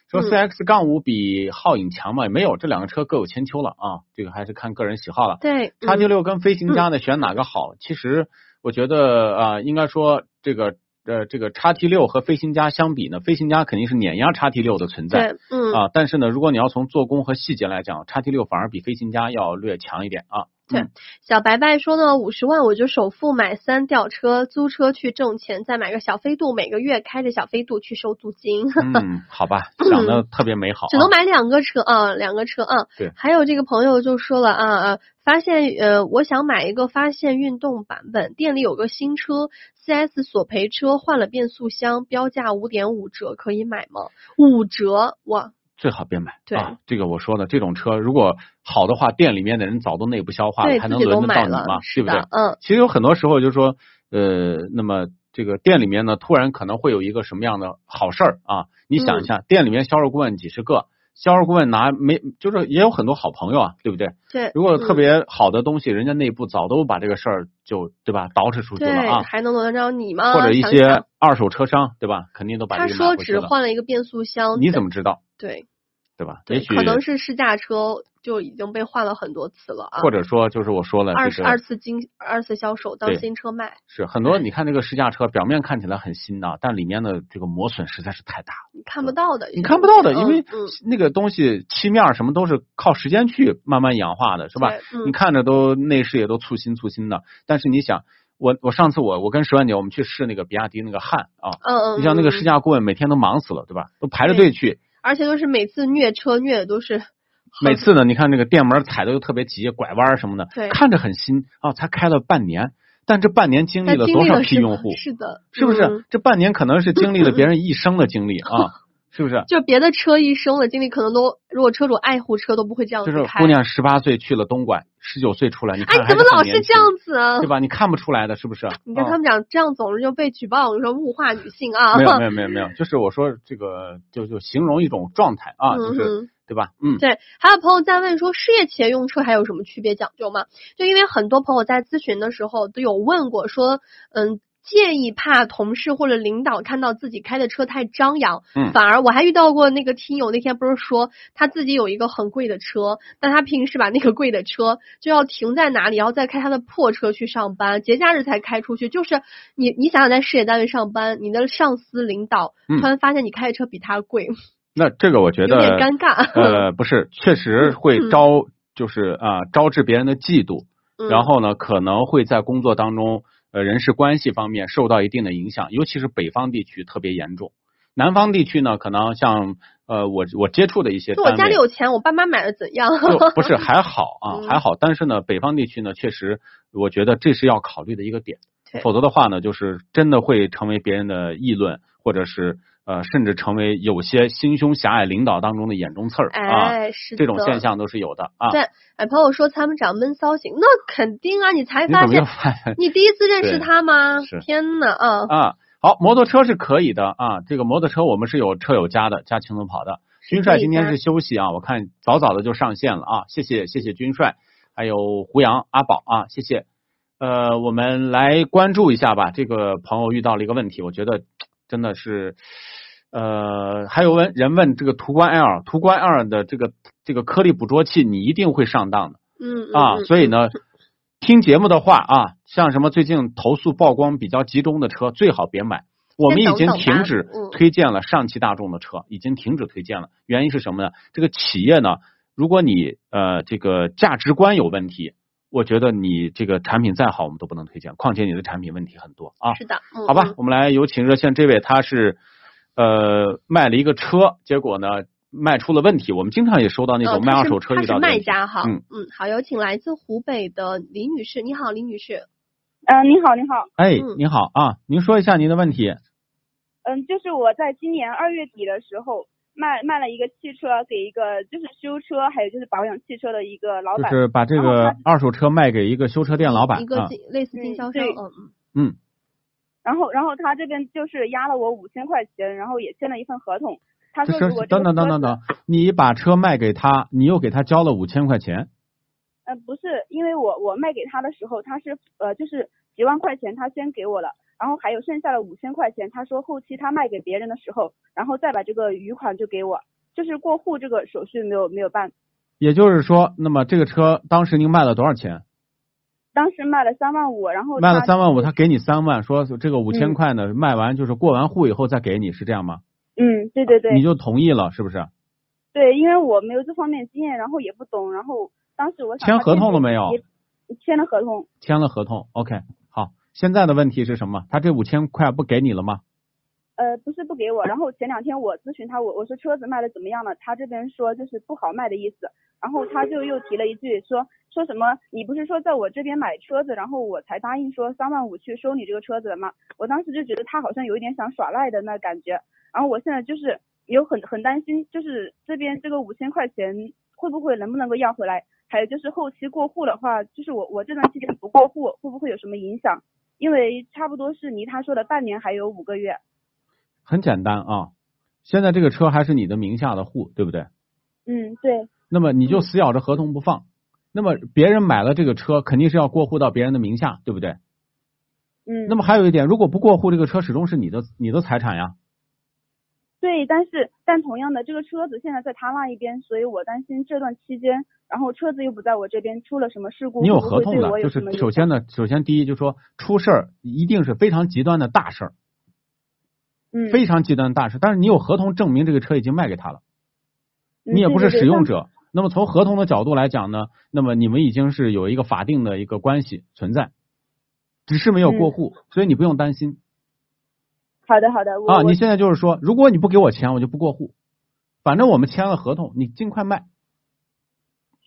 [SPEAKER 2] 说
[SPEAKER 3] 嗯
[SPEAKER 2] CX 杠五比皓影强嘛？没有，这两个车各有千秋了啊，这个还是看个人喜好了。
[SPEAKER 3] 对，
[SPEAKER 2] 叉 T
[SPEAKER 3] 嗯
[SPEAKER 2] 六跟飞行家 呢，选哪个好？其实我觉得啊、呃应该说这个呃，这个叉 T 六和飞行家相比呢，飞行家肯定是碾压叉 T 六的存在
[SPEAKER 3] 对，嗯，
[SPEAKER 2] 啊。但是呢，如果你要从做工和细节来讲，叉 T 六反而比飞行家要略强一点啊。
[SPEAKER 3] 对
[SPEAKER 2] 嗯
[SPEAKER 3] 小白白说呢，五十万我就首付买三吊车，租车去挣钱，再买个小飞度，每个月开着小飞度去收租金。
[SPEAKER 2] 嗯，好 吧，想的特别美好、啊，
[SPEAKER 3] 只能买两个车啊，两个车啊。
[SPEAKER 2] 对
[SPEAKER 3] 还有这个朋友就说了啊啊，发现呃，我想买一个发现运动版本，店里有个新车，4S 索赔车换了变速箱，标价五点五折，可以买吗？五折哇！
[SPEAKER 2] 最好别买。
[SPEAKER 3] 对
[SPEAKER 2] 啊，这个我说的，这种车如果好的话，店里面的人早都内部消化
[SPEAKER 3] 对
[SPEAKER 2] 了，还
[SPEAKER 3] 自
[SPEAKER 2] 能
[SPEAKER 3] 己都
[SPEAKER 2] 轮得到
[SPEAKER 3] 买
[SPEAKER 2] 你吗
[SPEAKER 3] 了，？
[SPEAKER 2] 对
[SPEAKER 3] 是
[SPEAKER 2] 不对
[SPEAKER 3] 的？，嗯，
[SPEAKER 2] 其实有很多时候就是说，呃，那么这个店里面呢，突然可能会有一个什么样的好事儿啊？你
[SPEAKER 3] 嗯
[SPEAKER 2] 想一下，店里面销售顾问几十个，销售顾问拿没就是也有很多好朋友啊，对不对？
[SPEAKER 3] 对。
[SPEAKER 2] 如果特
[SPEAKER 3] 嗯
[SPEAKER 2] 别好的东西，人家内部早都把这个事儿就对吧捯饬出去
[SPEAKER 3] 对，
[SPEAKER 2] 了啊，
[SPEAKER 3] 还能轮得着你吗？
[SPEAKER 2] 或者一
[SPEAKER 3] 想
[SPEAKER 2] 些
[SPEAKER 3] 想
[SPEAKER 2] 二手车商对吧，肯定都把
[SPEAKER 3] 他
[SPEAKER 2] 这个买
[SPEAKER 3] 说
[SPEAKER 2] 回去
[SPEAKER 3] 只
[SPEAKER 2] 了。
[SPEAKER 3] 换了一个变速箱，
[SPEAKER 2] 你怎么知道
[SPEAKER 3] 对
[SPEAKER 2] 对吧？也
[SPEAKER 3] 对？
[SPEAKER 2] 许
[SPEAKER 3] 可能是试驾车就已经被换了很多次了啊。
[SPEAKER 2] 或者说就是我说了
[SPEAKER 3] 二
[SPEAKER 2] 这
[SPEAKER 3] 次
[SPEAKER 2] 个
[SPEAKER 3] 二哎次经二次销售当
[SPEAKER 2] 对
[SPEAKER 3] 新车卖，
[SPEAKER 2] 是很多，你看那个试驾车，表面看起来很新呐、但里面的这个磨损实在是太大了。
[SPEAKER 3] 你看不到的，
[SPEAKER 2] 你看不到的，
[SPEAKER 3] 嗯
[SPEAKER 2] 因为
[SPEAKER 3] 嗯
[SPEAKER 2] 那个东西漆面儿什么都是靠时间去慢慢氧化的，是吧？
[SPEAKER 3] 对嗯
[SPEAKER 2] 你看着都内饰也都粗心粗心的，但是你想，我我上次我我跟十万姐我们去试那个比亚迪那个汉啊，
[SPEAKER 3] 嗯嗯，
[SPEAKER 2] 你像那个
[SPEAKER 3] 嗯
[SPEAKER 2] 试，驾顾问每天都忙死了，对吧？都排着
[SPEAKER 3] 对
[SPEAKER 2] 队去，
[SPEAKER 3] 而且都是每次虐车虐的都是
[SPEAKER 2] 每次呢，你看那个电门踩的又特别急，拐弯儿什么的
[SPEAKER 3] 对，
[SPEAKER 2] 看着很新啊，才开了半年，但这半年经历
[SPEAKER 3] 但
[SPEAKER 2] 了
[SPEAKER 3] 经
[SPEAKER 2] 多
[SPEAKER 3] 历
[SPEAKER 2] 少
[SPEAKER 3] 了
[SPEAKER 2] 批
[SPEAKER 3] 什
[SPEAKER 2] 用
[SPEAKER 3] 么
[SPEAKER 2] 户？
[SPEAKER 3] 是的，
[SPEAKER 2] 是不
[SPEAKER 3] 嗯
[SPEAKER 2] 是？？这半年可能是经历了别人一生的经历啊，是不是？
[SPEAKER 3] 就别的车一生的经历，可能都如果车主爱护车都不会这样
[SPEAKER 2] 就
[SPEAKER 3] 子
[SPEAKER 2] 是
[SPEAKER 3] 开。
[SPEAKER 2] 姑，娘十八岁去了东莞，十九岁出来，你
[SPEAKER 3] 哎
[SPEAKER 2] 看，还
[SPEAKER 3] 怎么
[SPEAKER 2] 很
[SPEAKER 3] 老
[SPEAKER 2] 年
[SPEAKER 3] 是这
[SPEAKER 2] 轻
[SPEAKER 3] 样子啊
[SPEAKER 2] 对？吧？你看不出来的，是不是？
[SPEAKER 3] 你看他们讲这样总是就被举报，你说物化女性啊？
[SPEAKER 2] 啊没有没有没有没有，就是我说这个就就形容一种状态啊，就
[SPEAKER 3] 嗯
[SPEAKER 2] 是
[SPEAKER 3] 哼
[SPEAKER 2] 对吧？嗯，
[SPEAKER 3] 对，还有朋友在问说，事业企业用车还有什么区别讲究吗？就因为很多朋友在咨询的时候都有问过说，嗯，介意怕同事或者领导看到自己开的车太张扬，
[SPEAKER 2] 嗯
[SPEAKER 3] 反而我还遇到过那个听友那天不是说他自己有一个很贵的车，但他平时把那个贵的车就要停在哪里，然后再开他的破车去上班，节假日才开出去，就是你你想想在事业单位上班，你的上司领导
[SPEAKER 2] 嗯
[SPEAKER 3] 突然发现你开的车比他贵，
[SPEAKER 2] 那这个我觉
[SPEAKER 3] 有
[SPEAKER 2] 得
[SPEAKER 3] 点尴 尬。
[SPEAKER 2] 呃，不是，确实会招，就是啊、招致别人的嫉妒，
[SPEAKER 3] 嗯
[SPEAKER 2] 然后呢，可能会在工作当中，呃，人事关系方面受到一定的影响，尤其是北方地区特别严重。南方地区呢，可能像呃，我我接触的一些
[SPEAKER 3] 就
[SPEAKER 2] 单
[SPEAKER 3] 我
[SPEAKER 2] 位，
[SPEAKER 3] 家里有钱，我爸妈买的怎样？
[SPEAKER 2] 就不是还好啊，
[SPEAKER 3] 嗯
[SPEAKER 2] 还好。但是呢，北方地区呢，确实我觉得这是要考虑的一个点
[SPEAKER 3] 对，
[SPEAKER 2] 否则的话呢，就是真的会成为别人的议论，或者是呃，甚至成为有些心胸狭隘领导当中的眼中刺儿啊，
[SPEAKER 3] 哎，是
[SPEAKER 2] 这种
[SPEAKER 3] 的
[SPEAKER 2] 现。象都是有的啊。
[SPEAKER 3] 对哎，朋友说参谋长闷骚型，那肯定啊！你才
[SPEAKER 2] 你
[SPEAKER 3] 发
[SPEAKER 2] 怎么又
[SPEAKER 3] 现，
[SPEAKER 2] 发现
[SPEAKER 3] 你第一次认识
[SPEAKER 2] 对
[SPEAKER 3] 他吗
[SPEAKER 2] 是？
[SPEAKER 3] 天呐，啊，
[SPEAKER 2] 啊？好，摩托车是可以的啊，这个摩托车我们是有车友加的，加轻松跑的。军帅今天是休息啊，我看早早的就上线了啊，谢谢谢谢军帅，还有胡杨阿宝啊，谢谢。呃，我们来关注一下吧，这个朋友遇到了一个问题，我觉得真的是呃，还有问人问这个途观 L，途观 L 的这个这个颗粒捕捉器，你一定会上当的
[SPEAKER 3] 嗯
[SPEAKER 2] 啊。所以呢，听节目的话啊，像什么最近投诉曝光比较集中的车，最好别买。我们已经停止
[SPEAKER 3] 先等等吧嗯
[SPEAKER 2] 推荐了上汽大众的车，已经停止推荐了。原因是什么呢？这个企业呢，如果你呃这个价值观有问题，我觉得你这个产品再好，我们都不能推荐。况且你的产品问题很多啊。
[SPEAKER 3] 是的，嗯
[SPEAKER 2] 好吧
[SPEAKER 3] 嗯，
[SPEAKER 2] 我们来有请热线这位，他是呃卖了一个车，结果呢卖出了问题。我们经常也收到那
[SPEAKER 3] 呃
[SPEAKER 2] 种卖
[SPEAKER 3] 他
[SPEAKER 2] 二
[SPEAKER 3] 是
[SPEAKER 2] 手车
[SPEAKER 3] 他
[SPEAKER 2] 遇到的
[SPEAKER 3] 是
[SPEAKER 2] 问
[SPEAKER 3] 卖
[SPEAKER 2] 题。
[SPEAKER 3] 家哈，
[SPEAKER 2] 嗯
[SPEAKER 3] 嗯，好，有请来自湖北的李女士，你好，李女士，
[SPEAKER 7] 嗯、你好，你好，
[SPEAKER 2] 哎
[SPEAKER 3] 嗯，
[SPEAKER 2] 您好啊，您说一下您的问题。
[SPEAKER 7] 嗯，就是我在今年二月底的时候卖卖了一个汽车给一个就是修车还有就是保养汽车的一个老
[SPEAKER 2] 就
[SPEAKER 7] 板，
[SPEAKER 2] 是把这
[SPEAKER 7] 然后
[SPEAKER 2] 个二手车卖给一个修车店老板
[SPEAKER 3] 一
[SPEAKER 2] 啊
[SPEAKER 3] 个，经类似经
[SPEAKER 7] 嗯
[SPEAKER 3] 销商，
[SPEAKER 7] 对
[SPEAKER 3] 嗯嗯，
[SPEAKER 2] 嗯，
[SPEAKER 7] 然后然后他这边就是压了我五千块钱，然后也签了一份合同，他
[SPEAKER 2] 这
[SPEAKER 7] 说
[SPEAKER 2] 车
[SPEAKER 7] 如果这
[SPEAKER 2] 等
[SPEAKER 7] 个
[SPEAKER 2] 等等
[SPEAKER 7] 车
[SPEAKER 2] 等
[SPEAKER 7] 子
[SPEAKER 2] 等，你把车卖给他，你又给他交了五千块钱，
[SPEAKER 7] 呃，不是，因为我我卖给他的时候，他是呃就是几万块钱他先给我了，然后还有剩下的五千块钱，他说后期他卖给别人的时候，然后再把这个余款就给我，就是过户这个手续没有没有办，
[SPEAKER 2] 也就是说，那么这个车当时您卖了多少钱？
[SPEAKER 7] 当时卖了三万五，然后
[SPEAKER 2] 卖了
[SPEAKER 7] 他
[SPEAKER 2] 三万五，
[SPEAKER 7] 就
[SPEAKER 2] 他
[SPEAKER 7] 是
[SPEAKER 2] 给你三万，说这个五千
[SPEAKER 7] 嗯
[SPEAKER 2] 块呢，卖完就是过完户以后再给你，是这样吗？
[SPEAKER 7] 嗯，对对对，
[SPEAKER 2] 你就同意了，是不是？
[SPEAKER 7] 对，因为我没有这方面经验，然后也不懂，然后当时我想
[SPEAKER 2] 签
[SPEAKER 7] 他
[SPEAKER 2] 合
[SPEAKER 7] 这
[SPEAKER 2] 同了
[SPEAKER 7] 边
[SPEAKER 2] 没有
[SPEAKER 7] 也？签了合同，
[SPEAKER 2] 签了合同，OK，好。现在的问题是什么？他这五千块不给你了吗？
[SPEAKER 7] 呃，不是不给我，然后前两天我咨询他，我我说车子卖的怎么样了，他这边说就是不好卖的意思，然后他就又提了一句说说什么你不是说在我这边买车子，然后我才答应说三万五去收你这个车子的吗？我当时就觉得他好像有一点想耍赖的那感觉，然后我现在就是有很很担心，就是这边这个五千块钱会不会能不能够要回来，还有就是后期过户的话，就是我我这段期间不过户会不会有什么影响？因为差不多是离他说的半年还有五个月。
[SPEAKER 2] 很简单啊，现在这个车还是你的名下的户，对不对？
[SPEAKER 7] 嗯，对，
[SPEAKER 2] 那么
[SPEAKER 7] 嗯
[SPEAKER 2] 你就死咬着合同不放。那么别人买了这个车，肯定是要过户到别人的名下，对不对？
[SPEAKER 7] 嗯，
[SPEAKER 2] 那么还有一点，如果不过户，这个车始终是你的你的财产呀。
[SPEAKER 7] 对，但是但同样的，这个车子现在在他那一边，所以我担心这段期间，然后车子又不在我这边，出了什么事故，
[SPEAKER 2] 你有
[SPEAKER 7] 会不
[SPEAKER 2] 合
[SPEAKER 7] 会
[SPEAKER 2] 同
[SPEAKER 7] 对
[SPEAKER 2] 的
[SPEAKER 7] 我，有
[SPEAKER 2] 就
[SPEAKER 7] 什么
[SPEAKER 2] 是
[SPEAKER 7] 影
[SPEAKER 2] 首先
[SPEAKER 7] 响，
[SPEAKER 2] 呢，首先第一就是说出事儿一定是非常极端的大事儿，
[SPEAKER 7] 嗯，
[SPEAKER 2] 非常极端的大事儿。但是你有合同证明这个车已经卖给他了。你也
[SPEAKER 7] 嗯
[SPEAKER 2] 不是使用，
[SPEAKER 7] 对对对
[SPEAKER 2] 者。那么从合同的角度来讲呢，那么你们已经是有一个法定的一个关系存在，只是没有
[SPEAKER 7] 嗯
[SPEAKER 2] 过户，所以你不用担心
[SPEAKER 7] 像好的好的，我
[SPEAKER 2] 啊。
[SPEAKER 7] 我
[SPEAKER 2] 你现在就是说，如果你不给我钱，我就不过户，反正我们签了合同，你尽快卖。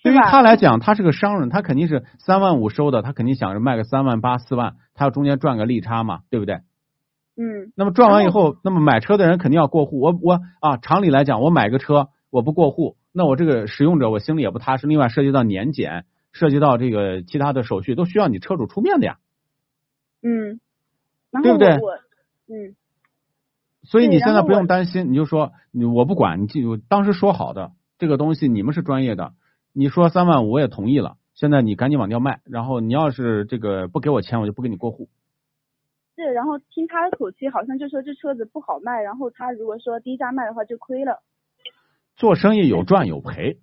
[SPEAKER 2] 对
[SPEAKER 7] 是
[SPEAKER 2] 于
[SPEAKER 7] 吧
[SPEAKER 2] 他来讲，他是个商人，他肯定是三万五收的，他肯定想着卖个三万八、四万，他要中间赚个利差嘛，对不对？
[SPEAKER 7] 嗯
[SPEAKER 2] 那么赚完以后，那么买车的人肯定要过户。我我啊，常理来讲，我买个车我不过户，那我这个使用者我心里也不踏实。另外涉及到年检，涉及到这个其他的手续，都需要你车主出面的呀。
[SPEAKER 7] 嗯，然
[SPEAKER 2] 对
[SPEAKER 7] 后
[SPEAKER 2] 不
[SPEAKER 7] 我
[SPEAKER 2] 对
[SPEAKER 7] 我嗯
[SPEAKER 2] 所以你
[SPEAKER 7] 对
[SPEAKER 2] 现
[SPEAKER 7] 然
[SPEAKER 2] 在
[SPEAKER 7] 后
[SPEAKER 2] 不用
[SPEAKER 7] 我
[SPEAKER 2] 担心，你就说你我不管，你记住当时说好的这个东西，你们是专业的，你说三万五我也同意了。现在你赶紧往掉卖，然后你要是这个不给我钱，我就不给你过户。
[SPEAKER 7] 是，然后听他的口气，好像就说这车子不好卖，然后他如果说低价卖的话就亏了，
[SPEAKER 2] 做生意有赚有赔，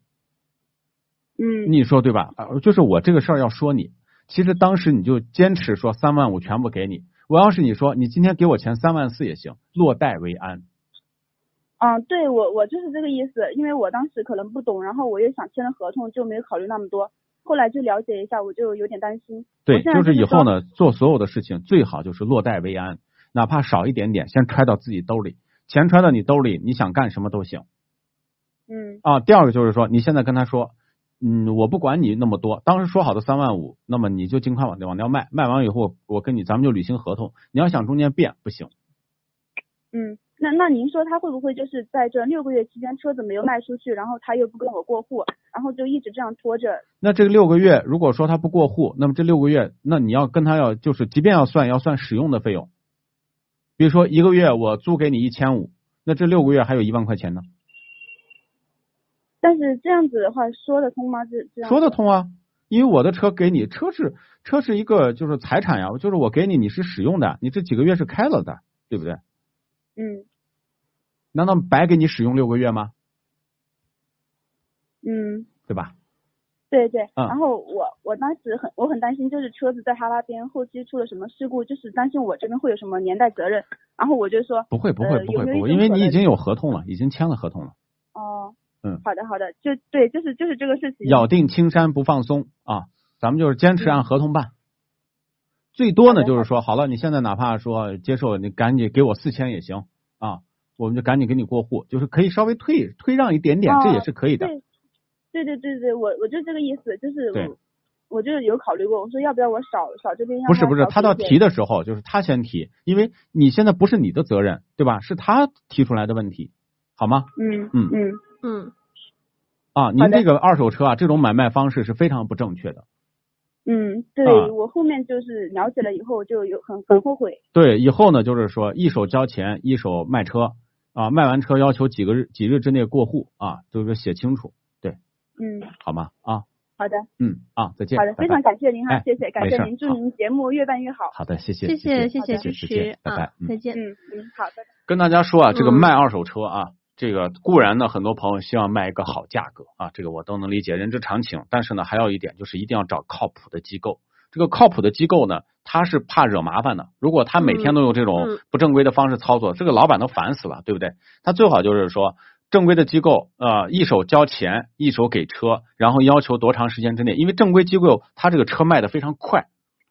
[SPEAKER 7] 嗯，
[SPEAKER 2] 你说对吧？啊，就是我这个事儿要说你，其实当时你就坚持说三万五全部给你。我要是你说你今天给我钱三万四也行，落袋为安。
[SPEAKER 7] 嗯，对我我就是这个意思，因为我当时可能不懂，然后我又想签了合同，就没有考虑那么多。后来就了解一下，我就有点担心。
[SPEAKER 2] 对，
[SPEAKER 7] 我现在
[SPEAKER 2] 就是以后
[SPEAKER 7] 说，
[SPEAKER 2] 呢，做所有的事情最好就是落袋为安，哪怕少一点点，先揣到自己兜里，钱揣到你兜里，你想干什么都行
[SPEAKER 7] 嗯
[SPEAKER 2] 啊。第二个就是说，你现在跟他说，嗯，我不管你那么多，当时说好的三万五，那么你就尽快往往掉卖，卖完以后我跟你咱们就履行合同，你要想中间变不行。
[SPEAKER 7] 嗯，那那您说他会不会就是在这六个月期间车子没有卖出去，然后他又不跟我过户，然后就一直这样拖着？
[SPEAKER 2] 那这个六个月，如果说他不过户，那么这六个月，那你要跟他要就是，即便要算，要算使用的费用。比如说一个月我租给你一千五，那这六个月还有一万块钱呢，
[SPEAKER 7] 但是这样子的话说得通吗？这这样
[SPEAKER 2] 说得
[SPEAKER 7] 子，
[SPEAKER 2] 通啊。因为我的车给你，车是车是一个就是财产呀，就是我给你，你是使用的，你这几个月是开了的，对不对？
[SPEAKER 7] 嗯，
[SPEAKER 2] 难道白给你使用六个月吗？
[SPEAKER 7] 嗯，
[SPEAKER 2] 对吧？
[SPEAKER 7] 对对。
[SPEAKER 2] 嗯
[SPEAKER 7] 然后我我当时很我很担心，就是车子在他那边后期出了什么事故，就是担心我这边会有什么连带责任。然后我就说
[SPEAKER 2] 不会，不会，
[SPEAKER 7] 呃
[SPEAKER 2] 不
[SPEAKER 7] 有
[SPEAKER 2] 会，
[SPEAKER 7] 没有
[SPEAKER 2] 不会，
[SPEAKER 7] 一
[SPEAKER 2] 因
[SPEAKER 7] 种
[SPEAKER 2] 为
[SPEAKER 7] 可
[SPEAKER 2] 你已
[SPEAKER 7] 能
[SPEAKER 2] 经有合同了，已经签了合同了。
[SPEAKER 7] 哦，
[SPEAKER 2] 嗯
[SPEAKER 7] 好的好的，就对，就是就是这个事情。
[SPEAKER 2] 咬定青山不放松啊，咱们就是坚持按合同办。最多呢
[SPEAKER 7] 好的
[SPEAKER 2] 就是说，好了，你现在哪怕说接受，你赶紧给我四千也行啊，我们就赶紧给你过户，就是可以稍微退退让一点点，这也
[SPEAKER 7] 哦
[SPEAKER 2] 是可以的。
[SPEAKER 7] 对，对对对对，我我就这个意思，就是
[SPEAKER 2] 对
[SPEAKER 7] 我我就有考虑过，我说要不要我少少这边让
[SPEAKER 2] 不是不是，他
[SPEAKER 7] 少
[SPEAKER 2] 到
[SPEAKER 7] 给一
[SPEAKER 2] 提
[SPEAKER 7] 点
[SPEAKER 2] 的时候就是他先提，因为你现在不是你的责任，对吧？是他提出来的问题，好吗？
[SPEAKER 7] 嗯
[SPEAKER 2] 嗯
[SPEAKER 7] 嗯
[SPEAKER 3] 嗯，
[SPEAKER 2] 啊，
[SPEAKER 7] 好
[SPEAKER 2] 您
[SPEAKER 7] 的
[SPEAKER 2] 这个二手车啊，这种买卖方式是非常不正确的。
[SPEAKER 7] 嗯，对、
[SPEAKER 2] 啊
[SPEAKER 7] 我后面就是了解了以后就有很很后悔，
[SPEAKER 2] 对，以后呢，就是说一手交钱，一手卖车啊，卖完车要求几个日几日之内过户啊，就是写清楚，
[SPEAKER 7] 嗯，
[SPEAKER 2] 好吗？啊，
[SPEAKER 7] 好的
[SPEAKER 2] 嗯，啊，再见。
[SPEAKER 7] 好的，
[SPEAKER 2] 拜
[SPEAKER 7] 非常
[SPEAKER 2] 拜
[SPEAKER 7] 感谢您哈，啊
[SPEAKER 2] 哎
[SPEAKER 7] 谢谢，感
[SPEAKER 2] 没
[SPEAKER 7] 谢
[SPEAKER 2] 事儿
[SPEAKER 7] 您，祝
[SPEAKER 2] 好
[SPEAKER 7] 您节目越办越好，
[SPEAKER 2] 好的，谢谢，
[SPEAKER 3] 谢谢谢
[SPEAKER 2] 谢谢再
[SPEAKER 3] 谢支
[SPEAKER 2] 见
[SPEAKER 3] 持
[SPEAKER 2] 拜拜
[SPEAKER 3] 啊，，再
[SPEAKER 2] 嗯。
[SPEAKER 3] 见。
[SPEAKER 7] 嗯嗯，好的。
[SPEAKER 2] 跟大家说啊，这个
[SPEAKER 3] 嗯
[SPEAKER 2] 卖二手车啊，这个固然呢，很多朋友希望卖一个好价格啊，这个我都能理解，人之常情。但是呢，还有一点就是一定要找靠谱的机构。这个靠谱的机构呢，他是怕惹麻烦的。如果他每天都用这
[SPEAKER 3] 嗯
[SPEAKER 2] 种
[SPEAKER 3] 嗯
[SPEAKER 2] 不正规的方式操作，这个老板都烦死了，对不对？他最好就是说，正规的机构，呃，一手交钱，一手给车，然后要求多长时间之内，因为正规机构他这个车卖的非常快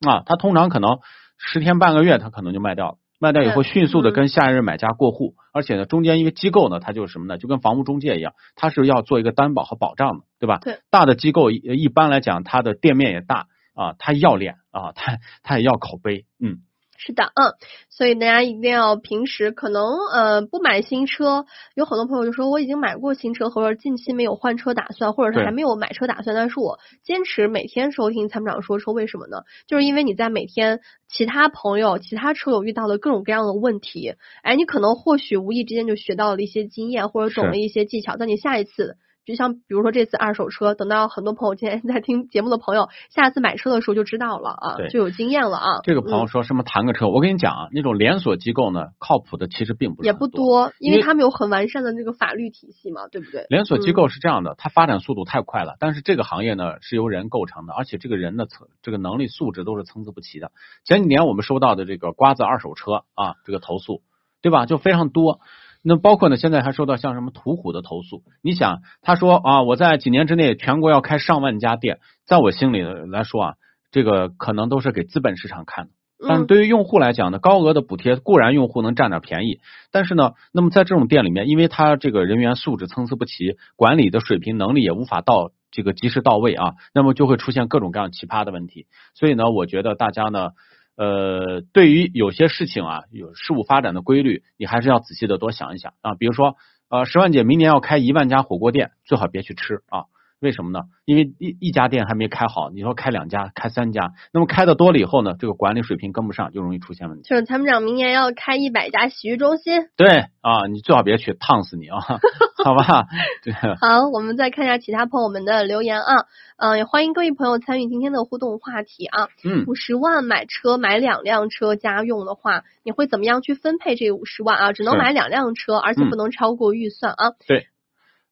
[SPEAKER 2] 啊，他通常可能十天半个月，他可能就卖掉了，卖掉以后
[SPEAKER 3] 对
[SPEAKER 2] 迅速的
[SPEAKER 3] 嗯
[SPEAKER 2] 跟下一任买家过户，而且呢，中间因为机构呢，它就是什么呢，就跟房屋中介一样，它是要做一个担保和保障的，对吧？
[SPEAKER 3] 对，
[SPEAKER 2] 大的机构一一般来讲，它的店面也大啊，它要脸啊， 它它也要口碑，嗯，
[SPEAKER 3] 是的，嗯，所以大家一定要平时可能呃不买新车，有很多朋友就说我已经买过新车，或者近期没有换车打算，或者是
[SPEAKER 2] 对
[SPEAKER 3] 还没有买车打算，但是我坚持每天收听参谋长说车，为什么呢？就是因为你在每天其他朋友、其他车友遇到的各种各样的问题，哎，你可能或许无意之间就学到了一些经验，或者懂
[SPEAKER 2] 是
[SPEAKER 3] 了一些技巧，但你下一次。就像比如说这次二手车，等到很多朋友今天在听节目的朋友，下次买车的时候就知道了啊
[SPEAKER 2] 对，
[SPEAKER 3] 就有经验了啊。
[SPEAKER 2] 这个朋
[SPEAKER 3] 嗯
[SPEAKER 2] 友说什么谈个车，我跟你讲啊，那种连锁机构呢，靠谱的其实并不是
[SPEAKER 3] 也
[SPEAKER 2] 很
[SPEAKER 3] 不
[SPEAKER 2] 多。
[SPEAKER 3] 多，因
[SPEAKER 2] 因
[SPEAKER 3] 为
[SPEAKER 2] 为
[SPEAKER 3] 他们有很完善的那个法律体系嘛，对不对？
[SPEAKER 2] 连锁机
[SPEAKER 3] 嗯
[SPEAKER 2] 构是这样的，它发展速度太快了，但是这个行业呢是由人构成的，而且这个人的层这个能力素质都是参差不齐的。前几年我们收到的这个瓜子二手车啊，这个投诉，对吧？就非常多。那包括呢，现在还收到像什么途虎的投诉。你想，他说啊，我在几年之内全国要开上万家店，在我心里来说啊，这个可能都是给资本市场看的。但是
[SPEAKER 3] 嗯
[SPEAKER 2] 对于用户来讲呢，高额的补贴固然用户能占点便宜，但是呢，那么在这种店里面，因为他这个人员素质参差不齐，管理的水平能力也无法到这个及时到位啊，那么就会出现各种各样奇葩的问题。所以呢，我觉得大家呢，呃，对于有些事情啊，有事物发展的规律，你还是要仔细的多想一想啊。比如说，呃，十万姐明年要开一万家火锅店，最好别去吃啊。为什么呢？因为一一家店还没开好，你说开两家、开三家，那么开的多了以后呢，这个管理水平跟不上，就容易出现问题。
[SPEAKER 3] 就是参谋长明年要开一百家洗浴中心。
[SPEAKER 2] 对啊，你最好别去，烫死你啊， 好吧？ 对，
[SPEAKER 3] 好，我们再看一下其他朋友们的留言啊，嗯、也欢迎各位朋友参与今天的互动话题啊。
[SPEAKER 2] 嗯，
[SPEAKER 3] 五十万买车买两辆车家用的话，你会怎么样去分配这五十万啊？只能
[SPEAKER 2] 是
[SPEAKER 3] 买两辆车，而且
[SPEAKER 2] 嗯
[SPEAKER 3] 不能超过预算啊。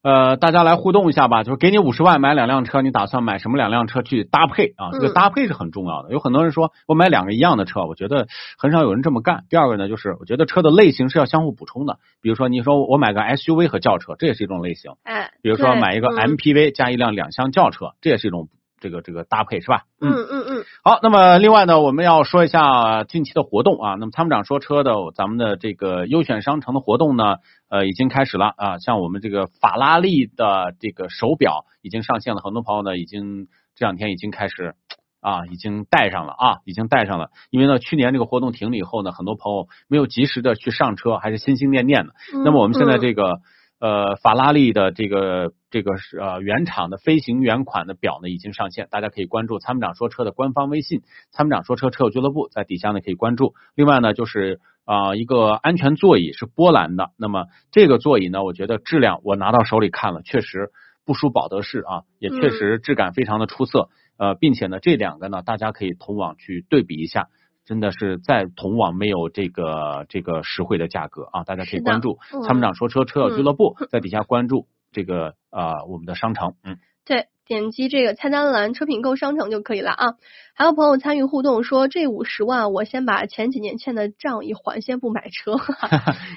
[SPEAKER 2] 呃，大家来互动一下吧，就是给你五十万买两辆车，你打算买什么两辆车去搭配啊？这个
[SPEAKER 3] 嗯
[SPEAKER 2] 搭配是很重要的。有很多人说我买两个一样的车，我觉得很少有人这么干。第二个呢，就是我觉得车的类型是要相互补充的，比如说你说我买个 SUV 和轿车，这也是一种类型；
[SPEAKER 3] 哎，
[SPEAKER 2] 比如说
[SPEAKER 3] 对
[SPEAKER 2] 买一个
[SPEAKER 3] 嗯
[SPEAKER 2] MPV 加一辆两厢轿车，这也是一种这个这个搭配，是吧？
[SPEAKER 3] 嗯嗯嗯，
[SPEAKER 2] 好，那么另外呢，我们要说一下近期的活动啊。那么参谋长说车的，咱们的这个优选商城的活动呢，呃，已经开始了啊。像我们这个法拉利的这个手表已经上线了，很多朋友呢已经这两天已经开始啊，已经戴上了啊，已经戴上了。因为呢，去年这个活动停了以后呢，很多朋友没有及时的去上车，还是心心念念的。那么我们现在
[SPEAKER 3] 嗯
[SPEAKER 2] 这个呃法拉利的这个这个是呃原厂的飞行原款的表呢已经上线，大家可以关注参谋长说车的官方微信“参谋长说车车友俱乐部”，在底下呢可以关注。另外呢就是啊、呃一个安全座椅是波兰的，那么这个座椅呢，我觉得质量我拿到手里看了，确实不输保德士啊，也确
[SPEAKER 3] 嗯
[SPEAKER 2] 实质感非常的出色。呃，并且呢，这两个呢，大家可以同网去对比一下。真的是在同网没有这个这个实惠的价格啊，大家可
[SPEAKER 3] 是
[SPEAKER 2] 以
[SPEAKER 3] 的
[SPEAKER 2] 关注
[SPEAKER 3] 嗯
[SPEAKER 2] 参谋长说车车友俱乐部，在底下关注这个呃我们的商城，嗯。
[SPEAKER 3] 对，点击这个菜单栏车品购商城就可以了啊。还有朋友参与互动说，这五十万我先把前几年欠的账一还，先不买车。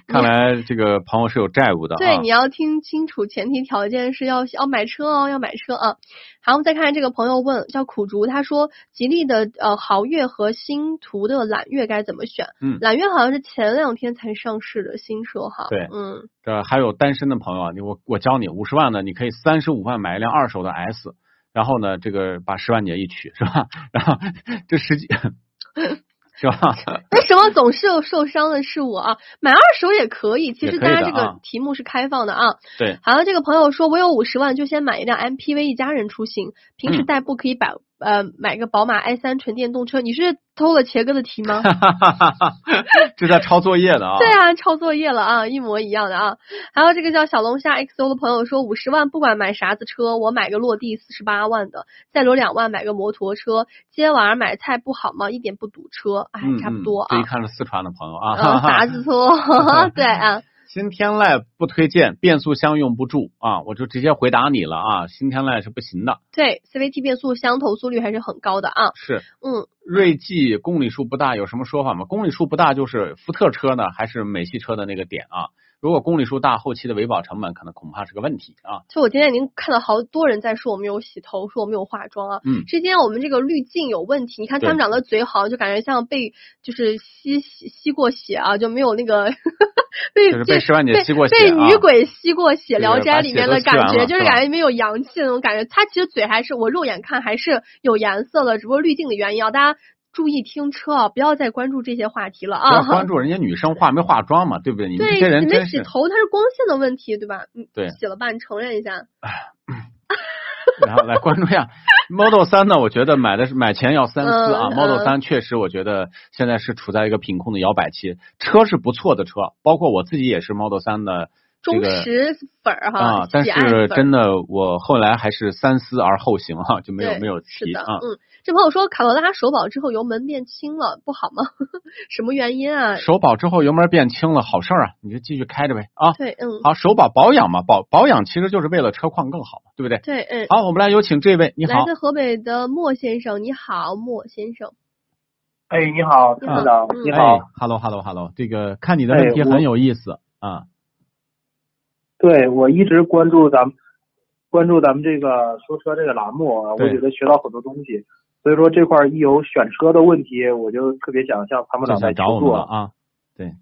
[SPEAKER 2] 看来这个朋友是有债务的、啊。
[SPEAKER 3] 对，你要听清楚，前提条件是要要买车哦，要买车啊。好，我们再看这个朋友问，叫苦竹，他说吉利的呃豪越和星途的揽月该怎么选？
[SPEAKER 2] 嗯
[SPEAKER 3] 揽月好像是前两天才上市的新车哈。
[SPEAKER 2] 对
[SPEAKER 3] 嗯，
[SPEAKER 2] 这还有单身的朋友啊，你我我教你，五十万呢，你可以三十五万买一辆二手的 S，然后呢，这个把十万你也一取是吧？ 然后这 十几是吧？
[SPEAKER 3] 为什么总是受伤的是我啊？买二手也可以，其
[SPEAKER 2] 也
[SPEAKER 3] 实
[SPEAKER 2] 可
[SPEAKER 3] 大
[SPEAKER 2] 以
[SPEAKER 3] 家
[SPEAKER 2] 的
[SPEAKER 3] 这个
[SPEAKER 2] 啊
[SPEAKER 3] 题目是开放的啊。
[SPEAKER 2] 对，
[SPEAKER 3] 好像这个朋友说，我有五十万，就先买一辆 MPV，一家人出行。平时
[SPEAKER 2] 嗯
[SPEAKER 3] 代步可以买、呃买个宝马 i 三纯电动车。你是偷了茄哥的 题吗？
[SPEAKER 2] 这在抄作业呢啊。
[SPEAKER 3] 对啊，抄作业了啊，一模一样的啊。还有这个叫小龙虾 XO 的朋友说，五十万不管买啥子车，我买个落地四十八万的，再留两万买个摩托车。今天晚上买菜不好吗？一点不堵车，哎，
[SPEAKER 2] 嗯，
[SPEAKER 3] 差不多
[SPEAKER 2] 嗯这
[SPEAKER 3] 啊
[SPEAKER 2] 一。看是四川的朋友
[SPEAKER 3] 嗯，
[SPEAKER 2] 啊，
[SPEAKER 3] 啥子错？ 对啊，
[SPEAKER 2] 新天籁不推荐，变速箱用不住啊，我就直接回答你了啊，新天籁是不行的，
[SPEAKER 3] 对，CVT 变速箱投诉率还是很高的啊。
[SPEAKER 2] 是
[SPEAKER 3] 嗯，
[SPEAKER 2] 锐际公里数不大有什么说法吗？公里数不大就是福特车呢，还是美系车的那个点啊？如果公里数大，后期的维保成本可能恐怕是个问题啊。
[SPEAKER 3] 就我今天已经看到好多人在说我没有洗头，说我没有化妆啊。
[SPEAKER 2] 嗯
[SPEAKER 3] 之前我们这个滤镜有问题，你看
[SPEAKER 2] 对
[SPEAKER 3] 参谋长的嘴好像就感觉像被就是吸吸吸过血啊，就没有那个 被
[SPEAKER 2] 就是被十万姐吸过血
[SPEAKER 3] 被
[SPEAKER 2] 啊
[SPEAKER 3] 女鬼吸过血，
[SPEAKER 2] 对
[SPEAKER 3] 聊斋》里面的感
[SPEAKER 2] 把血都吸完
[SPEAKER 3] 觉
[SPEAKER 2] 了
[SPEAKER 3] 就是
[SPEAKER 2] 是吧
[SPEAKER 3] 感觉没有阳气那种感觉。他其实嘴还是我肉眼看还是有颜色的，只不过滤镜的原因啊，大家。注意听车啊，不要再关注这些话题了
[SPEAKER 2] 不要
[SPEAKER 3] 啊
[SPEAKER 2] 关！注人家女生化没化妆嘛，对不对？你们这些
[SPEAKER 3] 对，
[SPEAKER 2] 人
[SPEAKER 3] 你没
[SPEAKER 2] 真
[SPEAKER 3] 洗
[SPEAKER 2] 是，
[SPEAKER 3] 头，它是光线的问题，对吧？你
[SPEAKER 2] 对
[SPEAKER 3] 洗了吧，你承认一下。
[SPEAKER 2] 然 后来关注一 下 Model 三呢。我觉得买的是买前要三思啊。
[SPEAKER 3] 嗯
[SPEAKER 2] Model
[SPEAKER 3] 嗯
[SPEAKER 2] 三确实，我觉得现在是处在一个品控的摇摆期。车是不错的车，包括我自己也是 Model 三的这
[SPEAKER 3] 忠
[SPEAKER 2] 个
[SPEAKER 3] 实粉儿哈，
[SPEAKER 2] 啊，但
[SPEAKER 3] 喜爱
[SPEAKER 2] 是
[SPEAKER 3] 粉儿
[SPEAKER 2] 真的我后来还是三思而后行哈、就没有
[SPEAKER 3] 对
[SPEAKER 2] 没有
[SPEAKER 3] 是
[SPEAKER 2] 提
[SPEAKER 3] 的，
[SPEAKER 2] 啊。
[SPEAKER 3] 嗯，这朋友说卡罗拉首保之后油门变轻了，不好吗？ 什么原因啊？
[SPEAKER 2] 首保之后油门变轻了，好事儿啊，你就继续开着呗啊。
[SPEAKER 3] 对，嗯，
[SPEAKER 2] 好，首保保养嘛，保保养其实就是为了车况更好嘛，对不对？
[SPEAKER 3] 对，嗯，
[SPEAKER 2] 好，我们来有请这位，你好
[SPEAKER 3] 来，自河北的莫先生，你好，莫先生，
[SPEAKER 8] 哎，你好，
[SPEAKER 3] 你
[SPEAKER 8] 参
[SPEAKER 3] 好
[SPEAKER 8] 谋长，
[SPEAKER 3] 嗯
[SPEAKER 8] 你好。
[SPEAKER 2] h e l l o h e l l o h e l l o 这个看你的
[SPEAKER 8] 哎
[SPEAKER 2] 问题
[SPEAKER 8] 我
[SPEAKER 2] 很有意思啊，
[SPEAKER 8] 对我一直关注咱们关注咱们这个说车这个栏目啊，我
[SPEAKER 2] 对
[SPEAKER 8] 觉得学到很多东西。所以说这块儿一有选车的问题，我就特别想向参谋
[SPEAKER 2] 就
[SPEAKER 8] 长
[SPEAKER 2] 想
[SPEAKER 8] 来求
[SPEAKER 2] 找我
[SPEAKER 8] 助
[SPEAKER 2] 们了。啊，对，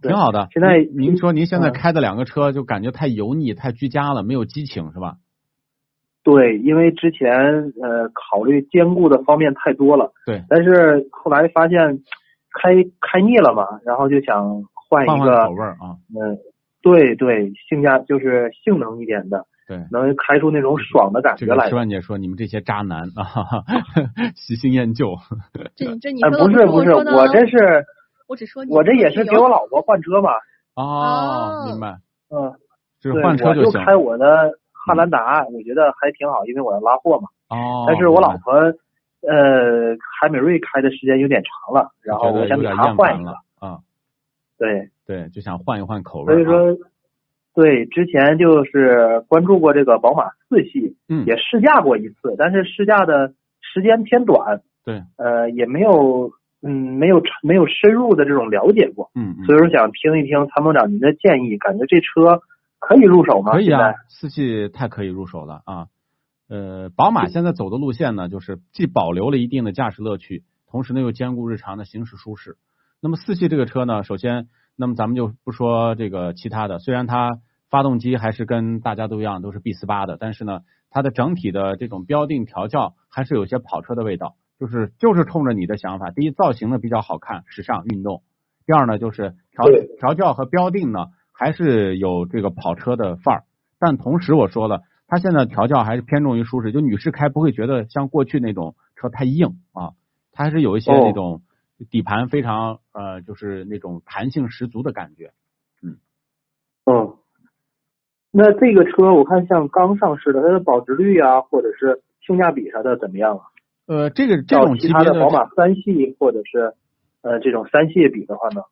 [SPEAKER 8] 对
[SPEAKER 2] 挺好的。
[SPEAKER 8] 现在
[SPEAKER 2] 您您说您现在
[SPEAKER 8] 嗯
[SPEAKER 2] 开的两个车就感觉太油腻、太居家了，没有激情是吧？
[SPEAKER 8] 对，因为之前呃考虑兼顾的方面太多了，
[SPEAKER 2] 对，
[SPEAKER 8] 但是后来发现开开腻了嘛，然后就想换一个
[SPEAKER 2] 换换口味儿啊，
[SPEAKER 8] 嗯，对对，性价就是性能一点的，
[SPEAKER 2] 对。
[SPEAKER 8] 能开出那种爽的感
[SPEAKER 2] 这
[SPEAKER 8] 觉
[SPEAKER 2] 个
[SPEAKER 8] 来
[SPEAKER 2] 十。万姐说你们这些渣男啊， 哈哈喜新厌旧。呃
[SPEAKER 3] 这这你
[SPEAKER 8] 哎，
[SPEAKER 3] 说的
[SPEAKER 8] 不是不
[SPEAKER 3] 我
[SPEAKER 8] 是，
[SPEAKER 3] 说的
[SPEAKER 8] 我
[SPEAKER 3] 啊
[SPEAKER 8] 这是
[SPEAKER 3] 我只说你
[SPEAKER 8] 我这也是
[SPEAKER 3] 理由
[SPEAKER 8] 给我老婆换车嘛，
[SPEAKER 2] 哦，
[SPEAKER 3] 哦
[SPEAKER 2] 明白，
[SPEAKER 8] 嗯，
[SPEAKER 2] 就
[SPEAKER 8] 对，
[SPEAKER 2] 是换车
[SPEAKER 8] 我就
[SPEAKER 2] 行。嗯
[SPEAKER 8] 开我的汉兰达，我觉得还挺好，因为我要拉货嘛。
[SPEAKER 2] 哦，
[SPEAKER 8] 但是我老
[SPEAKER 2] 明白
[SPEAKER 8] 婆，呃，凯美瑞开的时间有点长了，然后
[SPEAKER 2] 觉
[SPEAKER 8] 我
[SPEAKER 2] 得
[SPEAKER 8] 想
[SPEAKER 2] 有
[SPEAKER 8] 给
[SPEAKER 2] 点
[SPEAKER 8] 她
[SPEAKER 2] 厌
[SPEAKER 8] 换
[SPEAKER 2] 烦
[SPEAKER 8] 一
[SPEAKER 2] 了
[SPEAKER 8] 个。
[SPEAKER 2] 啊，
[SPEAKER 8] 对，
[SPEAKER 2] 对，就想换一换口味儿
[SPEAKER 8] 所
[SPEAKER 2] 啊。
[SPEAKER 8] 以说，对，之前就是关注过这个宝马四系，
[SPEAKER 2] 嗯，
[SPEAKER 8] 也试驾过一次，但是试驾的时间偏短，
[SPEAKER 2] 对，
[SPEAKER 8] 呃，也没有，嗯，没有没有深入的这种了解过。
[SPEAKER 2] 嗯嗯，
[SPEAKER 8] 所以说想听一听参谋长您的建议，感觉这车可以入手吗？
[SPEAKER 2] 可以
[SPEAKER 8] 现
[SPEAKER 2] 啊
[SPEAKER 8] 在，
[SPEAKER 2] 四系太可以入手了啊。呃，宝马现在走的路线呢，就是既保留了一定的驾驶乐趣，同时呢又兼顾日常的行驶舒适。那么四系这个车呢，首先，那么咱们就不说这个其他的，虽然它发动机还是跟大家都一样都是 B 四八的，但是呢，它的整体的这种标定调教还是有些跑车的味道，就是就是冲着你的想法，第一造型呢比较好看、时尚、运动，第二呢就是调
[SPEAKER 8] 对
[SPEAKER 2] 调教和标定呢还是有这个跑车的范儿，但同时我说了，它现在调教还是偏重于舒适，就女士开不会觉得像过去那种车太硬啊，它还是有一些
[SPEAKER 8] 哦
[SPEAKER 2] 那种底盘非常呃就是那种弹性十足的感觉。
[SPEAKER 8] 嗯，那这个车我看像刚上市的，它的保值率啊，或者是性价比啥的怎么样啊？
[SPEAKER 2] 呃，这个这
[SPEAKER 8] 到
[SPEAKER 2] 种级
[SPEAKER 8] 其他
[SPEAKER 2] 别
[SPEAKER 8] 的宝马三系或者是呃这种三系比的话呢，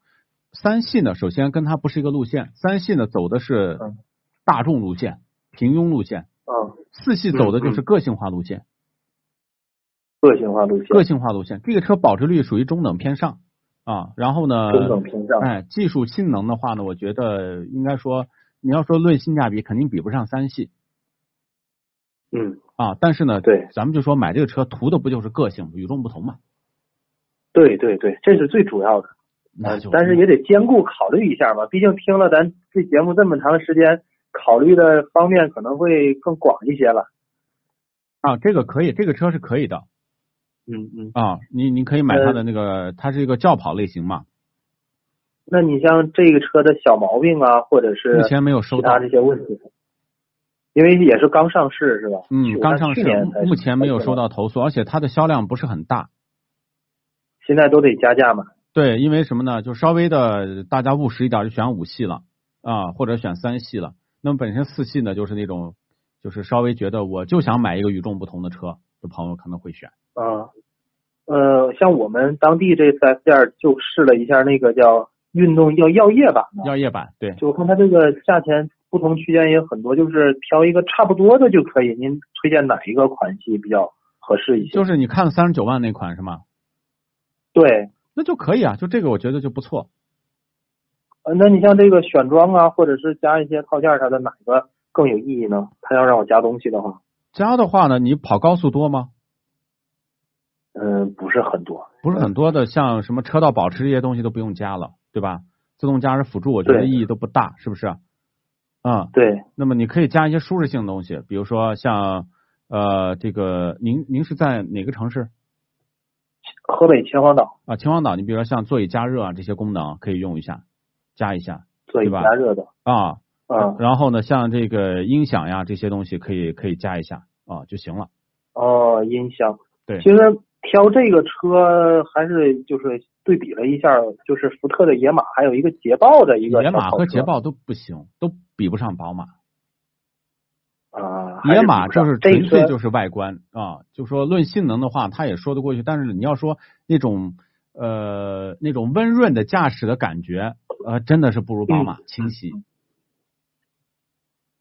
[SPEAKER 2] 三系呢，首先跟它不是一个路线，三系呢走的是
[SPEAKER 8] 嗯
[SPEAKER 2] 大众路线、平庸路线，
[SPEAKER 8] 嗯，
[SPEAKER 2] 四系走的就是个性化路线，
[SPEAKER 8] 个性化路线，
[SPEAKER 2] 个性化路线。这个车保值率属于中等偏上啊，然后呢，
[SPEAKER 8] 中等偏上，
[SPEAKER 2] 哎，技术性能的话呢，我觉得应该说，你要说论性价比，肯定比不上三系
[SPEAKER 8] 嗯，
[SPEAKER 2] 啊。但是呢，
[SPEAKER 8] 对
[SPEAKER 2] 咱们就说买这个车图的不就是个性与众不同嘛？
[SPEAKER 8] 对对对，这是最主要的。
[SPEAKER 2] 那就
[SPEAKER 8] 嗯但是也得兼顾考虑一下吧，毕竟听了咱这节目这么长时间，考虑的方面可能会更广一些了。
[SPEAKER 2] 啊，这个可以，这个车是可以的
[SPEAKER 8] 嗯嗯，
[SPEAKER 2] 啊。你你可以买它
[SPEAKER 8] 呃
[SPEAKER 2] 的那个，它是一个轿跑类型嘛，
[SPEAKER 8] 那你像这个车的小毛病啊，或者是
[SPEAKER 2] 目前没有收
[SPEAKER 8] 其
[SPEAKER 2] 到
[SPEAKER 8] 他。这些问题，因为也是刚上市是吧？去
[SPEAKER 2] 嗯，刚上市
[SPEAKER 8] 去年才，
[SPEAKER 2] 目前没有收。到投诉，而且它的销量不是很大。
[SPEAKER 8] 现在都得加价嘛。
[SPEAKER 2] 对，因为什么呢？就稍微的大家务实一点，就选五系了啊，或者选三系了。那么本身四系呢，就是那种就是稍微觉得我就想买一个与众不同的车的朋友可能会选。
[SPEAKER 8] 啊，呃，像我们当地这四 S 店就试了一下那个叫运动叫药业版的，
[SPEAKER 2] 药业版对，
[SPEAKER 8] 哦就我看它这个价钱不同区间也有很多，就是挑一个差不多的就可以。您推荐哪一个款系比较合适一些？
[SPEAKER 2] 就是你看三十九万那款是吗？
[SPEAKER 8] 对，
[SPEAKER 2] 那就可以啊，就这个我觉得就不错。
[SPEAKER 8] 呃，那你像这个选装啊，或者是加一些套件啥的，哪个更有意义呢？他要让我加东西的话，
[SPEAKER 2] 加的话呢，你跑高速多吗？
[SPEAKER 8] 嗯、不是很多。
[SPEAKER 2] 不是很多的，像什么车道保持这些东西都不用加了，对吧？自动驾驶辅助我觉得
[SPEAKER 8] 对
[SPEAKER 2] 意义都不大，是不是？嗯，
[SPEAKER 8] 对，
[SPEAKER 2] 那么你可以加一些舒适性的东西，比如说像呃这个您您是在哪个城市
[SPEAKER 8] 河北秦皇岛
[SPEAKER 2] 啊？秦皇岛，你比如说像座椅加热啊这些功能可以用一下，加一下
[SPEAKER 8] 座椅
[SPEAKER 2] 对吧
[SPEAKER 8] 加热的，
[SPEAKER 2] 啊。
[SPEAKER 8] 啊、
[SPEAKER 2] 然后呢，像这个音响呀这些东西可以可以加一下啊就行了。
[SPEAKER 8] 哦，音箱。
[SPEAKER 2] 对
[SPEAKER 8] 其实挑这个车还是就是对比了一下，就是福特的野马，还有一个捷豹的一个
[SPEAKER 2] 野马
[SPEAKER 8] 小跑
[SPEAKER 2] 和
[SPEAKER 8] 车
[SPEAKER 2] 捷豹都不行，都比不上宝马。
[SPEAKER 8] 啊，还
[SPEAKER 2] 野马
[SPEAKER 8] 比不
[SPEAKER 2] 就
[SPEAKER 8] 上
[SPEAKER 2] 是
[SPEAKER 8] 这
[SPEAKER 2] 纯粹
[SPEAKER 8] 车
[SPEAKER 2] 就是外观啊，就说论性能的话，它也说得过去。但是你要说那种呃那种温润的驾驶的感觉，呃，真的是不如宝
[SPEAKER 8] 嗯
[SPEAKER 2] 马清晰，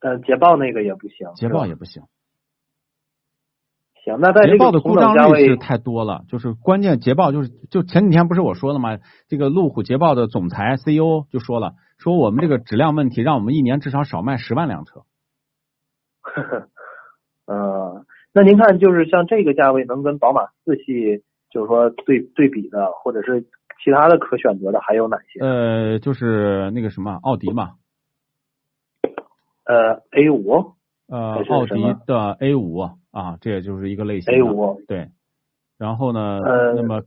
[SPEAKER 8] 呃捷豹那个也不行，
[SPEAKER 2] 捷豹也不行。
[SPEAKER 8] 行。那在
[SPEAKER 2] 捷
[SPEAKER 8] 这
[SPEAKER 2] 豹
[SPEAKER 8] 个
[SPEAKER 2] 的
[SPEAKER 8] 同
[SPEAKER 2] 故障
[SPEAKER 8] 等价
[SPEAKER 2] 率
[SPEAKER 8] 位
[SPEAKER 2] 是，太多了，就是关键捷豹就是就前几天不是我说了吗？这个路虎捷豹的总裁 CEO 就说了，说我们这个质量问题让我们一年至少少卖十万辆车。
[SPEAKER 8] 呃，那您看就是像这个价位能跟宝马四系就是说对对比的，或者是其他的可选择的还有哪些？
[SPEAKER 2] 呃，就是那个什么奥迪嘛，
[SPEAKER 8] 呃，A 五
[SPEAKER 2] 呃
[SPEAKER 8] 还，是
[SPEAKER 2] 奥
[SPEAKER 8] 什
[SPEAKER 2] 迪
[SPEAKER 8] 么
[SPEAKER 2] 的 A 五啊，这也就是一个类型的。
[SPEAKER 8] ，A 五，
[SPEAKER 2] 对，然后呢，
[SPEAKER 8] 呃
[SPEAKER 2] 那么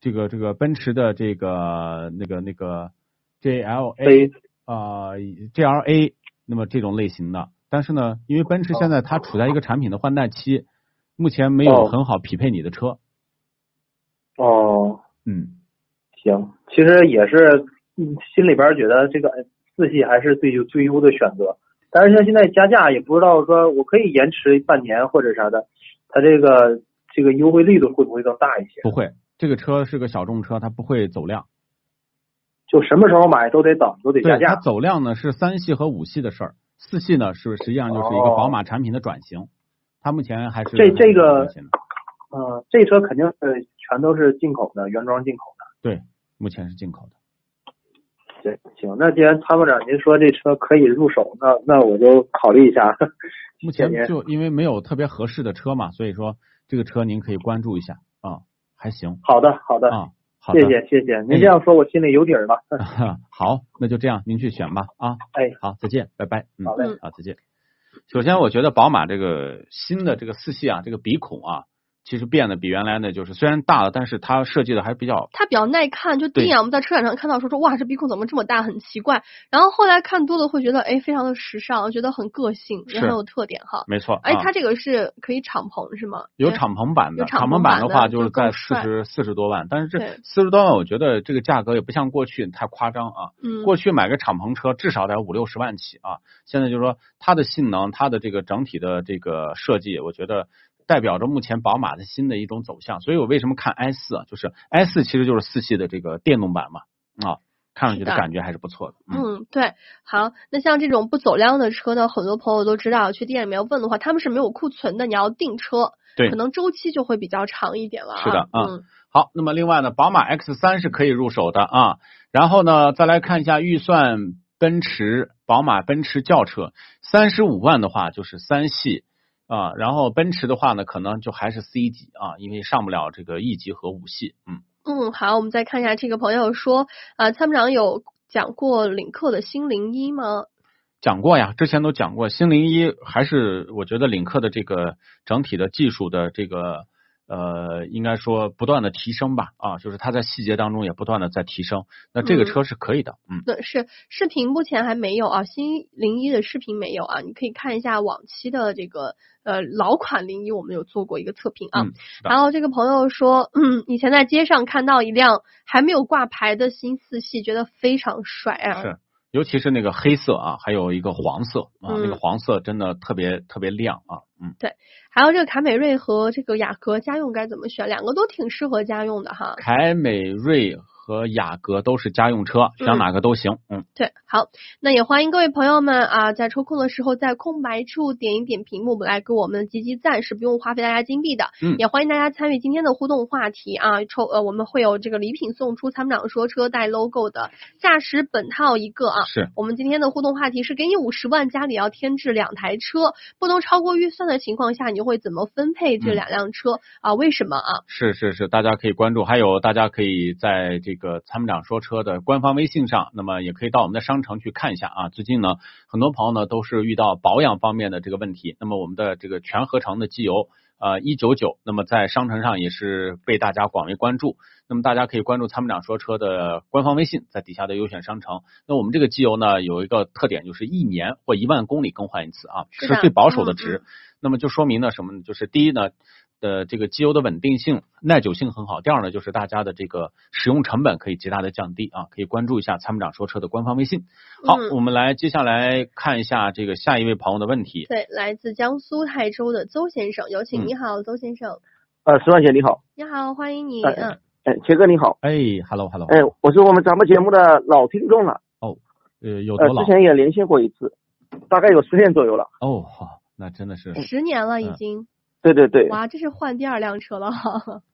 [SPEAKER 2] 这个这个奔驰的这个那个那个 JLA
[SPEAKER 8] A
[SPEAKER 2] 啊、呃 JLA，那么这种类型的，但是呢，因为奔驰现在它处在一个产品的换代期，目前没有
[SPEAKER 8] 哦
[SPEAKER 2] 很好匹配你的车，
[SPEAKER 8] 哦。
[SPEAKER 2] 嗯，
[SPEAKER 8] 行，其实也是嗯心里边儿觉得这个四系还是最优最优的选择，但是像现在加价也不知道说我可以延迟半年或者啥的，它这个这个优惠力度会不会更大一些？
[SPEAKER 2] 不会，这个车是个小众车，它不会走量，
[SPEAKER 8] 就什么时候买都得等，都得加
[SPEAKER 2] 对，它
[SPEAKER 8] 价。
[SPEAKER 2] 走量呢是三系和五系的事儿，四系呢是实际上就是一个
[SPEAKER 8] 哦
[SPEAKER 2] 宝马产品的转型，它目前还是
[SPEAKER 8] 这
[SPEAKER 2] 还是
[SPEAKER 8] 这个
[SPEAKER 2] 有转型的
[SPEAKER 8] 嗯、这车肯定是全都是进口的，原装进口的。
[SPEAKER 2] 对，目前是进口的。
[SPEAKER 8] 对，行，那既然参谋长您说这车可以入手，那那我就考虑一下。
[SPEAKER 2] 目
[SPEAKER 8] 谢谢
[SPEAKER 2] 前
[SPEAKER 8] 您
[SPEAKER 2] 就因为没有特别合适的车嘛，所以说这个车您可以关注一下啊，还行
[SPEAKER 8] 好的，好的，
[SPEAKER 2] 啊，好的，
[SPEAKER 8] 谢谢谢谢，
[SPEAKER 2] 哎
[SPEAKER 8] 您这样说我心里有底 儿了。
[SPEAKER 2] 好，那就这样，您去选吧啊，
[SPEAKER 8] 哎，
[SPEAKER 2] 好，再见，拜拜，嗯，
[SPEAKER 8] 好
[SPEAKER 3] 嘞
[SPEAKER 2] 好，再见。首先，我觉得宝马这个新的这个四系啊，这个鼻孔啊，其实变得比原来呢，就是虽然大了，但是它设计的还比较
[SPEAKER 3] 它比较耐看，就第
[SPEAKER 2] 对
[SPEAKER 3] 一眼我们在车展上看到说说哇，这鼻孔怎么这么大，很奇怪。然后后来看多了会觉得哎，非常的时尚，觉得很个性，也
[SPEAKER 2] 是
[SPEAKER 3] 很有特点哈。
[SPEAKER 2] 没错，
[SPEAKER 3] 哎，
[SPEAKER 2] 啊
[SPEAKER 3] 它这个是可以敞篷是吗？
[SPEAKER 2] 有
[SPEAKER 3] 哎
[SPEAKER 2] 敞篷版的，
[SPEAKER 3] 有敞
[SPEAKER 2] 篷版
[SPEAKER 3] 篷版
[SPEAKER 2] 的
[SPEAKER 3] 的
[SPEAKER 2] 话就是
[SPEAKER 3] 就更
[SPEAKER 2] 在四
[SPEAKER 3] 帅
[SPEAKER 2] 十四十多万，但是这
[SPEAKER 3] 对
[SPEAKER 2] 四十多万，我觉得这个价格也不像过去太夸张啊。
[SPEAKER 3] 嗯，
[SPEAKER 2] 过去买个敞篷车至少得五六十万起啊，现在就是说它的性能、它的这个整体的这个设计，我觉得代表着目前宝马的新的一种走向。所以我为什么看 i 四啊，就是 i 四其实就是四系的这个电动版嘛，啊，看上去的
[SPEAKER 3] 是的
[SPEAKER 2] 感觉还是不错的。嗯，
[SPEAKER 3] 嗯，对，好，那像这种不走量的车呢，很多朋友都知道，去店里面问的话，他们是没有库存的，你要订车，
[SPEAKER 2] 对
[SPEAKER 3] 可能周期就会比较长一点了、啊。
[SPEAKER 2] 是的嗯
[SPEAKER 3] 嗯，
[SPEAKER 2] 好，那么另外呢，宝马 X 三是可以入手的啊。然后呢，再来看一下预算，奔驰、宝马、奔驰轿车，三十五万的话就是三系啊，然后奔驰的话呢，可能就还是 C 级啊，因为上不了这个 E 级和五系。嗯，
[SPEAKER 3] 嗯，好，我们再看一下这个朋友说，呃，参谋长有讲过领克的新零一吗？
[SPEAKER 2] 讲过呀，之前都讲过，新零一还是我觉得领克的这个整体的技术的这个呃，应该说不断的提升吧啊，就是它在细节当中也不断的在提升，那这个
[SPEAKER 3] 嗯
[SPEAKER 2] 车是可以的，嗯
[SPEAKER 3] 对，是视频目前还没有啊，新零一的视频没有啊，你可以看一下往期的这个呃老款零一，我们有做过一个测评啊。
[SPEAKER 2] 嗯是的
[SPEAKER 3] 然后这个朋友说，嗯，以前在街上看到一辆还没有挂牌的新四系，觉得非常帅啊。
[SPEAKER 2] 是，尤其是那个黑色啊，还有一个黄色啊，那个
[SPEAKER 3] 嗯
[SPEAKER 2] 黄色真的特别特别亮啊，嗯，
[SPEAKER 3] 还有这个凯美瑞和这个雅阁家用该怎么选？两个都挺适合家用的哈。
[SPEAKER 2] 凯美瑞和雅阁都是家用车，想
[SPEAKER 3] 嗯
[SPEAKER 2] 哪个都行，嗯，
[SPEAKER 3] 对，好，那也欢迎各位朋友们啊，在抽空的时候在空白处点一点屏幕来给我们集集赞，是不用花费大家金币的。
[SPEAKER 2] 嗯
[SPEAKER 3] 也欢迎大家参与今天的互动话题啊，抽呃我们会有这个礼品送出，参谋长说车带 logo 的驾驶本套一个啊。
[SPEAKER 2] 是
[SPEAKER 3] 我们今天的互动话题是给你五十万，家里要添置两台车，不能超过预算的情况下，你会怎么分配这
[SPEAKER 2] 嗯
[SPEAKER 3] 两辆车、啊？为什么啊？
[SPEAKER 2] 是是是，大家可以关注，还有大家可以在这个参谋长说车的官方微信上，那么也可以到我们的商城去看一下啊。最近呢，很多朋友呢都是遇到保养方面的这个问题，那么我们的这个全合成的机油。呃，一九九，那么在商城上也是被大家广为关注。那么大家可以关注参谋长说车的官方微信，在底下的优选商城。那我们这个机油呢，有一个特点就是一年或一万公里更换一次啊，
[SPEAKER 3] 是
[SPEAKER 2] 是
[SPEAKER 3] 的
[SPEAKER 2] 最保守的
[SPEAKER 3] 嗯
[SPEAKER 2] 值。
[SPEAKER 3] 嗯
[SPEAKER 2] 那么就说明呢什么呢？就是第一呢，呃，这个机油的稳定性、耐久性很好。第二呢，就是大家的这个使用成本可以极大的降低啊，可以关注一下参谋长说车的官方微信。好，
[SPEAKER 3] 嗯
[SPEAKER 2] 我们来接下来看一下这个下一位朋友的问题。
[SPEAKER 3] 对，来自江苏泰州的邹先生，有
[SPEAKER 2] 嗯
[SPEAKER 3] 请。你好，邹先生。
[SPEAKER 4] 呃，石万姐你好，
[SPEAKER 3] 你好，欢迎你。
[SPEAKER 2] 呃
[SPEAKER 4] 哎
[SPEAKER 3] 嗯。
[SPEAKER 4] 哎，杰哥你好，
[SPEAKER 2] 哎，hello hello，
[SPEAKER 4] 哎，我是我们咱们节目的老听众了，
[SPEAKER 2] 呃，有
[SPEAKER 4] 呃
[SPEAKER 2] 多，老
[SPEAKER 4] 之？前也连线过一次，大概有十年左右了。
[SPEAKER 2] 哦，好，那真的是
[SPEAKER 3] 十年了已
[SPEAKER 2] 嗯
[SPEAKER 3] 经，
[SPEAKER 4] 对对对，
[SPEAKER 3] 哇，这是换第二辆车了，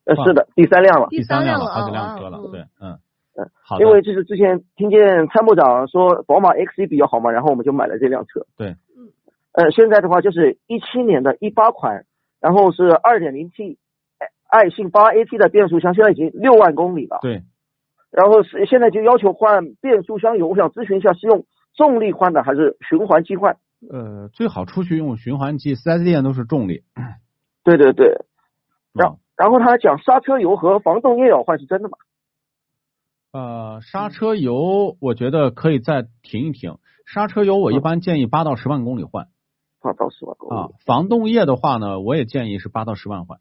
[SPEAKER 4] 呃，
[SPEAKER 2] 哇
[SPEAKER 4] 是的，第三辆了。
[SPEAKER 3] 第
[SPEAKER 2] 三
[SPEAKER 3] 辆
[SPEAKER 2] 了，好几
[SPEAKER 3] 啊
[SPEAKER 2] 辆车了，，对，嗯
[SPEAKER 4] 嗯，
[SPEAKER 2] 好的
[SPEAKER 4] 因，为就是之前听见参谋长说宝马 X 一比较好嘛，然后我们就买了这辆车。
[SPEAKER 2] 对
[SPEAKER 3] 嗯。
[SPEAKER 4] 呃，现在的话就是一七年的一八款，然后是二点零 T 爱信八 AT 的变速箱，现在已经六万公里了。
[SPEAKER 2] 对，
[SPEAKER 4] 然后是现在就要求换变速箱油，我想咨询一下是用重力换的还是循环机换？
[SPEAKER 2] 呃，最好出去用循环机，4S 店都是重力。
[SPEAKER 4] 对对对，然
[SPEAKER 2] 嗯
[SPEAKER 4] 然后他还讲刹车油和防冻液要换，是真的吗？
[SPEAKER 2] 呃，刹车油我觉得可以再停一停。刹车油我一
[SPEAKER 4] 嗯
[SPEAKER 2] 般建议八到十万公里换
[SPEAKER 4] 八到十万公里
[SPEAKER 2] 啊，，防冻液的话呢，我也建议是八到十万换。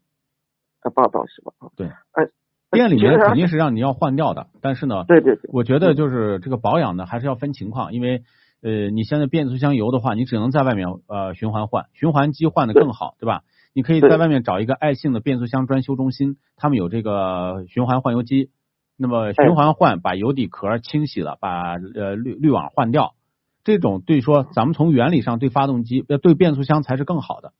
[SPEAKER 4] 啊八到十万。
[SPEAKER 2] 对
[SPEAKER 4] 呃，呃
[SPEAKER 2] 店里
[SPEAKER 4] 其
[SPEAKER 2] 面
[SPEAKER 4] 实还
[SPEAKER 2] 肯定是让你要换掉的，但是呢，
[SPEAKER 4] 对对对，嗯
[SPEAKER 2] 我觉得就是这个保养呢还是要分情况，因为呃，你现在变速箱油的话，你只能在外面呃循环换，循环机换的更好，对吧？你可以
[SPEAKER 4] 对
[SPEAKER 2] 在外面找一个爱信的变速箱专修中心，他们有这个循环换油机，那么
[SPEAKER 4] 哎
[SPEAKER 2] 循环换把油底壳清洗了，把呃滤滤网换掉，这种对说咱们从原理上对发动机呃对变速箱才是更好的。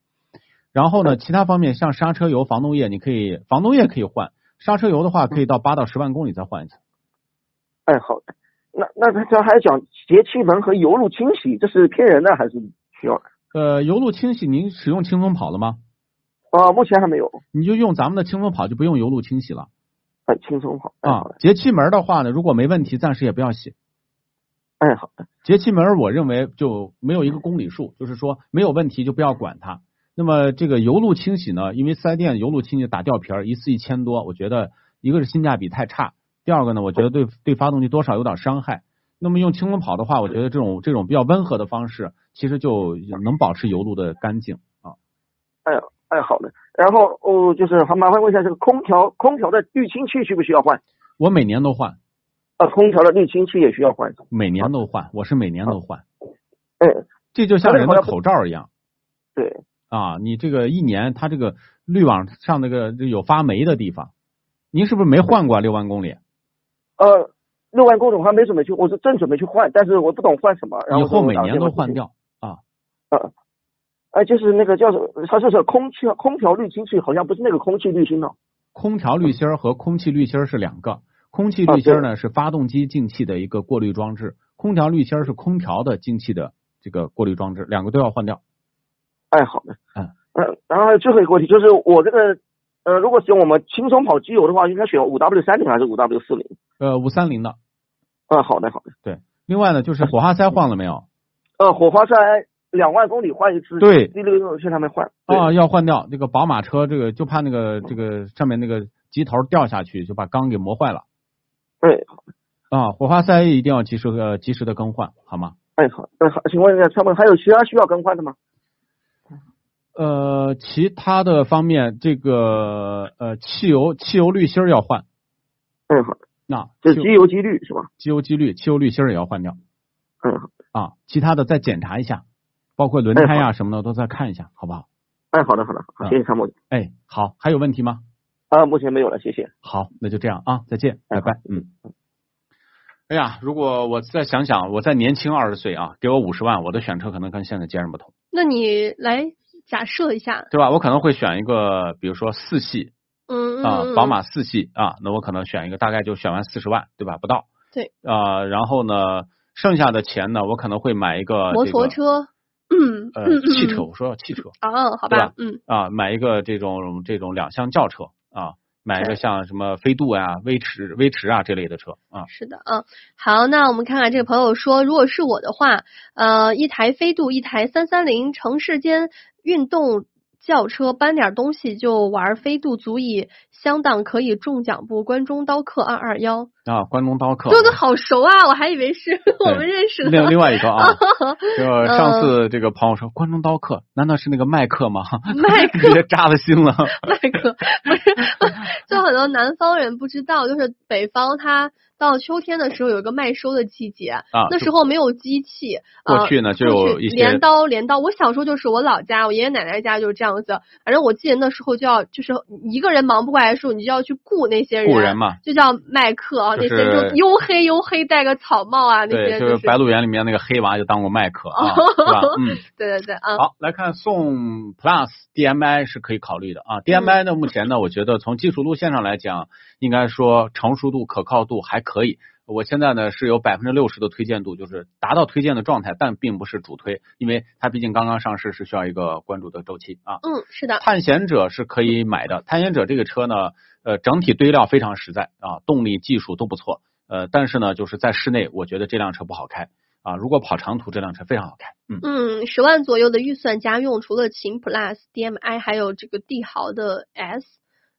[SPEAKER 2] 然后呢，其他方面像刹车油、防冻液，你可以防冻液可以换，刹车油的话可以到八到十万公里再换一次。
[SPEAKER 4] 哎好的，那那他他还讲节气门和油路清洗，这是骗人的还是需要的？
[SPEAKER 2] 呃，油路清洗您使用轻松跑了吗？
[SPEAKER 4] 啊，目前还没有，
[SPEAKER 2] 你就用咱们的轻松跑，就不用油路清洗了
[SPEAKER 4] 哎轻松好，哎好
[SPEAKER 2] 啊
[SPEAKER 4] 的，。
[SPEAKER 2] 节气门的话呢，如果没问题，暂时也不要洗。
[SPEAKER 4] 哎好的，
[SPEAKER 2] 节气门我认为就没有一个公里数，就是说没有问题就不要管它。那么这个油路清洗呢，因为四 S 店油路清洗打吊瓶儿一次一千多，我觉得一个是性价比太差，第二个呢，我觉得对对发动机多少有点伤害。那么用轻松跑的话，我觉得这种这种比较温和的方式，其实就能保持油路的干净啊。
[SPEAKER 4] 哎哎好的。然后哦，就是还麻烦问一下这个空调空调的滤清器需不需要换？
[SPEAKER 2] 我每年都换，
[SPEAKER 4] 啊，空调的滤清器也需要换。
[SPEAKER 2] 每年
[SPEAKER 4] 啊
[SPEAKER 2] 都换，我是每年都换，
[SPEAKER 4] 哎，
[SPEAKER 2] 这就像人的口罩一样
[SPEAKER 4] 对，
[SPEAKER 2] 啊，你这个一年它这个滤网上那个就有发霉的地方，您是不是没换过啊六万公里？
[SPEAKER 4] 呃，六万公里我还没准备去，我是正准备去换，但是我不懂换什么，然
[SPEAKER 2] 以
[SPEAKER 4] 后
[SPEAKER 2] 后
[SPEAKER 4] 就
[SPEAKER 2] 每
[SPEAKER 4] 打
[SPEAKER 2] 年
[SPEAKER 4] 电话
[SPEAKER 2] 都
[SPEAKER 4] 去
[SPEAKER 2] 换。掉啊。
[SPEAKER 4] 呃，就是那个叫什么，它就是空气空调滤清器，好像不是那个空气滤芯的。
[SPEAKER 2] 空调滤芯儿和空气滤芯儿是两个，空气
[SPEAKER 4] 啊
[SPEAKER 2] 滤芯儿
[SPEAKER 4] 对
[SPEAKER 2] 呢是发动机进气的一个过滤装置，空调滤芯儿是空调的进气的这个过滤装置，两个都要换掉。
[SPEAKER 4] 哎，好的。
[SPEAKER 2] 嗯
[SPEAKER 4] 呃，然后还有最后一个问题就是我这个呃，如果选我们轻松跑机油的话，应该选五 W 三零还是五 W 四零？
[SPEAKER 2] 呃，五三零的。
[SPEAKER 4] 嗯，好的好的。
[SPEAKER 2] 另外呢，就是火花塞换了没有？
[SPEAKER 4] 呃，火花塞两万公里换一次，
[SPEAKER 2] 对
[SPEAKER 4] 第六六去他们换。对，
[SPEAKER 2] 啊，要换掉。这个宝马车，这个就怕那个这个上面那个机头掉下去，就把缸给磨坏了
[SPEAKER 4] 对，
[SPEAKER 2] 啊。火花塞一定要及时的及时的更换，好吗？
[SPEAKER 4] 哎好，呃，好请问一下他们还有其他需要更换的吗？
[SPEAKER 2] 呃，其他的方面，这个呃，汽油汽油滤芯儿要换，
[SPEAKER 4] 嗯好，
[SPEAKER 2] 那
[SPEAKER 4] 就
[SPEAKER 2] 汽
[SPEAKER 4] 机油机滤是吧？
[SPEAKER 2] 机油机滤、汽油滤芯儿也要换掉
[SPEAKER 4] 嗯好，
[SPEAKER 2] 啊。其他的再检查一下，包括轮
[SPEAKER 4] 哎
[SPEAKER 2] 胎啊什么的都再看一下，好不好？
[SPEAKER 4] 哎好的好的，好
[SPEAKER 2] 嗯
[SPEAKER 4] 谢谢参谋长。
[SPEAKER 2] 哎，好，还有问题吗？
[SPEAKER 4] 啊，目前没有了，谢谢。
[SPEAKER 2] 好，那就这样啊，再见，
[SPEAKER 4] 哎
[SPEAKER 2] 拜拜，嗯。哎呀，如果我再想想，我再年轻二十岁啊，给我五十万，我的选车可能跟现在截然不同，
[SPEAKER 3] 那你来假设一下，
[SPEAKER 2] 对吧？我可能会选一个，比如说四系
[SPEAKER 3] 嗯
[SPEAKER 2] 啊、
[SPEAKER 3] 嗯，
[SPEAKER 2] 宝马四系啊，那我可能选一个，大概就选完四十万，对吧？不到。
[SPEAKER 3] 对。
[SPEAKER 2] 啊、然后呢，剩下的钱呢，我可能会买一呃个、
[SPEAKER 3] 嗯摩托。车，嗯，
[SPEAKER 2] 呃
[SPEAKER 3] 嗯，
[SPEAKER 2] 汽车，
[SPEAKER 3] 嗯
[SPEAKER 2] 我说要汽车
[SPEAKER 3] 啊，好
[SPEAKER 2] 对吧
[SPEAKER 3] 吧，嗯
[SPEAKER 2] 啊，买一个这种这种两厢轿车啊，买一个
[SPEAKER 3] 对
[SPEAKER 2] 像什么飞度啊、威驰、威驰啊这类的车啊。
[SPEAKER 3] 是的，嗯，好，那我们看看这个朋友说，如果是我的话，呃，一台飞度，一台三三零，城市间运动轿车搬点东西就玩飞度，足以相当可以中奖不？关中刀客二二幺，
[SPEAKER 2] 啊，关中刀客。
[SPEAKER 3] 说的好熟啊，我还以为是 我们认识
[SPEAKER 2] 另
[SPEAKER 3] 的。，
[SPEAKER 2] 另外一个啊
[SPEAKER 3] 嗯
[SPEAKER 2] 这个上次这个朋友说关中刀客，难道是那个麦克吗？麦克 直接扎了心了。
[SPEAKER 3] 麦克不是，就很多南方人不知道，就是北方它到秋天的时候有一个麦收的季节，
[SPEAKER 2] 啊
[SPEAKER 3] 那
[SPEAKER 2] 就
[SPEAKER 3] 时候没有机器，
[SPEAKER 2] 过
[SPEAKER 3] 呃
[SPEAKER 2] 去呢就
[SPEAKER 3] 过
[SPEAKER 2] 有
[SPEAKER 3] 去
[SPEAKER 2] 一些
[SPEAKER 3] 镰刀，镰刀。我小时候就是我老家，我爷爷奶奶家就是这样子，反正我记得那时候就要就是一个人忙不过来的时候，你就要去雇那些人，
[SPEAKER 2] 雇人嘛，
[SPEAKER 3] 就叫麦克啊，
[SPEAKER 2] 就是
[SPEAKER 3] 那些就黝黑黝黑戴个草帽啊，那
[SPEAKER 2] 对，
[SPEAKER 3] 些
[SPEAKER 2] 就
[SPEAKER 3] 就是是
[SPEAKER 2] 《白鹿原》里面那个黑娃就当过麦克啊，对 吧？嗯，
[SPEAKER 3] 对对对啊，
[SPEAKER 2] 好，来看宋 Plus DMI 是可以考虑的啊。DMI 呢，目前呢，我觉得从技术路线上来讲，应该说成熟度、可靠度还可以。我现在呢是有百分之六十的推荐度，就是达到推荐的状态，但并不是主推，因为它毕竟刚刚上市，是需要一个关注的周期啊。
[SPEAKER 3] 嗯，是的，
[SPEAKER 2] 探险者是可以买的。探险者这个车呢，呃，整体堆料非常实在啊，动力技术都不错。呃，但是呢，就是在室内，我觉得这辆车不好开啊。如果跑长途，这辆车非常好开。嗯，
[SPEAKER 3] 嗯，十万左右的预算家用，除了秦 Plus、DMI，还有这个帝豪的 S、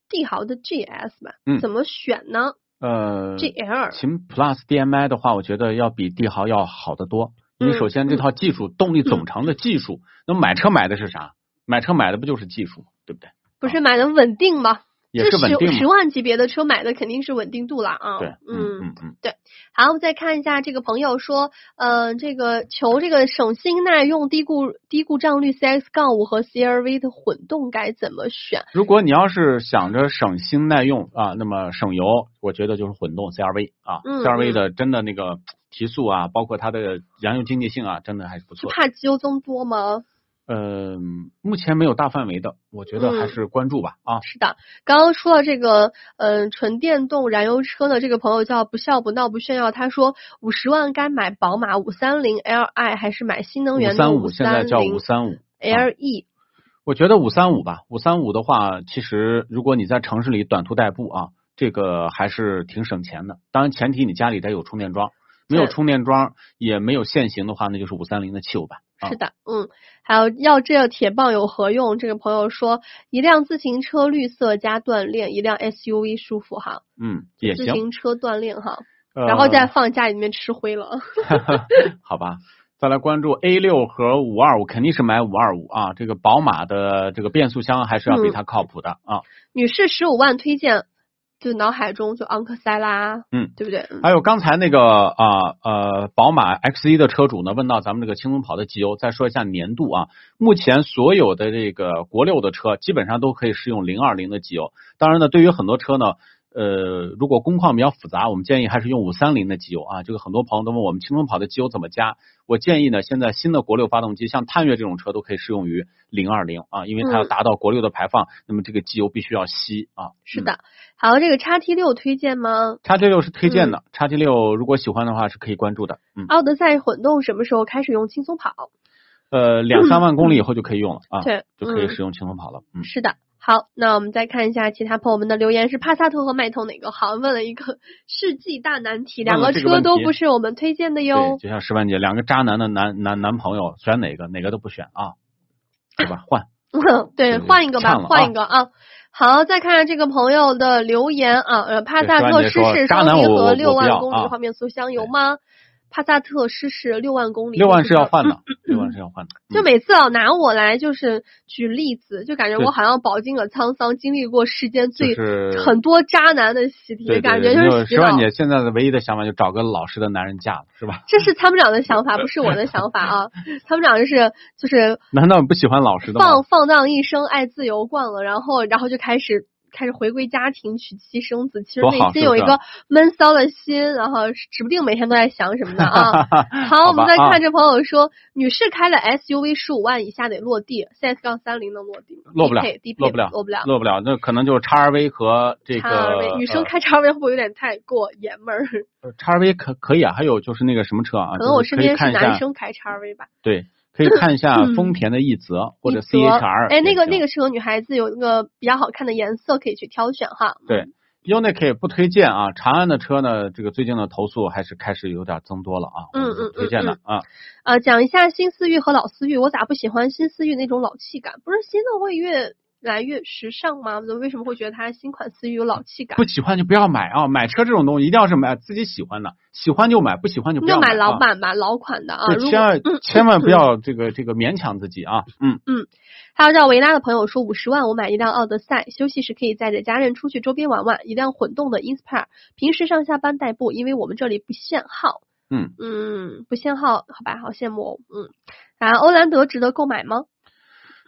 [SPEAKER 3] 帝豪的 GS 吧，
[SPEAKER 2] 嗯
[SPEAKER 3] 怎么选呢
[SPEAKER 2] 呃，
[SPEAKER 3] ？GL，
[SPEAKER 2] 秦 Plus DMI 的话，我觉得要比帝豪要好得多。因为
[SPEAKER 3] 嗯
[SPEAKER 2] 首先这套技术，动力总成的技术，那么买车买的是啥？买车买的不就是技术吗，对不对？
[SPEAKER 3] 不是买的稳定吗？
[SPEAKER 2] 哦也
[SPEAKER 3] 这
[SPEAKER 2] 是稳定
[SPEAKER 3] 十十
[SPEAKER 2] 嘛。
[SPEAKER 3] 万级别的车买的肯定是稳定度了啊。
[SPEAKER 2] 对，嗯
[SPEAKER 3] 嗯。
[SPEAKER 2] 嗯嗯，
[SPEAKER 3] 好，我们再看一下这个朋友说，呃，这个求这个省心耐用、低故低故障率 CX 杠五和 CRV 的混动该怎么选？
[SPEAKER 2] 如果你要是想着省心耐用啊，那么省油，我觉得就是混动 CRV 啊、
[SPEAKER 3] 嗯
[SPEAKER 2] c r v
[SPEAKER 3] 嗯
[SPEAKER 2] 的真的那个提速啊，包括它的燃油经济性啊，真的还是不
[SPEAKER 3] 是
[SPEAKER 2] 错。
[SPEAKER 3] 怕机油增多吗？
[SPEAKER 2] 呃，目前没有大范围的，我觉得还
[SPEAKER 3] 嗯
[SPEAKER 2] 是关注吧、啊。
[SPEAKER 3] 是的，刚刚说到这个，嗯、纯电动燃油车呢，这个朋友叫不笑不闹不炫耀，他说五十万该买宝马五三零 Li 还是买新能
[SPEAKER 2] 五
[SPEAKER 3] 源的
[SPEAKER 2] 三
[SPEAKER 3] 五
[SPEAKER 2] 五现在
[SPEAKER 3] 三
[SPEAKER 2] 叫
[SPEAKER 3] 零 E
[SPEAKER 2] 五三五，
[SPEAKER 3] LE？
[SPEAKER 2] 我觉得五三五吧，五三五的话，其实如果你在城市里短途代步啊，这个还是挺省钱的。当然前提你家里得有充电桩，没有
[SPEAKER 3] 对
[SPEAKER 2] 充电桩也没有限行的话，那就是五三零的汽油版。啊
[SPEAKER 3] 是的，嗯，还有要这个铁棒有何用？这个朋友说，一辆自行车绿色加锻炼，一辆 SUV 舒服哈，
[SPEAKER 2] 嗯，也
[SPEAKER 3] 自
[SPEAKER 2] 行。
[SPEAKER 3] 行车锻炼哈，然后再
[SPEAKER 2] 呃
[SPEAKER 3] 放家里面吃灰了。
[SPEAKER 2] 好吧，再来关注 A 六和五二五，肯定是买五二五啊。这个宝马的这个变速箱还是要比它靠谱的啊。
[SPEAKER 3] 女士十五万推荐就脑海中就昂克赛拉，
[SPEAKER 2] 嗯，
[SPEAKER 3] 对不对？嗯
[SPEAKER 2] 还有刚才那个啊呃宝马 X 1的车主呢，问到咱们这个轻松跑的机油，再说一下年度啊。目前所有的这个国六的车基本上都可以使用零二零的机油，当然呢，对于很多车呢，呃，如果工况比较复杂，我们建议还是用五三零的机油啊。这个很多朋友都问我们轻松跑的机油怎么加，我建议呢，现在新的国六发动机，像探岳这种车都可以适用于零二零啊，因为它要
[SPEAKER 3] 嗯
[SPEAKER 2] 达到国六的排放，那么这个机油必须要稀啊。
[SPEAKER 3] 是
[SPEAKER 2] 嗯
[SPEAKER 3] 的。好，这个叉 T 六推荐吗？
[SPEAKER 2] 叉 T 六是推荐的，
[SPEAKER 3] 嗯
[SPEAKER 2] 叉 T 六如果喜欢的话是可以关注的，嗯，
[SPEAKER 3] 奥德赛混动什么时候开始用轻松跑？
[SPEAKER 2] 呃，两三万公里以后就可以用了啊，
[SPEAKER 3] 嗯对
[SPEAKER 2] 就可以
[SPEAKER 3] 嗯
[SPEAKER 2] 使用轻松跑了，嗯，
[SPEAKER 3] 是的。好，那我们再看一下其他朋友们的留言，是帕萨特和迈腾哪个好？问了一个 世纪大难题，两
[SPEAKER 2] 问了这个
[SPEAKER 3] 车
[SPEAKER 2] 问
[SPEAKER 3] 都
[SPEAKER 2] 题
[SPEAKER 3] 不是我们推荐的
[SPEAKER 2] 对，
[SPEAKER 3] 哟。
[SPEAKER 2] 就像石万姐，两个渣男的男男男朋友选哪个，哪个都不选啊，对吧？换，
[SPEAKER 3] 嗯对，
[SPEAKER 2] 对
[SPEAKER 3] 换一个吧
[SPEAKER 2] 呛，了
[SPEAKER 3] 换
[SPEAKER 2] 啊
[SPEAKER 3] 一个啊。好，再看看这个朋友的留言啊，呃，帕
[SPEAKER 2] 对
[SPEAKER 3] 萨
[SPEAKER 2] 石万
[SPEAKER 3] 特
[SPEAKER 2] 姐
[SPEAKER 3] 失
[SPEAKER 2] 说
[SPEAKER 3] 事
[SPEAKER 2] 渣
[SPEAKER 3] 双
[SPEAKER 2] 男
[SPEAKER 3] 离
[SPEAKER 2] 我我
[SPEAKER 3] 合
[SPEAKER 2] 我
[SPEAKER 3] 六
[SPEAKER 2] 不
[SPEAKER 3] 万
[SPEAKER 2] 要
[SPEAKER 3] 公
[SPEAKER 2] 啊
[SPEAKER 3] 里，方便速箱油吗？帕萨特失事六万公里，
[SPEAKER 2] 六万是要
[SPEAKER 3] 换。
[SPEAKER 2] 换的，六万是要换的，
[SPEAKER 3] 就
[SPEAKER 2] 嗯
[SPEAKER 3] 每次啊拿我来就是举例子，就感觉
[SPEAKER 2] 对
[SPEAKER 3] 我好像饱经了沧桑，经历过世间最、
[SPEAKER 2] 就是
[SPEAKER 3] 很多渣男的洗礼，
[SPEAKER 2] 对对
[SPEAKER 3] 感觉
[SPEAKER 2] 对
[SPEAKER 3] 就是洗
[SPEAKER 2] 石万
[SPEAKER 3] 脑。
[SPEAKER 2] 姐现在的唯一的想法就找个老实的男人嫁了，是吧？
[SPEAKER 3] 这是参谋长的想法，不是我的想法啊。参谋长就是就是
[SPEAKER 2] 难道你不喜欢老实的
[SPEAKER 3] 放
[SPEAKER 2] 吗？
[SPEAKER 3] 放荡一生，爱自由惯了，然后然后就开始开始回归家庭，娶妻生子。其实
[SPEAKER 2] 多
[SPEAKER 3] 内
[SPEAKER 2] 好
[SPEAKER 3] 心
[SPEAKER 2] 是不
[SPEAKER 3] 有一
[SPEAKER 2] 是
[SPEAKER 3] 个闷骚的心，然后指不定每天都在想什么呢啊。 好，我们
[SPEAKER 2] 吧
[SPEAKER 3] 再看
[SPEAKER 2] 啊
[SPEAKER 3] 这朋友说，女士开了 SUV 十五万以下得落地，CS 杠三零能落地吗？
[SPEAKER 2] 落不了
[SPEAKER 3] 低配低配
[SPEAKER 2] 落不了
[SPEAKER 3] 落不了。
[SPEAKER 2] 落不了，那可能就是叉 R V 和这
[SPEAKER 3] 叉
[SPEAKER 2] 个
[SPEAKER 3] R V，女
[SPEAKER 2] 呃
[SPEAKER 3] 生开叉 R V 会不会有点太过爷们儿？
[SPEAKER 2] 叉 R V 可可以啊，还有就是那个什么车啊，
[SPEAKER 3] 可能
[SPEAKER 2] 就
[SPEAKER 3] 我
[SPEAKER 2] 是
[SPEAKER 3] 身
[SPEAKER 2] 可以
[SPEAKER 3] 边是
[SPEAKER 2] 看一
[SPEAKER 3] 男
[SPEAKER 2] 下，
[SPEAKER 3] 生开叉 R V 吧。
[SPEAKER 2] 对，可以看一下
[SPEAKER 3] 嗯
[SPEAKER 2] 丰田的奕泽或者
[SPEAKER 3] 一泽
[SPEAKER 2] CHR，
[SPEAKER 3] 哎，那个
[SPEAKER 2] 也行
[SPEAKER 3] 那个适合女孩子有那个比较好看的颜色可以去挑选哈。
[SPEAKER 2] 对 Uniq 不推荐啊，长安的车呢，这个最近的投诉还是开始有点增多了啊，
[SPEAKER 3] 嗯
[SPEAKER 2] 我们
[SPEAKER 3] 嗯
[SPEAKER 2] 不推荐的啊，
[SPEAKER 3] 呃，讲一下新思域和老思域，我咋不喜欢新思域那种老气感？不是新的会越来越时尚吗？我为什么会觉得它新款思域有老气感
[SPEAKER 2] 不？喜欢就不要买啊，买车这种东西一定要是买自己喜欢的，喜欢就买，不喜欢就不
[SPEAKER 3] 那
[SPEAKER 2] 要
[SPEAKER 3] 买
[SPEAKER 2] 啊
[SPEAKER 3] 老版吧，老款的啊。
[SPEAKER 2] 对，
[SPEAKER 3] 如
[SPEAKER 2] 千
[SPEAKER 3] 果嗯
[SPEAKER 2] 万千 万不要这个这个勉强自己啊，嗯，
[SPEAKER 3] 还有叫维拉的朋友说，五十万我买一辆奥德赛，休息时可以载着家人出去周边玩玩；一辆混动的 Inspire，平时上下班代步，因为我们这里不限号。
[SPEAKER 2] 嗯
[SPEAKER 3] 嗯，不限号，好吧，好羡慕哦。嗯，啊，欧蓝德值得购买吗？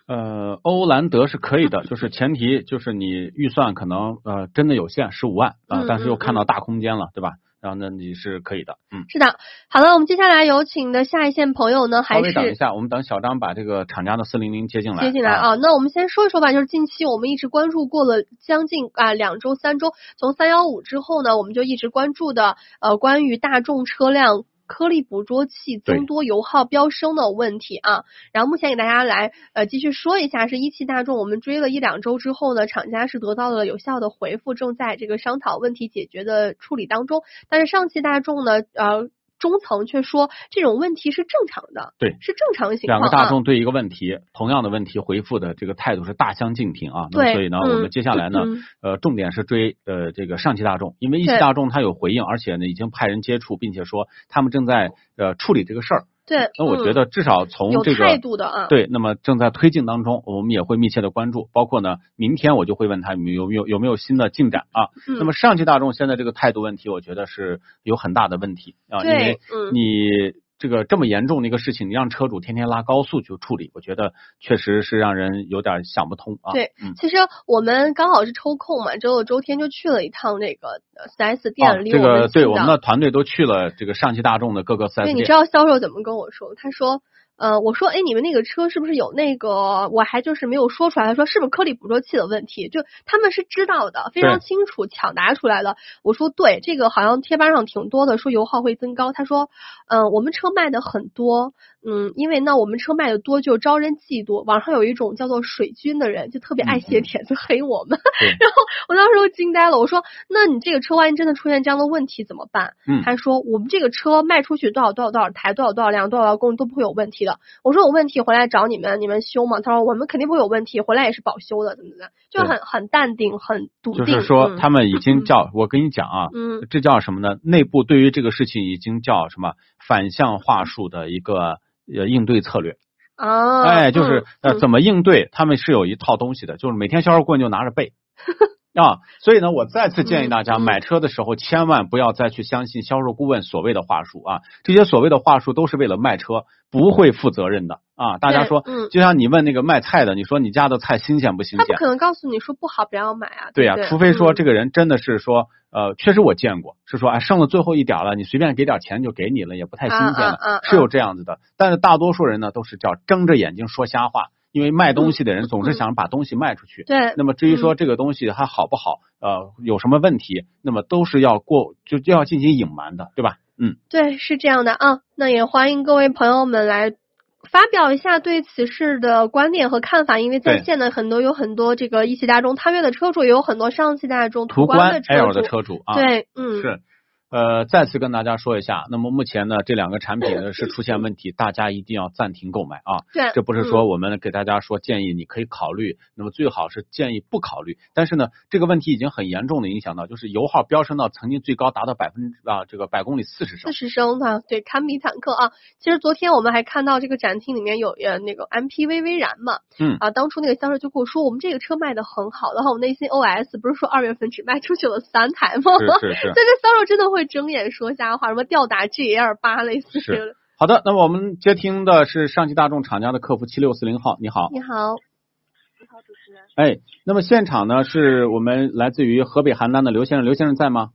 [SPEAKER 2] 呃，欧蓝德是可以的，就是前提就是你预算可能呃真的有限，十五万啊、
[SPEAKER 3] 嗯
[SPEAKER 2] 但是又
[SPEAKER 3] 嗯
[SPEAKER 2] 看到大空间了，对吧？然后那你是可以的，嗯。
[SPEAKER 3] 是的，好了，我们接下来有请的下一线朋友呢，
[SPEAKER 2] 稍
[SPEAKER 3] 还
[SPEAKER 2] 微等一
[SPEAKER 3] 是
[SPEAKER 2] 下，我们等小张把这个厂家的四零零接进来。
[SPEAKER 3] 接进来
[SPEAKER 2] 啊，
[SPEAKER 3] 啊。那我们先说一说吧，就是近期我们一直关注过了将近啊、两周、三周，从三幺五之后呢，我们就一直关注的呃关于大众车辆。颗粒捕捉器增
[SPEAKER 2] 对
[SPEAKER 3] 多、油耗飙升的问题啊，然后目前给大家来呃继续说一下，是一汽大众，我们追了一两周之后呢，厂家是得到了有效的回复，正在这个商讨问题解决的处理当中。但是上汽大众呢，呃，中层却说这种问题是正常的，
[SPEAKER 2] 对
[SPEAKER 3] 是正常情况、
[SPEAKER 2] 两
[SPEAKER 3] 啊。
[SPEAKER 2] 个大众对一个问题、同样的问题回复的这个态度是大相径庭啊。那
[SPEAKER 3] 对
[SPEAKER 2] 么所以呢，
[SPEAKER 3] 嗯
[SPEAKER 2] 我们接下来呢，
[SPEAKER 3] 嗯
[SPEAKER 2] 呃，重点是追呃这个上汽大众，因为一汽
[SPEAKER 3] 对
[SPEAKER 2] 大众它有回应，而且呢已经派人接触，并且说他们正在呃处理这个事儿。
[SPEAKER 3] 对，
[SPEAKER 2] 那我
[SPEAKER 3] 嗯
[SPEAKER 2] 觉得至少从
[SPEAKER 3] 有
[SPEAKER 2] 这个
[SPEAKER 3] 态度的啊，
[SPEAKER 2] 对，那么正在推进当中，我们也会密切的关注，包括呢，明天我就会问他有没有有没有有没有新的进展啊。
[SPEAKER 3] 嗯
[SPEAKER 2] 那么上汽大众现在这个态度问题，我觉得是有很大的问题啊，因为
[SPEAKER 3] 对，嗯，
[SPEAKER 2] 你这个这么严重的一个事情，你让车主天天拉高速去处理，我觉得确实是让人有点想不通啊。
[SPEAKER 3] 对
[SPEAKER 2] 嗯，
[SPEAKER 3] 其实我们刚好是抽空嘛，周六周天就去了一趟那个呃四 S
[SPEAKER 2] 啊
[SPEAKER 3] 店，离
[SPEAKER 2] 这
[SPEAKER 3] 们
[SPEAKER 2] 个对
[SPEAKER 3] 近
[SPEAKER 2] 我们
[SPEAKER 3] 的
[SPEAKER 2] 的团队都去了这个上汽大众的各个四 S
[SPEAKER 3] 对，你
[SPEAKER 2] 店
[SPEAKER 3] 知，道销售怎么跟我说？他说，呃，我说，哎，你们那个车是不是有那个？我还就是没有说出来，他说是不是颗粒捕捉器的问题？就他们是知道的，非
[SPEAKER 2] 对
[SPEAKER 3] 常清楚，抢答出来的。我说对，这个好像贴吧上挺多的，说油耗会增高。他说，嗯、我们车卖的很多，嗯，因为呢，我们车卖的多就招人嫉妒。网上有一种叫做水军的人，就特别爱写
[SPEAKER 2] 嗯嗯
[SPEAKER 3] 帖子黑我们。
[SPEAKER 2] 对
[SPEAKER 3] 然后我当时都惊呆了，我说，那你这个车万一真的出现这样的问题怎么办？
[SPEAKER 2] 嗯，
[SPEAKER 3] 他说我们这个车卖出去多少多少多少台多少多少辆多少多少公里都不会有问题的。我说有问题回来找你们，你们修吗？他说我们肯定不会有问题，回来也是保修的，怎么怎么样，就
[SPEAKER 2] 对
[SPEAKER 3] 很很淡定，很笃
[SPEAKER 2] 就
[SPEAKER 3] 定。
[SPEAKER 2] 是说
[SPEAKER 3] 嗯
[SPEAKER 2] 他们已 经叫我跟你讲啊，
[SPEAKER 3] 嗯
[SPEAKER 2] 这叫什么呢？内部对于这个事情已经叫什么反向话术的一个呃应对策略。
[SPEAKER 3] 啊，
[SPEAKER 2] 哎，就是
[SPEAKER 3] 嗯
[SPEAKER 2] 呃怎么应对，他们是有一套东西的，就是每天销售顾问就拿着背。啊，所以呢，我再次
[SPEAKER 3] 嗯
[SPEAKER 2] 建议大家买车的时候，千万不要再去相信销售顾问所谓的话术啊，这些所谓的话术都是为了卖车，不会负责任的啊。大家说
[SPEAKER 3] 对嗯，
[SPEAKER 2] 就像你问那个卖菜的，你说你家的菜新鲜不新
[SPEAKER 3] 他不
[SPEAKER 2] 鲜？
[SPEAKER 3] 可能告诉你说不好，不要买啊。
[SPEAKER 2] 对
[SPEAKER 3] 呀
[SPEAKER 2] 呀、、除非说
[SPEAKER 3] 嗯
[SPEAKER 2] 这个人真的是说，呃，确实我见过，是说哎剩了最后一点儿了，你随便给点儿钱就给你了，也不太新鲜了，
[SPEAKER 3] 啊啊啊
[SPEAKER 2] 是有这样子的。但是大多数人呢，都是叫睁着眼睛说瞎话，因为卖东西的人总是想把东西卖出去。
[SPEAKER 3] 嗯对，嗯
[SPEAKER 2] 那么至于说这个东西它好不好，呃，有什么问题，那么都是要过就就要进行隐瞒的，对吧？嗯，
[SPEAKER 3] 对，是这样的啊。那也欢迎各位朋友们来发表一下对此事的观点和看法，因为在
[SPEAKER 2] 对
[SPEAKER 3] 线呢，很多有很多这个一汽大众探岳的车主，也有很多上汽大众
[SPEAKER 2] 途
[SPEAKER 3] 观
[SPEAKER 2] 观
[SPEAKER 3] 车
[SPEAKER 2] L
[SPEAKER 3] 主。
[SPEAKER 2] 的车主啊，
[SPEAKER 3] 对，嗯，
[SPEAKER 2] 是，呃，再次跟大家说一下，那么目前呢，这两个产品呢是出现问题，大家一定要暂停购买啊。
[SPEAKER 3] 对，
[SPEAKER 2] 这不是
[SPEAKER 3] 嗯
[SPEAKER 2] 说我们给大家说建议你可以考虑，那么最好是建议不考虑。但是呢，这个问题已经很严重的影响到，就是油耗飙升到曾经最高达到百分之啊这个百公里四十升
[SPEAKER 3] 四。十升的，对，堪比坦克啊！其实昨天我们还看到这个展厅里面有呃那个 MPV 威然嘛，
[SPEAKER 2] 嗯
[SPEAKER 3] 啊，当初那个销售就跟我说，我们这个车卖的很好，然后我内心 OS 不是说二月份只卖出去了三台吗？
[SPEAKER 2] 是是是
[SPEAKER 3] 但。是销售真的会睁眼说瞎话，什么吊打 GL 八类似这
[SPEAKER 2] 是
[SPEAKER 3] 个。
[SPEAKER 2] 好的，那么我们接听的是上汽大众厂家的客服七六四零号，你好，
[SPEAKER 3] 你好，
[SPEAKER 2] 哎，那么现场呢是我们来自于河北邯郸的刘先生，刘先生在吗？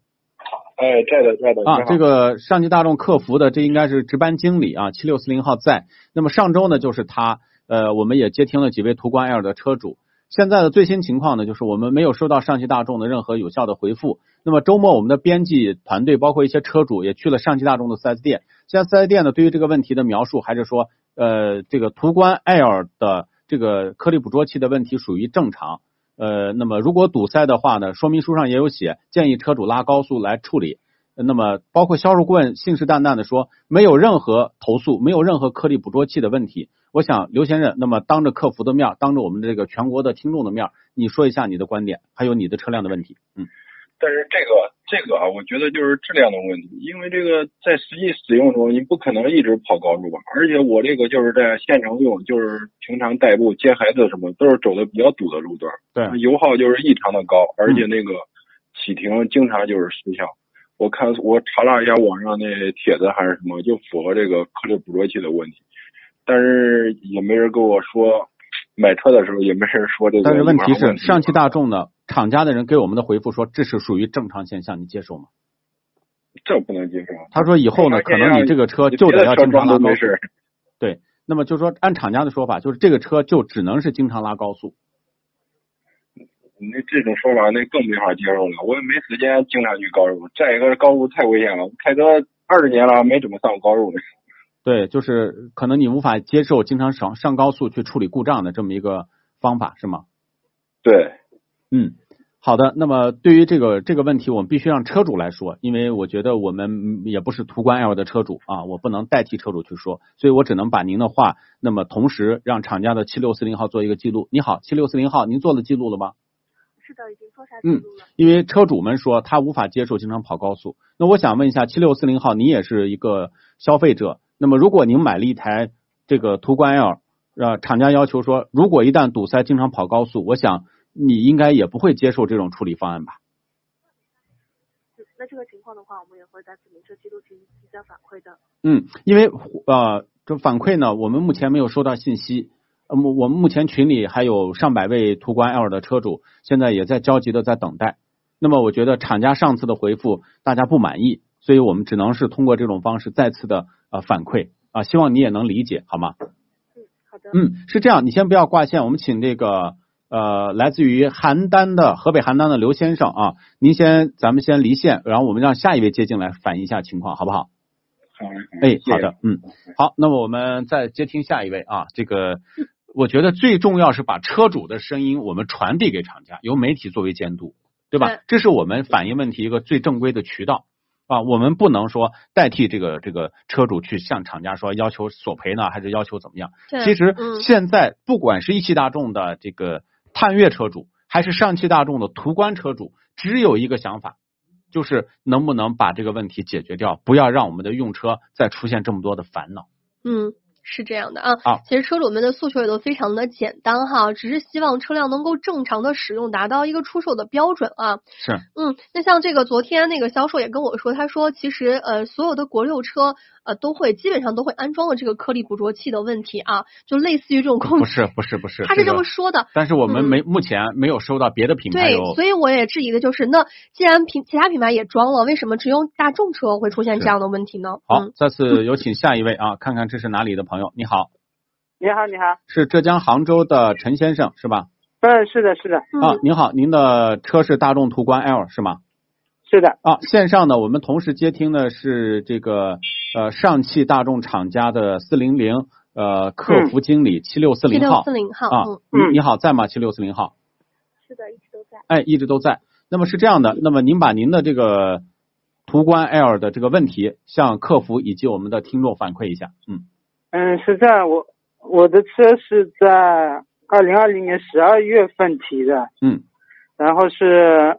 [SPEAKER 5] 哎，在的，在的
[SPEAKER 2] 啊，这个上汽大众客服的这应该是值班经理啊，七六四零号在。那么上周呢就是他，呃，我们也接听了几位途观 L 的车主。现在的最新情况呢，就是我们没有收到上汽大众的任何有效的回复。那么周末我们的编辑团队，包括一些车主也去了上汽大众的 4S 店。现在 4S 店呢对于这个问题的描述还是说，呃，这个途观 L 的这个颗粒捕捉器的问题属于正常。呃，那么如果堵塞的话呢，说明书上也有写，建议车主拉高速来处理。那么，包括销售顾问信誓旦旦的说，没有任何投诉，没有任何颗粒捕捉器的问题。我想，刘先生，那么当着客服的面儿，当着我们这个全国的听众的面儿，你说一下你的观点，还有你的车辆的问题。嗯，
[SPEAKER 5] 但是这个这个啊，我觉得就是质量的问题，因为这个在实际使用中，你不可能一直跑高速吧。而且我这个就是在县城用，就是平常代步、接孩子什么，都是走的比较堵的路段，
[SPEAKER 2] 对嗯
[SPEAKER 5] 油耗就是异常的高，而且那个启停经常就是失效。我看我查了一下网上那帖子还是什么，就符合这个颗粒捕捉器的问题，但是也没人跟我说。买车的时候也没人说这个，
[SPEAKER 2] 但是问题啊是，上汽
[SPEAKER 5] 大。
[SPEAKER 2] 大众呢，厂家的人给我们的回复说，这是属于正常现象，你接受吗？
[SPEAKER 5] 这不能接受。啊
[SPEAKER 2] 他说以后呢，可能你这个车就得要经常拉
[SPEAKER 5] 都
[SPEAKER 2] 高
[SPEAKER 5] 没
[SPEAKER 2] 速。
[SPEAKER 5] 事。
[SPEAKER 2] 对，那么就说按厂家的说法，就是这个车就只能是经常拉高速。
[SPEAKER 5] 那这种说法那更没法接受了，我也没时间经常去高速。再一个，高速太危险了，我开车二十年了，没怎么上过高速。
[SPEAKER 2] 对，就是可能你无法接受经常上上高速去处理故障的这么一个方法，是吗？
[SPEAKER 5] 对，
[SPEAKER 2] 嗯，好的。那么对于这个这个问题，我们必须让车主来说，因为我觉得我们嗯也不是途观 L 的车主啊，我不能代替车主去说，所以我只能把您的话，那么同时让厂家的七六四零号做一个记录。你好，七六四零号，您做了记录了吗？
[SPEAKER 7] 是的，已经做下
[SPEAKER 2] 记录因为车主们说他无法接受经常跑高速。那我想问一下，七六四零号，你也是一个消费者，那么如果您买了一台这个途观 L，呃，厂家要求说，如果一旦堵塞经常跑高速，我想你应该也不会接受这种处理方案吧？
[SPEAKER 7] 那这个情况的话，我们也会在自行车记录进行进行反馈的。
[SPEAKER 2] 嗯，因为呃，这反馈呢，我们目前没有收到信息。呃，我我们目前群里还有上百位途观 L 的车主，现在也在焦急的在等待。那么，我觉得厂家上次的回复大家不满意，所以我们只能是通过这种方式再次的呃反馈啊、希望你也能理解，好吗？
[SPEAKER 7] 嗯，好的。
[SPEAKER 2] 嗯，是这样，你先不要挂线，我们请这个呃，来自于邯郸的河北邯郸的刘先生啊，您先咱们先离线，然后我们让下一位接进来反映一下情况，好不好？
[SPEAKER 5] 好嘞，
[SPEAKER 2] 哎，
[SPEAKER 5] 谢谢
[SPEAKER 2] 好的，嗯，好，那么我们再接听下一位啊，这个我觉得最重要是把车主的声音我们传递给厂家，由媒体作为监督，对吧
[SPEAKER 3] 对？
[SPEAKER 2] 这是我们反映问题一个最正规的渠道啊，我们不能说代替这个这个车主去向厂家说要求索赔呢，还是要求怎么样？
[SPEAKER 3] 对
[SPEAKER 2] 其实
[SPEAKER 3] 嗯
[SPEAKER 2] 现在不管是一汽大众的这个探岳车主，还是上汽大众的途观车主，只有一个想法，就是能不能把这个问题解决掉，不要让我们的用车再出现这么多的烦恼。
[SPEAKER 3] 嗯，是这样的啊，
[SPEAKER 2] 啊
[SPEAKER 3] 其实车主们的诉求也都非常的简单哈，只是希望车辆能够正常的使用，达到一个出售的标准啊。
[SPEAKER 2] 是
[SPEAKER 3] 嗯，那像这个昨天那个销售也跟我说，他说其实呃所有的国六车呃都会基本上都会安装了这个颗粒捕捉器的问题啊，就类似于这种控制，
[SPEAKER 2] 不是不是不 是，
[SPEAKER 3] 他是这么
[SPEAKER 2] 个
[SPEAKER 3] 说的。
[SPEAKER 2] 但是我们
[SPEAKER 3] 嗯
[SPEAKER 2] 没、目前没有收到别的品牌
[SPEAKER 3] 对
[SPEAKER 2] 有，
[SPEAKER 3] 所以我也质疑的就是，那既然品其他品牌也装了，为什么只有大众车会出现这
[SPEAKER 2] 是
[SPEAKER 3] 样的问题呢？
[SPEAKER 2] 好
[SPEAKER 3] 嗯，，
[SPEAKER 2] 再次有请下一位啊，看看这是哪里的朋友。你好，
[SPEAKER 9] 你好，你好，
[SPEAKER 2] 是浙江杭州的陈先生是吧？
[SPEAKER 9] 嗯，是的，是的，
[SPEAKER 2] 啊
[SPEAKER 3] 嗯，，
[SPEAKER 2] 您好，您的车是大众途观 L 是吗？
[SPEAKER 9] 是的，
[SPEAKER 2] 啊，线上呢，我们同时接听的是这个呃上汽大众厂家的四零零呃客服经理七六四
[SPEAKER 3] 七
[SPEAKER 2] 零
[SPEAKER 3] 六
[SPEAKER 2] 号
[SPEAKER 3] 四零号，
[SPEAKER 2] 啊
[SPEAKER 3] 嗯，
[SPEAKER 9] 嗯
[SPEAKER 2] 你你好，在吗？七六四零号，
[SPEAKER 7] 是的，一直都在。
[SPEAKER 2] 哎，一直都在。那么是这样的，那么您把您的这个途观 L 的这个问题向客服以及我们的听众反馈一下，嗯，
[SPEAKER 9] 嗯，是这样，我我的车是在二零二零年十二月份提的，
[SPEAKER 2] 嗯，
[SPEAKER 9] 然后是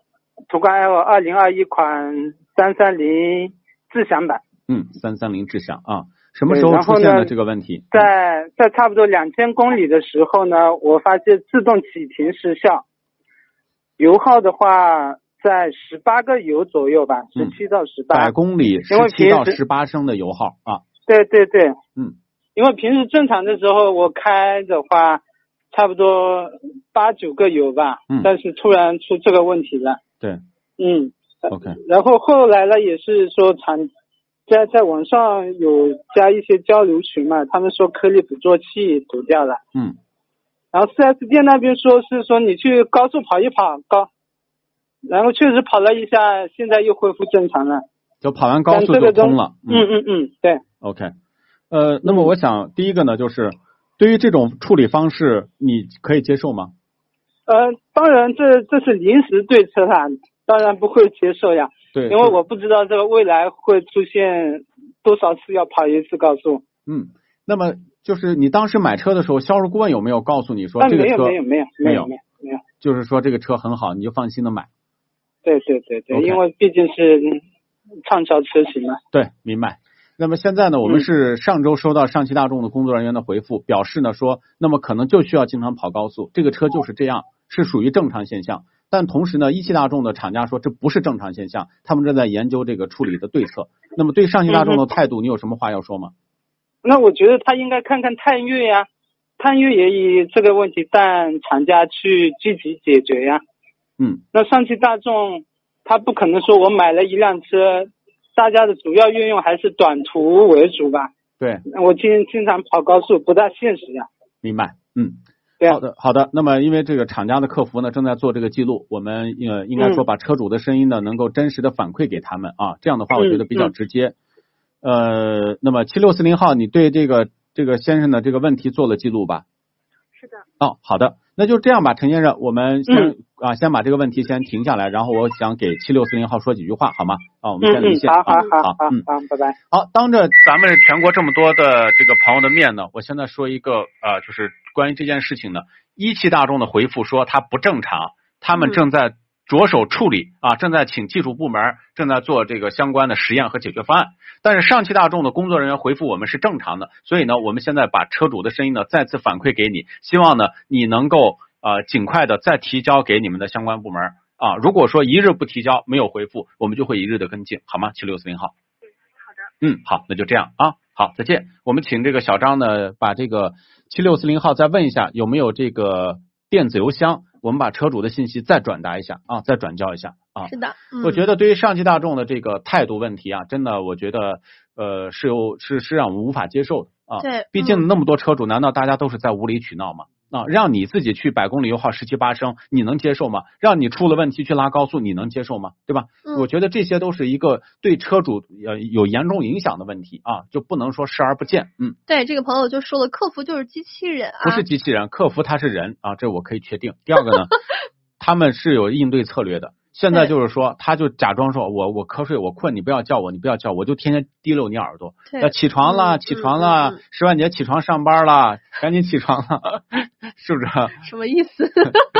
[SPEAKER 9] 途观 L 二零二一款三三零智享版，
[SPEAKER 2] 嗯，三三零智享啊，什么
[SPEAKER 9] 对
[SPEAKER 2] 时候
[SPEAKER 9] 然后
[SPEAKER 2] 出现
[SPEAKER 9] 呢
[SPEAKER 2] 的这个问题？
[SPEAKER 9] 在在差不多两千公里的时候呢，我发现自动启停失效，油耗的话在十八个油左右吧，十
[SPEAKER 2] 嗯
[SPEAKER 9] 七到十八、
[SPEAKER 2] 百公里十
[SPEAKER 9] 因为
[SPEAKER 2] 七
[SPEAKER 9] 平
[SPEAKER 2] 到
[SPEAKER 9] 时
[SPEAKER 2] 十八升的油耗啊，
[SPEAKER 9] 对对对，
[SPEAKER 2] 嗯，
[SPEAKER 9] 因为平时正常的时候我开的话，差不多八九个油吧，
[SPEAKER 2] 嗯
[SPEAKER 9] 但是突然出这个问题了，
[SPEAKER 2] 对
[SPEAKER 9] 嗯，
[SPEAKER 2] ，OK，
[SPEAKER 9] 然后后来呢也是说厂在在网上有加一些交流群嘛，他们说颗粒捕捉器堵掉了，
[SPEAKER 2] 嗯，
[SPEAKER 9] 然后 4S 店那边说是说你去高速跑一跑高，然后确实跑了一下，现在又恢复正常了，
[SPEAKER 2] 就跑完高
[SPEAKER 9] 但
[SPEAKER 2] 速
[SPEAKER 9] 这
[SPEAKER 2] 就
[SPEAKER 9] 个东
[SPEAKER 2] 通了，
[SPEAKER 9] 嗯嗯嗯，对，
[SPEAKER 2] OK，呃，那么我想第一个呢，就是对于这种处理方式，你可以接受吗？
[SPEAKER 9] 呃，当然这这是临时对策啦，当然不会接受呀，
[SPEAKER 2] 对，
[SPEAKER 9] 因为我不知道这个未来会出现多少次要跑一次高速。
[SPEAKER 2] 嗯，那么就是你当时买车的时候，销售顾问有没有告诉你说
[SPEAKER 9] 但
[SPEAKER 2] 这个
[SPEAKER 9] 啊没有
[SPEAKER 2] 车
[SPEAKER 9] 没有没有
[SPEAKER 2] 没
[SPEAKER 9] 没
[SPEAKER 2] 有
[SPEAKER 9] 有没有没有，
[SPEAKER 2] 就是说这个车很好，你就放心的买？
[SPEAKER 9] 对对对对
[SPEAKER 2] OK
[SPEAKER 9] 因为毕竟是嗯畅销车型嘛。
[SPEAKER 2] 对，明白。嗯那么现在呢，我们是上周收到上汽大众的工作人员的回复，表示呢说，那么可能就需要经常跑高速，这个车就是这样，是属于正常现象。但同时呢，一汽大众的厂家说这不是正常现象，他们正在研究这个处理的对策。那么对上汽大众的态度，你有什么话要说吗？
[SPEAKER 9] 那我觉得他应该看看探岳呀、探岳也以这个问题让厂家去积极解决呀、
[SPEAKER 2] 嗯，
[SPEAKER 9] 那上汽大众，他不可能说我买了一辆车，大家的主要运用还是短途为主吧？
[SPEAKER 2] 对，
[SPEAKER 9] 我经经常跑高速，不大现实呀、
[SPEAKER 2] 明白，嗯。
[SPEAKER 9] 对啊
[SPEAKER 2] 好的，好的。那么，因为这个厂家的客服呢正在做这个记录，我们呃应该说
[SPEAKER 9] 嗯
[SPEAKER 2] 把车主的声音呢能够真实的反馈给他们啊，这样的
[SPEAKER 9] 嗯
[SPEAKER 2] 话我觉得比较直接。呃，那么七六四零号，你对这个这个先生的这个问题做了记录吧？
[SPEAKER 7] 是的，
[SPEAKER 2] 哦，好的，那就这样吧，陈先生，我们先、
[SPEAKER 9] 嗯
[SPEAKER 2] 啊先把这个问题先停下来，然后我想给七六四零号说几句话，好吗？啊，我们
[SPEAKER 9] 嗯
[SPEAKER 2] 先离
[SPEAKER 9] 嗯，
[SPEAKER 2] 线、
[SPEAKER 9] 好好
[SPEAKER 2] 啊，
[SPEAKER 9] 好好
[SPEAKER 2] 嗯。
[SPEAKER 9] 好，拜拜。
[SPEAKER 2] 好，当着咱们全国这么多的这个朋友的面呢，我现在说一个呃，就是关于这件事情呢，一汽大众的回复说它不正常，他们
[SPEAKER 3] 嗯
[SPEAKER 2] 正在着手处理啊，正在请技术部门正在做这个相关的实验和解决方案。但是上汽大众的工作人员回复我们是正常的，所以呢，我们现在把车主的声音呢再次反馈给你，希望呢你能够呃尽快的再提交给你们的相关部门啊。如果说一日不提交没有回复，我们就会一日的跟进，好吗？七六四零号。嗯，好，那就这样啊，好，再见。我们请这个小张呢，把这个七六四零号再问一下有没有这个电子邮箱，我们把车主的信息再转达一下啊，再转交一下啊。
[SPEAKER 3] 是的，嗯、
[SPEAKER 2] 我觉得对于上汽大众的这个态度问题啊，真的我觉得呃是有是是让我们无法接受的啊。
[SPEAKER 3] 对嗯
[SPEAKER 2] 毕竟那么多车主，难道大家都是在无理取闹吗？啊，让你自己去百公里油耗十七八升，你能接受吗？让你出了问题去拉高速，你能接受吗？对吧？
[SPEAKER 3] 嗯
[SPEAKER 2] 我觉得这些都是一个对车主呃有严重影响的问题啊，就不能说视而不见。嗯，
[SPEAKER 3] 对这个朋友就说了，客服就是机器人啊，
[SPEAKER 2] 不是机器人，客服他是人啊，这我可以确定。第二个呢，他们是有应对策略的。现在
[SPEAKER 3] 对
[SPEAKER 2] 就是说，他就假装说我我瞌睡，我困，你不要叫我，你不要叫我，我就天天提溜你耳朵，
[SPEAKER 3] 对
[SPEAKER 2] 要起床啦，
[SPEAKER 3] 嗯
[SPEAKER 2] 起
[SPEAKER 3] 嗯
[SPEAKER 2] 床啦，
[SPEAKER 3] 嗯嗯
[SPEAKER 2] 石万杰起床上班啦，赶紧起床啦， 是不是？
[SPEAKER 3] 什么意思？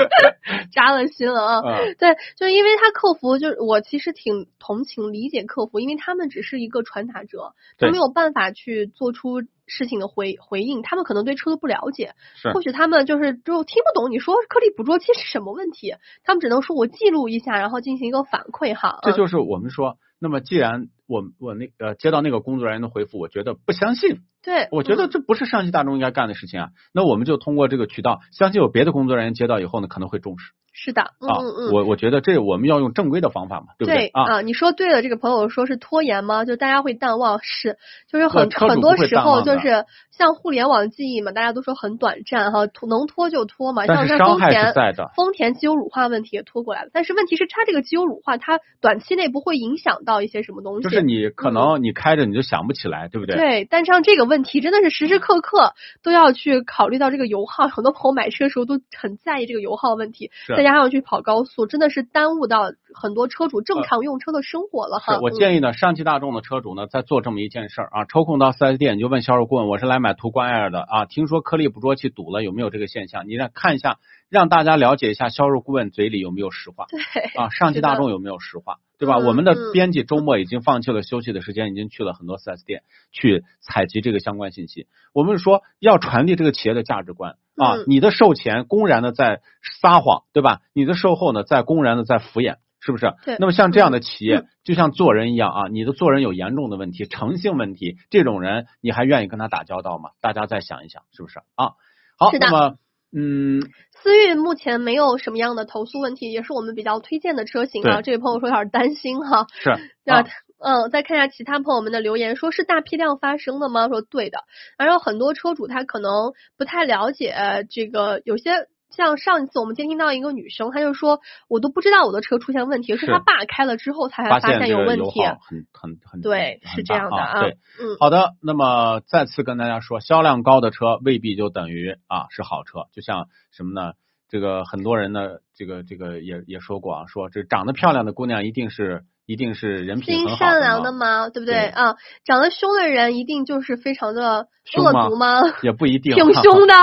[SPEAKER 3] 扎了心了啊！
[SPEAKER 2] 啊，
[SPEAKER 3] 对，就因为他客服，就是我其实挺同情理解客服，因为他们只是一个传达者，
[SPEAKER 2] 对
[SPEAKER 3] 他没有办法去做出事情的回回应，他们可能对车的不了解，
[SPEAKER 2] 是
[SPEAKER 3] 或许他们就是就听不懂你说颗粒捕捉器是什么问题，他们只能说我记录一下，然后进行一个反馈哈。嗯
[SPEAKER 2] 这就是是我们说，那么既然我我那呃接到那个工作人员的回复，我觉得不相信，
[SPEAKER 3] 对，
[SPEAKER 2] 我觉得
[SPEAKER 3] 嗯
[SPEAKER 2] 这不是上级大众应该干的事情啊。那我们就通过这个渠道，相信有别的工作人员接到以后呢，可能会重视
[SPEAKER 3] 是的，嗯
[SPEAKER 2] 啊。
[SPEAKER 3] 嗯嗯。
[SPEAKER 2] 我我觉得这我们要用正规的方法嘛，对不
[SPEAKER 3] 对呃
[SPEAKER 2] 啊？
[SPEAKER 3] 你说对了。这个朋友说是拖延吗？就大家会淡忘，是，就是很
[SPEAKER 2] 呃车主
[SPEAKER 3] 很
[SPEAKER 2] 不
[SPEAKER 3] 多
[SPEAKER 2] 会
[SPEAKER 3] 时
[SPEAKER 2] 淡
[SPEAKER 3] 候
[SPEAKER 2] 忘
[SPEAKER 3] 就
[SPEAKER 2] 的
[SPEAKER 3] 是像互联网记忆嘛，大家都说很短暂哈，拖能拖就拖嘛。
[SPEAKER 2] 但
[SPEAKER 3] 像
[SPEAKER 2] 是
[SPEAKER 3] 像
[SPEAKER 2] 伤
[SPEAKER 3] 丰
[SPEAKER 2] 害是
[SPEAKER 3] 田
[SPEAKER 2] 在的
[SPEAKER 3] 丰田机油乳化问题也拖过来了，但是问题是它这个机油乳化，它短期内不会影响到一些什么东西。
[SPEAKER 2] 就是你可能你开着你就想不起来，对不对？
[SPEAKER 3] 对，但像这个问题真的是时时刻刻都要去考虑到这个油耗，很多朋友买车的时候都很在意这个油耗问题，
[SPEAKER 2] 是
[SPEAKER 3] 再加上去跑高速，真的是耽误到很多车主正常用车的生活了哈。
[SPEAKER 2] 呃是我
[SPEAKER 3] 嗯
[SPEAKER 2] 建议呢，上汽大众的车主呢，在做这么一件事儿啊，抽空到 4S 店你就问销售顾问，我是来买途观 L 的啊，听说颗粒捕捉器堵了，有没有这个现象？你让看一下，让大家了解一下销售顾问嘴里有没有实话
[SPEAKER 3] 对。
[SPEAKER 2] 啊，上汽大众有没有实话，对吧？
[SPEAKER 3] 嗯
[SPEAKER 2] 我们的
[SPEAKER 3] 嗯
[SPEAKER 2] 编辑周末已经放弃了休息的时间，已经去了很多 4S 店去采集这个相关信息。我们说要传递这个企业的价值观啊
[SPEAKER 3] 嗯，
[SPEAKER 2] 你的售前公然的在撒谎，对吧？你的售后呢，在公然的在敷衍，是不是
[SPEAKER 3] 对？
[SPEAKER 2] 那么像这样的
[SPEAKER 3] 嗯
[SPEAKER 2] 企业，就像做人一样啊，你的做人有严重的问题、诚信问题，这种人你还愿意跟他打交道吗？大家再想一想，是不是啊？好，
[SPEAKER 3] 是的
[SPEAKER 2] 那么嗯，
[SPEAKER 3] 思域目前没有什么样的投诉问题，也是我们比较推荐的车型啊。
[SPEAKER 2] 对
[SPEAKER 3] 这位朋友说有点担心哈、
[SPEAKER 2] 是
[SPEAKER 3] 那、
[SPEAKER 2] 啊，
[SPEAKER 3] 嗯，再看一下其他朋友们的留言，说是大批量发生的吗？说对的。然后很多车主他可能不太了解呃这个，有些像上一次我们接听到一个女生，她就说我都不知道我的车出现问题，是
[SPEAKER 2] 是
[SPEAKER 3] 她爸开了之后才
[SPEAKER 2] 发
[SPEAKER 3] 发
[SPEAKER 2] 现这
[SPEAKER 3] 现有
[SPEAKER 2] 个
[SPEAKER 3] 问
[SPEAKER 2] 油
[SPEAKER 3] 题。
[SPEAKER 2] 耗很很很
[SPEAKER 3] 对，
[SPEAKER 2] 很
[SPEAKER 3] 是这
[SPEAKER 2] 大
[SPEAKER 3] 样的
[SPEAKER 2] 啊，对。
[SPEAKER 3] 嗯，
[SPEAKER 2] 好的，那么再次跟大家说，销量高的车未必就等于啊是好车，就像什么呢？这个很多人呢，这个这个也也说过啊，说这长得漂亮的姑娘一定是一定是人品
[SPEAKER 3] 心
[SPEAKER 2] 很好
[SPEAKER 3] 善良
[SPEAKER 2] 的
[SPEAKER 3] 的
[SPEAKER 2] 吗？
[SPEAKER 3] 吗？对不
[SPEAKER 2] 对
[SPEAKER 3] 对啊？长得凶的人一定就是非常的
[SPEAKER 2] 凶吗
[SPEAKER 3] 恶毒吗？
[SPEAKER 2] 也不一定，
[SPEAKER 3] 挺 凶的，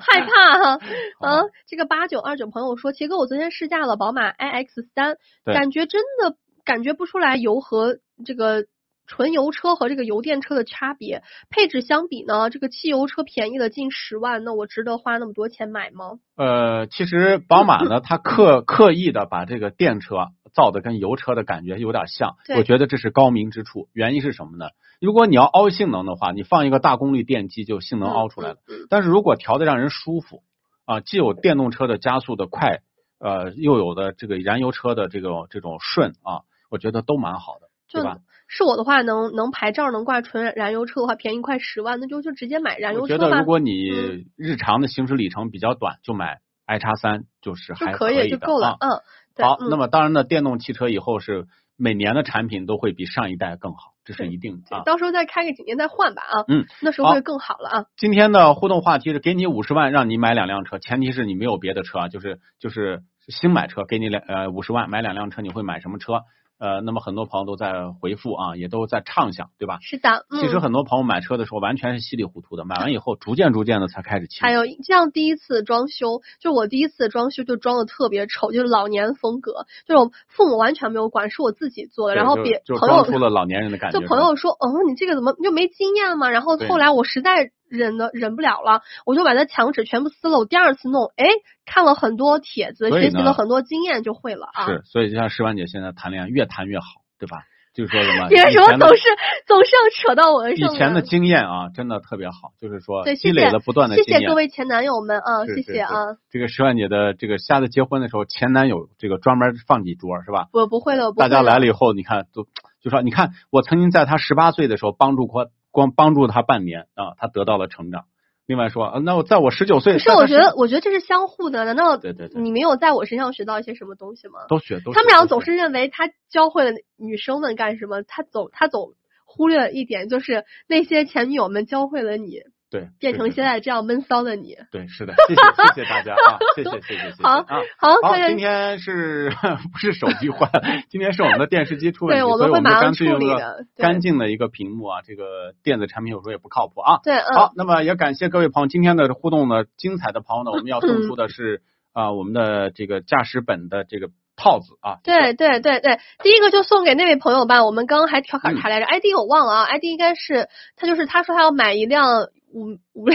[SPEAKER 3] 害怕哈。
[SPEAKER 2] 好
[SPEAKER 3] 啊，这个八九二九朋友说，杰哥，我昨天试驾了宝马 iX 三，
[SPEAKER 2] 对
[SPEAKER 3] 感觉真的感觉不出来油和这个纯油车和这个油电车的差别。配置相比呢，这个汽油车便宜了近十万，那我值得花那么多钱买吗？
[SPEAKER 2] 呃，其实宝马呢，它刻刻意的把这个电车造的跟油车的感觉有点像，
[SPEAKER 3] 对
[SPEAKER 2] 我觉得这是高明之处。原因是什么呢？如果你要凹性能的话，你放一个大功率电机就性能凹出来了。
[SPEAKER 3] 嗯
[SPEAKER 2] 但是如果调的让人舒服啊，既有电动车的加速的快，呃，又有的这个燃油车的这种这种顺啊，我觉得都蛮好的，
[SPEAKER 3] 就
[SPEAKER 2] 对吧？
[SPEAKER 3] 是我的话，能能牌照能挂纯燃油车的话，便宜快十万，那就就直接买燃油
[SPEAKER 2] 我觉
[SPEAKER 3] 车
[SPEAKER 2] 得
[SPEAKER 3] 吧
[SPEAKER 2] 如。果你
[SPEAKER 3] 嗯
[SPEAKER 2] 日常的行驶里程比较短，就买 i 叉三就是
[SPEAKER 3] 就
[SPEAKER 2] 还
[SPEAKER 3] 可
[SPEAKER 2] 以
[SPEAKER 3] 以
[SPEAKER 2] 的
[SPEAKER 3] 就够
[SPEAKER 2] 啊
[SPEAKER 3] 了，嗯，对，
[SPEAKER 2] 好，
[SPEAKER 3] 嗯
[SPEAKER 2] 那么当然呢，电动汽车以后是每年的产品都会比上一代更好，这是一定的
[SPEAKER 3] 对
[SPEAKER 2] 啊。
[SPEAKER 3] 到时候再开个几年再换吧啊，
[SPEAKER 2] 嗯，
[SPEAKER 3] 那时候
[SPEAKER 2] 好
[SPEAKER 3] 会更好了啊，
[SPEAKER 2] 今天的互动话题是给你五十万让你买两辆车，前提是你没有别的车啊，就是就是新买车给你两呃五十万买两辆车，你会买什么车？呃，那么很多朋友都在回复啊，也都在畅想，对吧？
[SPEAKER 3] 是的，嗯。
[SPEAKER 2] 其实很多朋友买车的时候完全是稀里糊涂的，买完以后逐渐逐渐的才开始骑。
[SPEAKER 3] 还有像第一次装修，就我第一次装修就装的特别丑，就是老年风格，就是我父母完全没有管，是我自己做的。
[SPEAKER 2] 对
[SPEAKER 3] 然后
[SPEAKER 2] 就
[SPEAKER 3] 别
[SPEAKER 2] 就
[SPEAKER 3] 朋
[SPEAKER 2] 装
[SPEAKER 3] 友
[SPEAKER 2] 出了老年人的感觉。
[SPEAKER 3] 就朋友说，嗯，你这个怎么就没经验嘛？然后
[SPEAKER 2] 对
[SPEAKER 3] 后来我实在忍的忍不了了，我就把那墙纸全部撕了。我第二次弄，哎，看了很多帖子，
[SPEAKER 2] 所以
[SPEAKER 3] 学习
[SPEAKER 2] 呢
[SPEAKER 3] 了很多经验就会了啊。
[SPEAKER 2] 是，所以就像石婉姐现在谈恋爱越谈越好，对吧？就是说 什么？
[SPEAKER 3] 你为什么
[SPEAKER 2] 啊以前的
[SPEAKER 3] 总是总是要扯到我
[SPEAKER 2] 以
[SPEAKER 3] 上面？
[SPEAKER 2] 前的经验啊，真的特别好，就是说
[SPEAKER 3] 对，
[SPEAKER 2] 积
[SPEAKER 3] 谢
[SPEAKER 2] 累
[SPEAKER 3] 谢
[SPEAKER 2] 了不断的
[SPEAKER 3] 谢
[SPEAKER 2] 经验。
[SPEAKER 3] 谢各位前男友们啊，
[SPEAKER 2] 是
[SPEAKER 3] 谢
[SPEAKER 2] 是
[SPEAKER 3] 谢啊。
[SPEAKER 2] 是这个石万姐的这个下次结婚的时候，前男友这个专门放几桌是吧？
[SPEAKER 3] 我不会的，我不
[SPEAKER 2] 大
[SPEAKER 3] 会
[SPEAKER 2] 家
[SPEAKER 3] 的
[SPEAKER 2] 来了以后，你看都就说，你看我曾经在他十八岁的时候帮助过，光帮助他半年啊，他得到了成长。另外说，啊那我在我十九岁，
[SPEAKER 3] 可是
[SPEAKER 2] 在他
[SPEAKER 3] 我觉
[SPEAKER 2] 19
[SPEAKER 3] 得，我觉得这是相互的。难道
[SPEAKER 2] 对对对
[SPEAKER 3] 你没有在我身上学到一些什么东西吗？
[SPEAKER 2] 都学都学
[SPEAKER 3] 他们俩
[SPEAKER 2] 都
[SPEAKER 3] 总
[SPEAKER 2] 学
[SPEAKER 3] 是认为他教会了女生们干什么，他总他总忽略了一点，就是那些前女友们教会了你，
[SPEAKER 2] 对
[SPEAKER 3] 变成
[SPEAKER 2] 是的
[SPEAKER 3] 现在这样闷骚的你。
[SPEAKER 2] 对是的，谢谢谢谢大家啊，谢谢谢谢谢谢
[SPEAKER 3] 好
[SPEAKER 2] 啊。
[SPEAKER 3] 好，
[SPEAKER 2] 好，
[SPEAKER 3] 看
[SPEAKER 2] 今天是不是手机坏了？今天是我们的电视机出问题，
[SPEAKER 3] 对我
[SPEAKER 2] 所以
[SPEAKER 3] 们
[SPEAKER 2] 我
[SPEAKER 3] 会
[SPEAKER 2] 们
[SPEAKER 3] 马
[SPEAKER 2] 就
[SPEAKER 3] 上
[SPEAKER 2] 干
[SPEAKER 3] 处
[SPEAKER 2] 脆用
[SPEAKER 3] 理
[SPEAKER 2] 个
[SPEAKER 3] 的。对
[SPEAKER 2] 干净的一个屏幕啊，这个电子产品有时候也不靠谱啊。
[SPEAKER 3] 对，嗯，
[SPEAKER 2] 好，那么也感谢各位朋友今天的 互动呢，精彩的朋友呢，我们要送出的是啊、我们的这个驾驶本的这个套子啊。
[SPEAKER 3] 对对对对，第一个就送给那位朋友吧，我们刚刚还
[SPEAKER 2] 嗯
[SPEAKER 3] 调侃他来着、i d 我忘了啊，ID 应该是他就是他说他要买一辆五五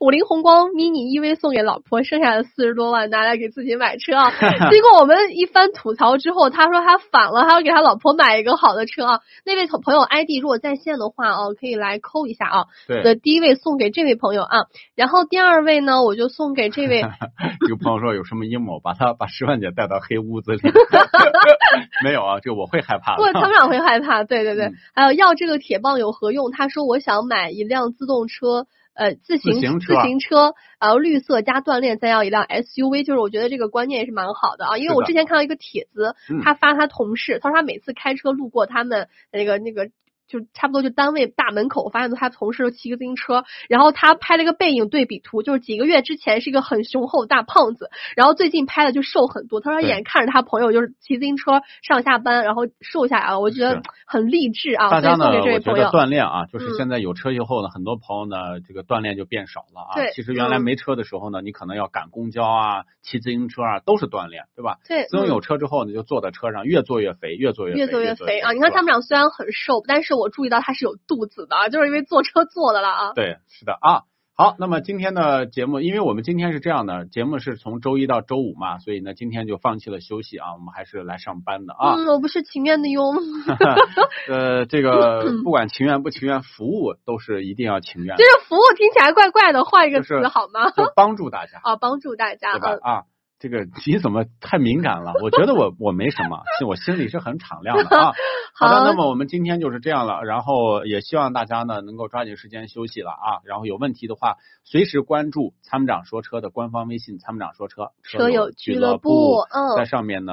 [SPEAKER 3] 五菱宏光 mini EV 送给老婆，剩下的四十多万拿来给自己买车 啊。结果我们一番吐槽之后，他说他反了，他要给他老婆买一个好的车啊。那位朋友 ID 如果在线的话哦、可以来扣一下啊。
[SPEAKER 2] 对，
[SPEAKER 3] 的第一位送给这位朋友啊，然后第二位呢，我就送给这位
[SPEAKER 2] 有朋友说有什么阴谋，把他把石万姐带到黑屋子里。 没有啊，这我会害怕
[SPEAKER 3] 不，参谋
[SPEAKER 2] 的。
[SPEAKER 3] 长会害怕。对对对
[SPEAKER 2] 嗯，
[SPEAKER 3] 还有要这个铁棒有何用？他说我想买一辆自动车，呃，自行
[SPEAKER 2] 自行车
[SPEAKER 3] 自行车，然后绿色加锻炼，再要一辆 SUV。就是我觉得这个观念也是蛮好的啊，因为
[SPEAKER 2] 是
[SPEAKER 3] 我
[SPEAKER 2] 的
[SPEAKER 3] 之前看到一个帖子
[SPEAKER 2] 嗯，
[SPEAKER 3] 他发他同事，他说他每次开车路过他们那个那个。就差不多就单位大门口，发现他同事都骑个自行车，然后他拍了个背影对比图，就是几个月之前是一个很雄厚大胖子，然后最近拍的就瘦很多。他说
[SPEAKER 2] 对
[SPEAKER 3] 眼看着他朋友就是骑自行车上下班，然后瘦下来啊，我觉
[SPEAKER 2] 是
[SPEAKER 3] 得很励志啊，
[SPEAKER 2] 大
[SPEAKER 3] 所以
[SPEAKER 2] 家
[SPEAKER 3] 送
[SPEAKER 2] 呢，
[SPEAKER 3] 给这位
[SPEAKER 2] 我觉
[SPEAKER 3] 朋
[SPEAKER 2] 得
[SPEAKER 3] 友。
[SPEAKER 2] 锻炼啊，就
[SPEAKER 3] 嗯
[SPEAKER 2] 是现在有车以后呢，很多朋友呢，这个锻炼就变少了啊
[SPEAKER 3] 对。
[SPEAKER 2] 其实原来
[SPEAKER 3] 嗯
[SPEAKER 2] 没车的时候呢，你可能要赶公交啊、骑自行车啊，都是锻炼，对吧？
[SPEAKER 3] 对，
[SPEAKER 2] 自从
[SPEAKER 3] 嗯
[SPEAKER 2] 有车之后呢，就坐在车上，越坐越肥，越坐越肥，
[SPEAKER 3] 越做
[SPEAKER 2] 越
[SPEAKER 3] 越肥啊！你
[SPEAKER 2] 是
[SPEAKER 3] 看
[SPEAKER 2] 吧
[SPEAKER 3] 参谋长虽然很瘦，但是我注意到他是有肚子的，啊，就是因为坐车坐的了啊。
[SPEAKER 2] 对，是的啊。好，那么今天的节目，因为我们今天是这样的，节目是从周一到周五嘛，所以呢，今天就放弃了休息啊，我们还是来上班的啊。
[SPEAKER 3] 嗯，我不是情愿的哟，就
[SPEAKER 2] 呃，这个不管情愿不情愿，服务都是一定要情 愿的，
[SPEAKER 3] 是服务听起来怪怪的，换一个
[SPEAKER 2] 就
[SPEAKER 3] 词
[SPEAKER 2] 是
[SPEAKER 3] 好吗？
[SPEAKER 2] 就帮助大家，
[SPEAKER 3] 啊，帮助大家
[SPEAKER 2] 对吧
[SPEAKER 3] 啊，？
[SPEAKER 2] 啊，这个你怎么太敏感了？我觉得我我没什么，其实我心里是很敞亮的 啊。好的，那么我们今天就是这样了，然后也希望大家呢能够抓紧时间休息了啊，然后有问题的话随时关注参谋长说车的官方微信“参谋长说车”
[SPEAKER 3] 车友俱
[SPEAKER 2] 乐
[SPEAKER 3] 乐部，嗯，
[SPEAKER 2] 在上面呢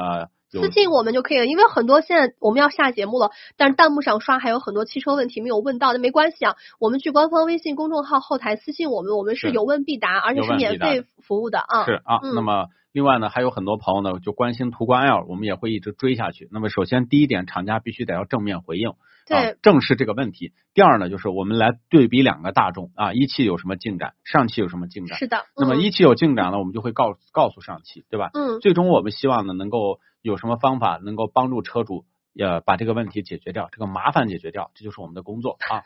[SPEAKER 2] 有
[SPEAKER 3] 私信我们就可以了，因为很多现在我们要下节目了，但是弹幕上刷还有很多汽车问题没有问到，那没关系啊，我们去官方微信公众号后台私信我们，我们是
[SPEAKER 2] 是
[SPEAKER 3] 有问必答，而且
[SPEAKER 2] 有
[SPEAKER 3] 是
[SPEAKER 2] 问
[SPEAKER 3] 免
[SPEAKER 2] 必答
[SPEAKER 3] 费服务的啊。
[SPEAKER 2] 是啊，
[SPEAKER 3] 嗯
[SPEAKER 2] 那么另外呢，还有很多朋友呢就关心途观 L，我们也会一直追下去。那么首先第一点，厂家必须得要正面回应，啊
[SPEAKER 3] 对，
[SPEAKER 2] 正视这个问题。第二呢，就是我们来对比两个大众啊，一汽有什么进展，上汽有什么进展。
[SPEAKER 3] 是的。
[SPEAKER 2] 那么
[SPEAKER 3] 嗯
[SPEAKER 2] 一汽有进展了，我们就会告告诉上汽，对吧？
[SPEAKER 3] 嗯，
[SPEAKER 2] 最终我们希望呢，能够有什么方法能够帮助车主。呃，把这个问题解决掉，这个麻烦解决掉，这就是我们的工作 啊！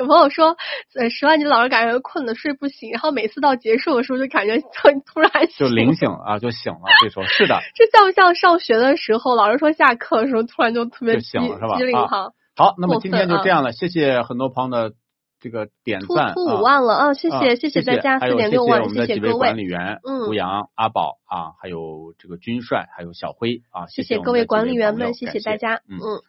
[SPEAKER 3] 有 朋友说，呃，十万级老是感觉困了睡不醒，然后每次到结束的时候就感觉突 突然
[SPEAKER 2] 就
[SPEAKER 3] 醒
[SPEAKER 2] 灵醒啊，就醒了。这时候是的，
[SPEAKER 3] 这像不像上学的时候，老师说下课的时候突然就特别
[SPEAKER 2] 就
[SPEAKER 3] 机
[SPEAKER 2] 醒了是吧
[SPEAKER 3] 机灵
[SPEAKER 2] 啊
[SPEAKER 3] 哈，
[SPEAKER 2] 好，那么
[SPEAKER 3] 过
[SPEAKER 2] 今
[SPEAKER 3] 分
[SPEAKER 2] 天就
[SPEAKER 3] 啊
[SPEAKER 2] 这样了，谢谢很多朋友的这个点
[SPEAKER 3] 突
[SPEAKER 2] 赞，
[SPEAKER 3] 突五
[SPEAKER 2] 啊
[SPEAKER 3] 万了啊！谢
[SPEAKER 2] 啊
[SPEAKER 3] 谢谢
[SPEAKER 2] 谢
[SPEAKER 3] 大家
[SPEAKER 2] 还
[SPEAKER 3] 四
[SPEAKER 2] 有
[SPEAKER 3] 点六
[SPEAKER 2] 我
[SPEAKER 3] 万，
[SPEAKER 2] 们
[SPEAKER 3] 谢
[SPEAKER 2] 的
[SPEAKER 3] 谢
[SPEAKER 2] 几位
[SPEAKER 3] 各位
[SPEAKER 2] 管理。员，
[SPEAKER 3] 嗯
[SPEAKER 2] 吴阳、阿宝啊，还有这个军帅，还有小辉啊，
[SPEAKER 3] 谢
[SPEAKER 2] 谢
[SPEAKER 3] 各位管理员们，
[SPEAKER 2] 们，
[SPEAKER 3] 谢
[SPEAKER 2] 感
[SPEAKER 3] 谢大家。
[SPEAKER 2] 嗯，
[SPEAKER 3] 嗯，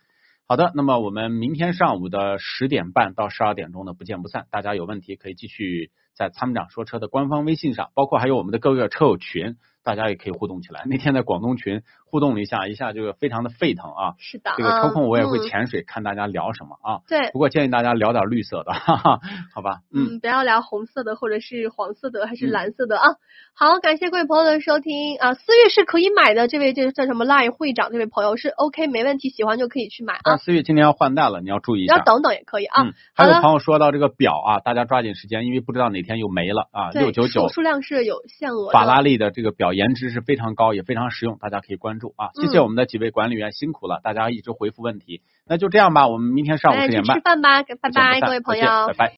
[SPEAKER 2] 好的，那么我们明天上午的十点半到十二点钟呢，不见不散。大家有问题可以继续在参谋长说车的官方微信上，包括还有我们的各个车友群，大家也可以互动起
[SPEAKER 3] 嗯
[SPEAKER 2] 来。那天在广东群互动了一下，一下就非常的沸腾啊。
[SPEAKER 3] 是的啊。
[SPEAKER 2] 这个抽空我也会
[SPEAKER 3] 嗯
[SPEAKER 2] 潜水看大家聊什么啊。
[SPEAKER 3] 对
[SPEAKER 2] 不，过建议大家聊点绿色的， 哈哈，好吧？嗯，
[SPEAKER 3] 嗯，不要聊红色的，或者是黄色的，还是
[SPEAKER 2] 嗯
[SPEAKER 3] 蓝色的啊。好，感谢各位朋友的收听啊。四月是可以买的，这位这叫什么 Line 会长这位朋友是 OK 没问题，喜欢就可以去买
[SPEAKER 2] 但
[SPEAKER 3] 啊。
[SPEAKER 2] 思域今天要换代了，你要注意一下。
[SPEAKER 3] 要等等也可以啊。
[SPEAKER 2] 嗯，还有
[SPEAKER 3] 好了
[SPEAKER 2] 朋友说到这个表啊，大家抓紧时间，因为不知道哪天又没了啊。
[SPEAKER 3] 对，
[SPEAKER 2] 六九九
[SPEAKER 3] 数数量是有限额的。
[SPEAKER 2] 法拉利的这个表颜值是非常高，也非常实用，大家可以关注啊。谢谢
[SPEAKER 3] 嗯
[SPEAKER 2] 我们的几位管理员辛苦了，大家一直回复问题。那就这样吧，我们明天上午
[SPEAKER 3] 哎
[SPEAKER 2] 十点
[SPEAKER 3] 去吃
[SPEAKER 2] 半，
[SPEAKER 3] 饭吧，拜
[SPEAKER 2] 不见不
[SPEAKER 3] 拜，
[SPEAKER 2] 散
[SPEAKER 3] 各位朋
[SPEAKER 2] 再见
[SPEAKER 3] 友
[SPEAKER 2] 拜。拜。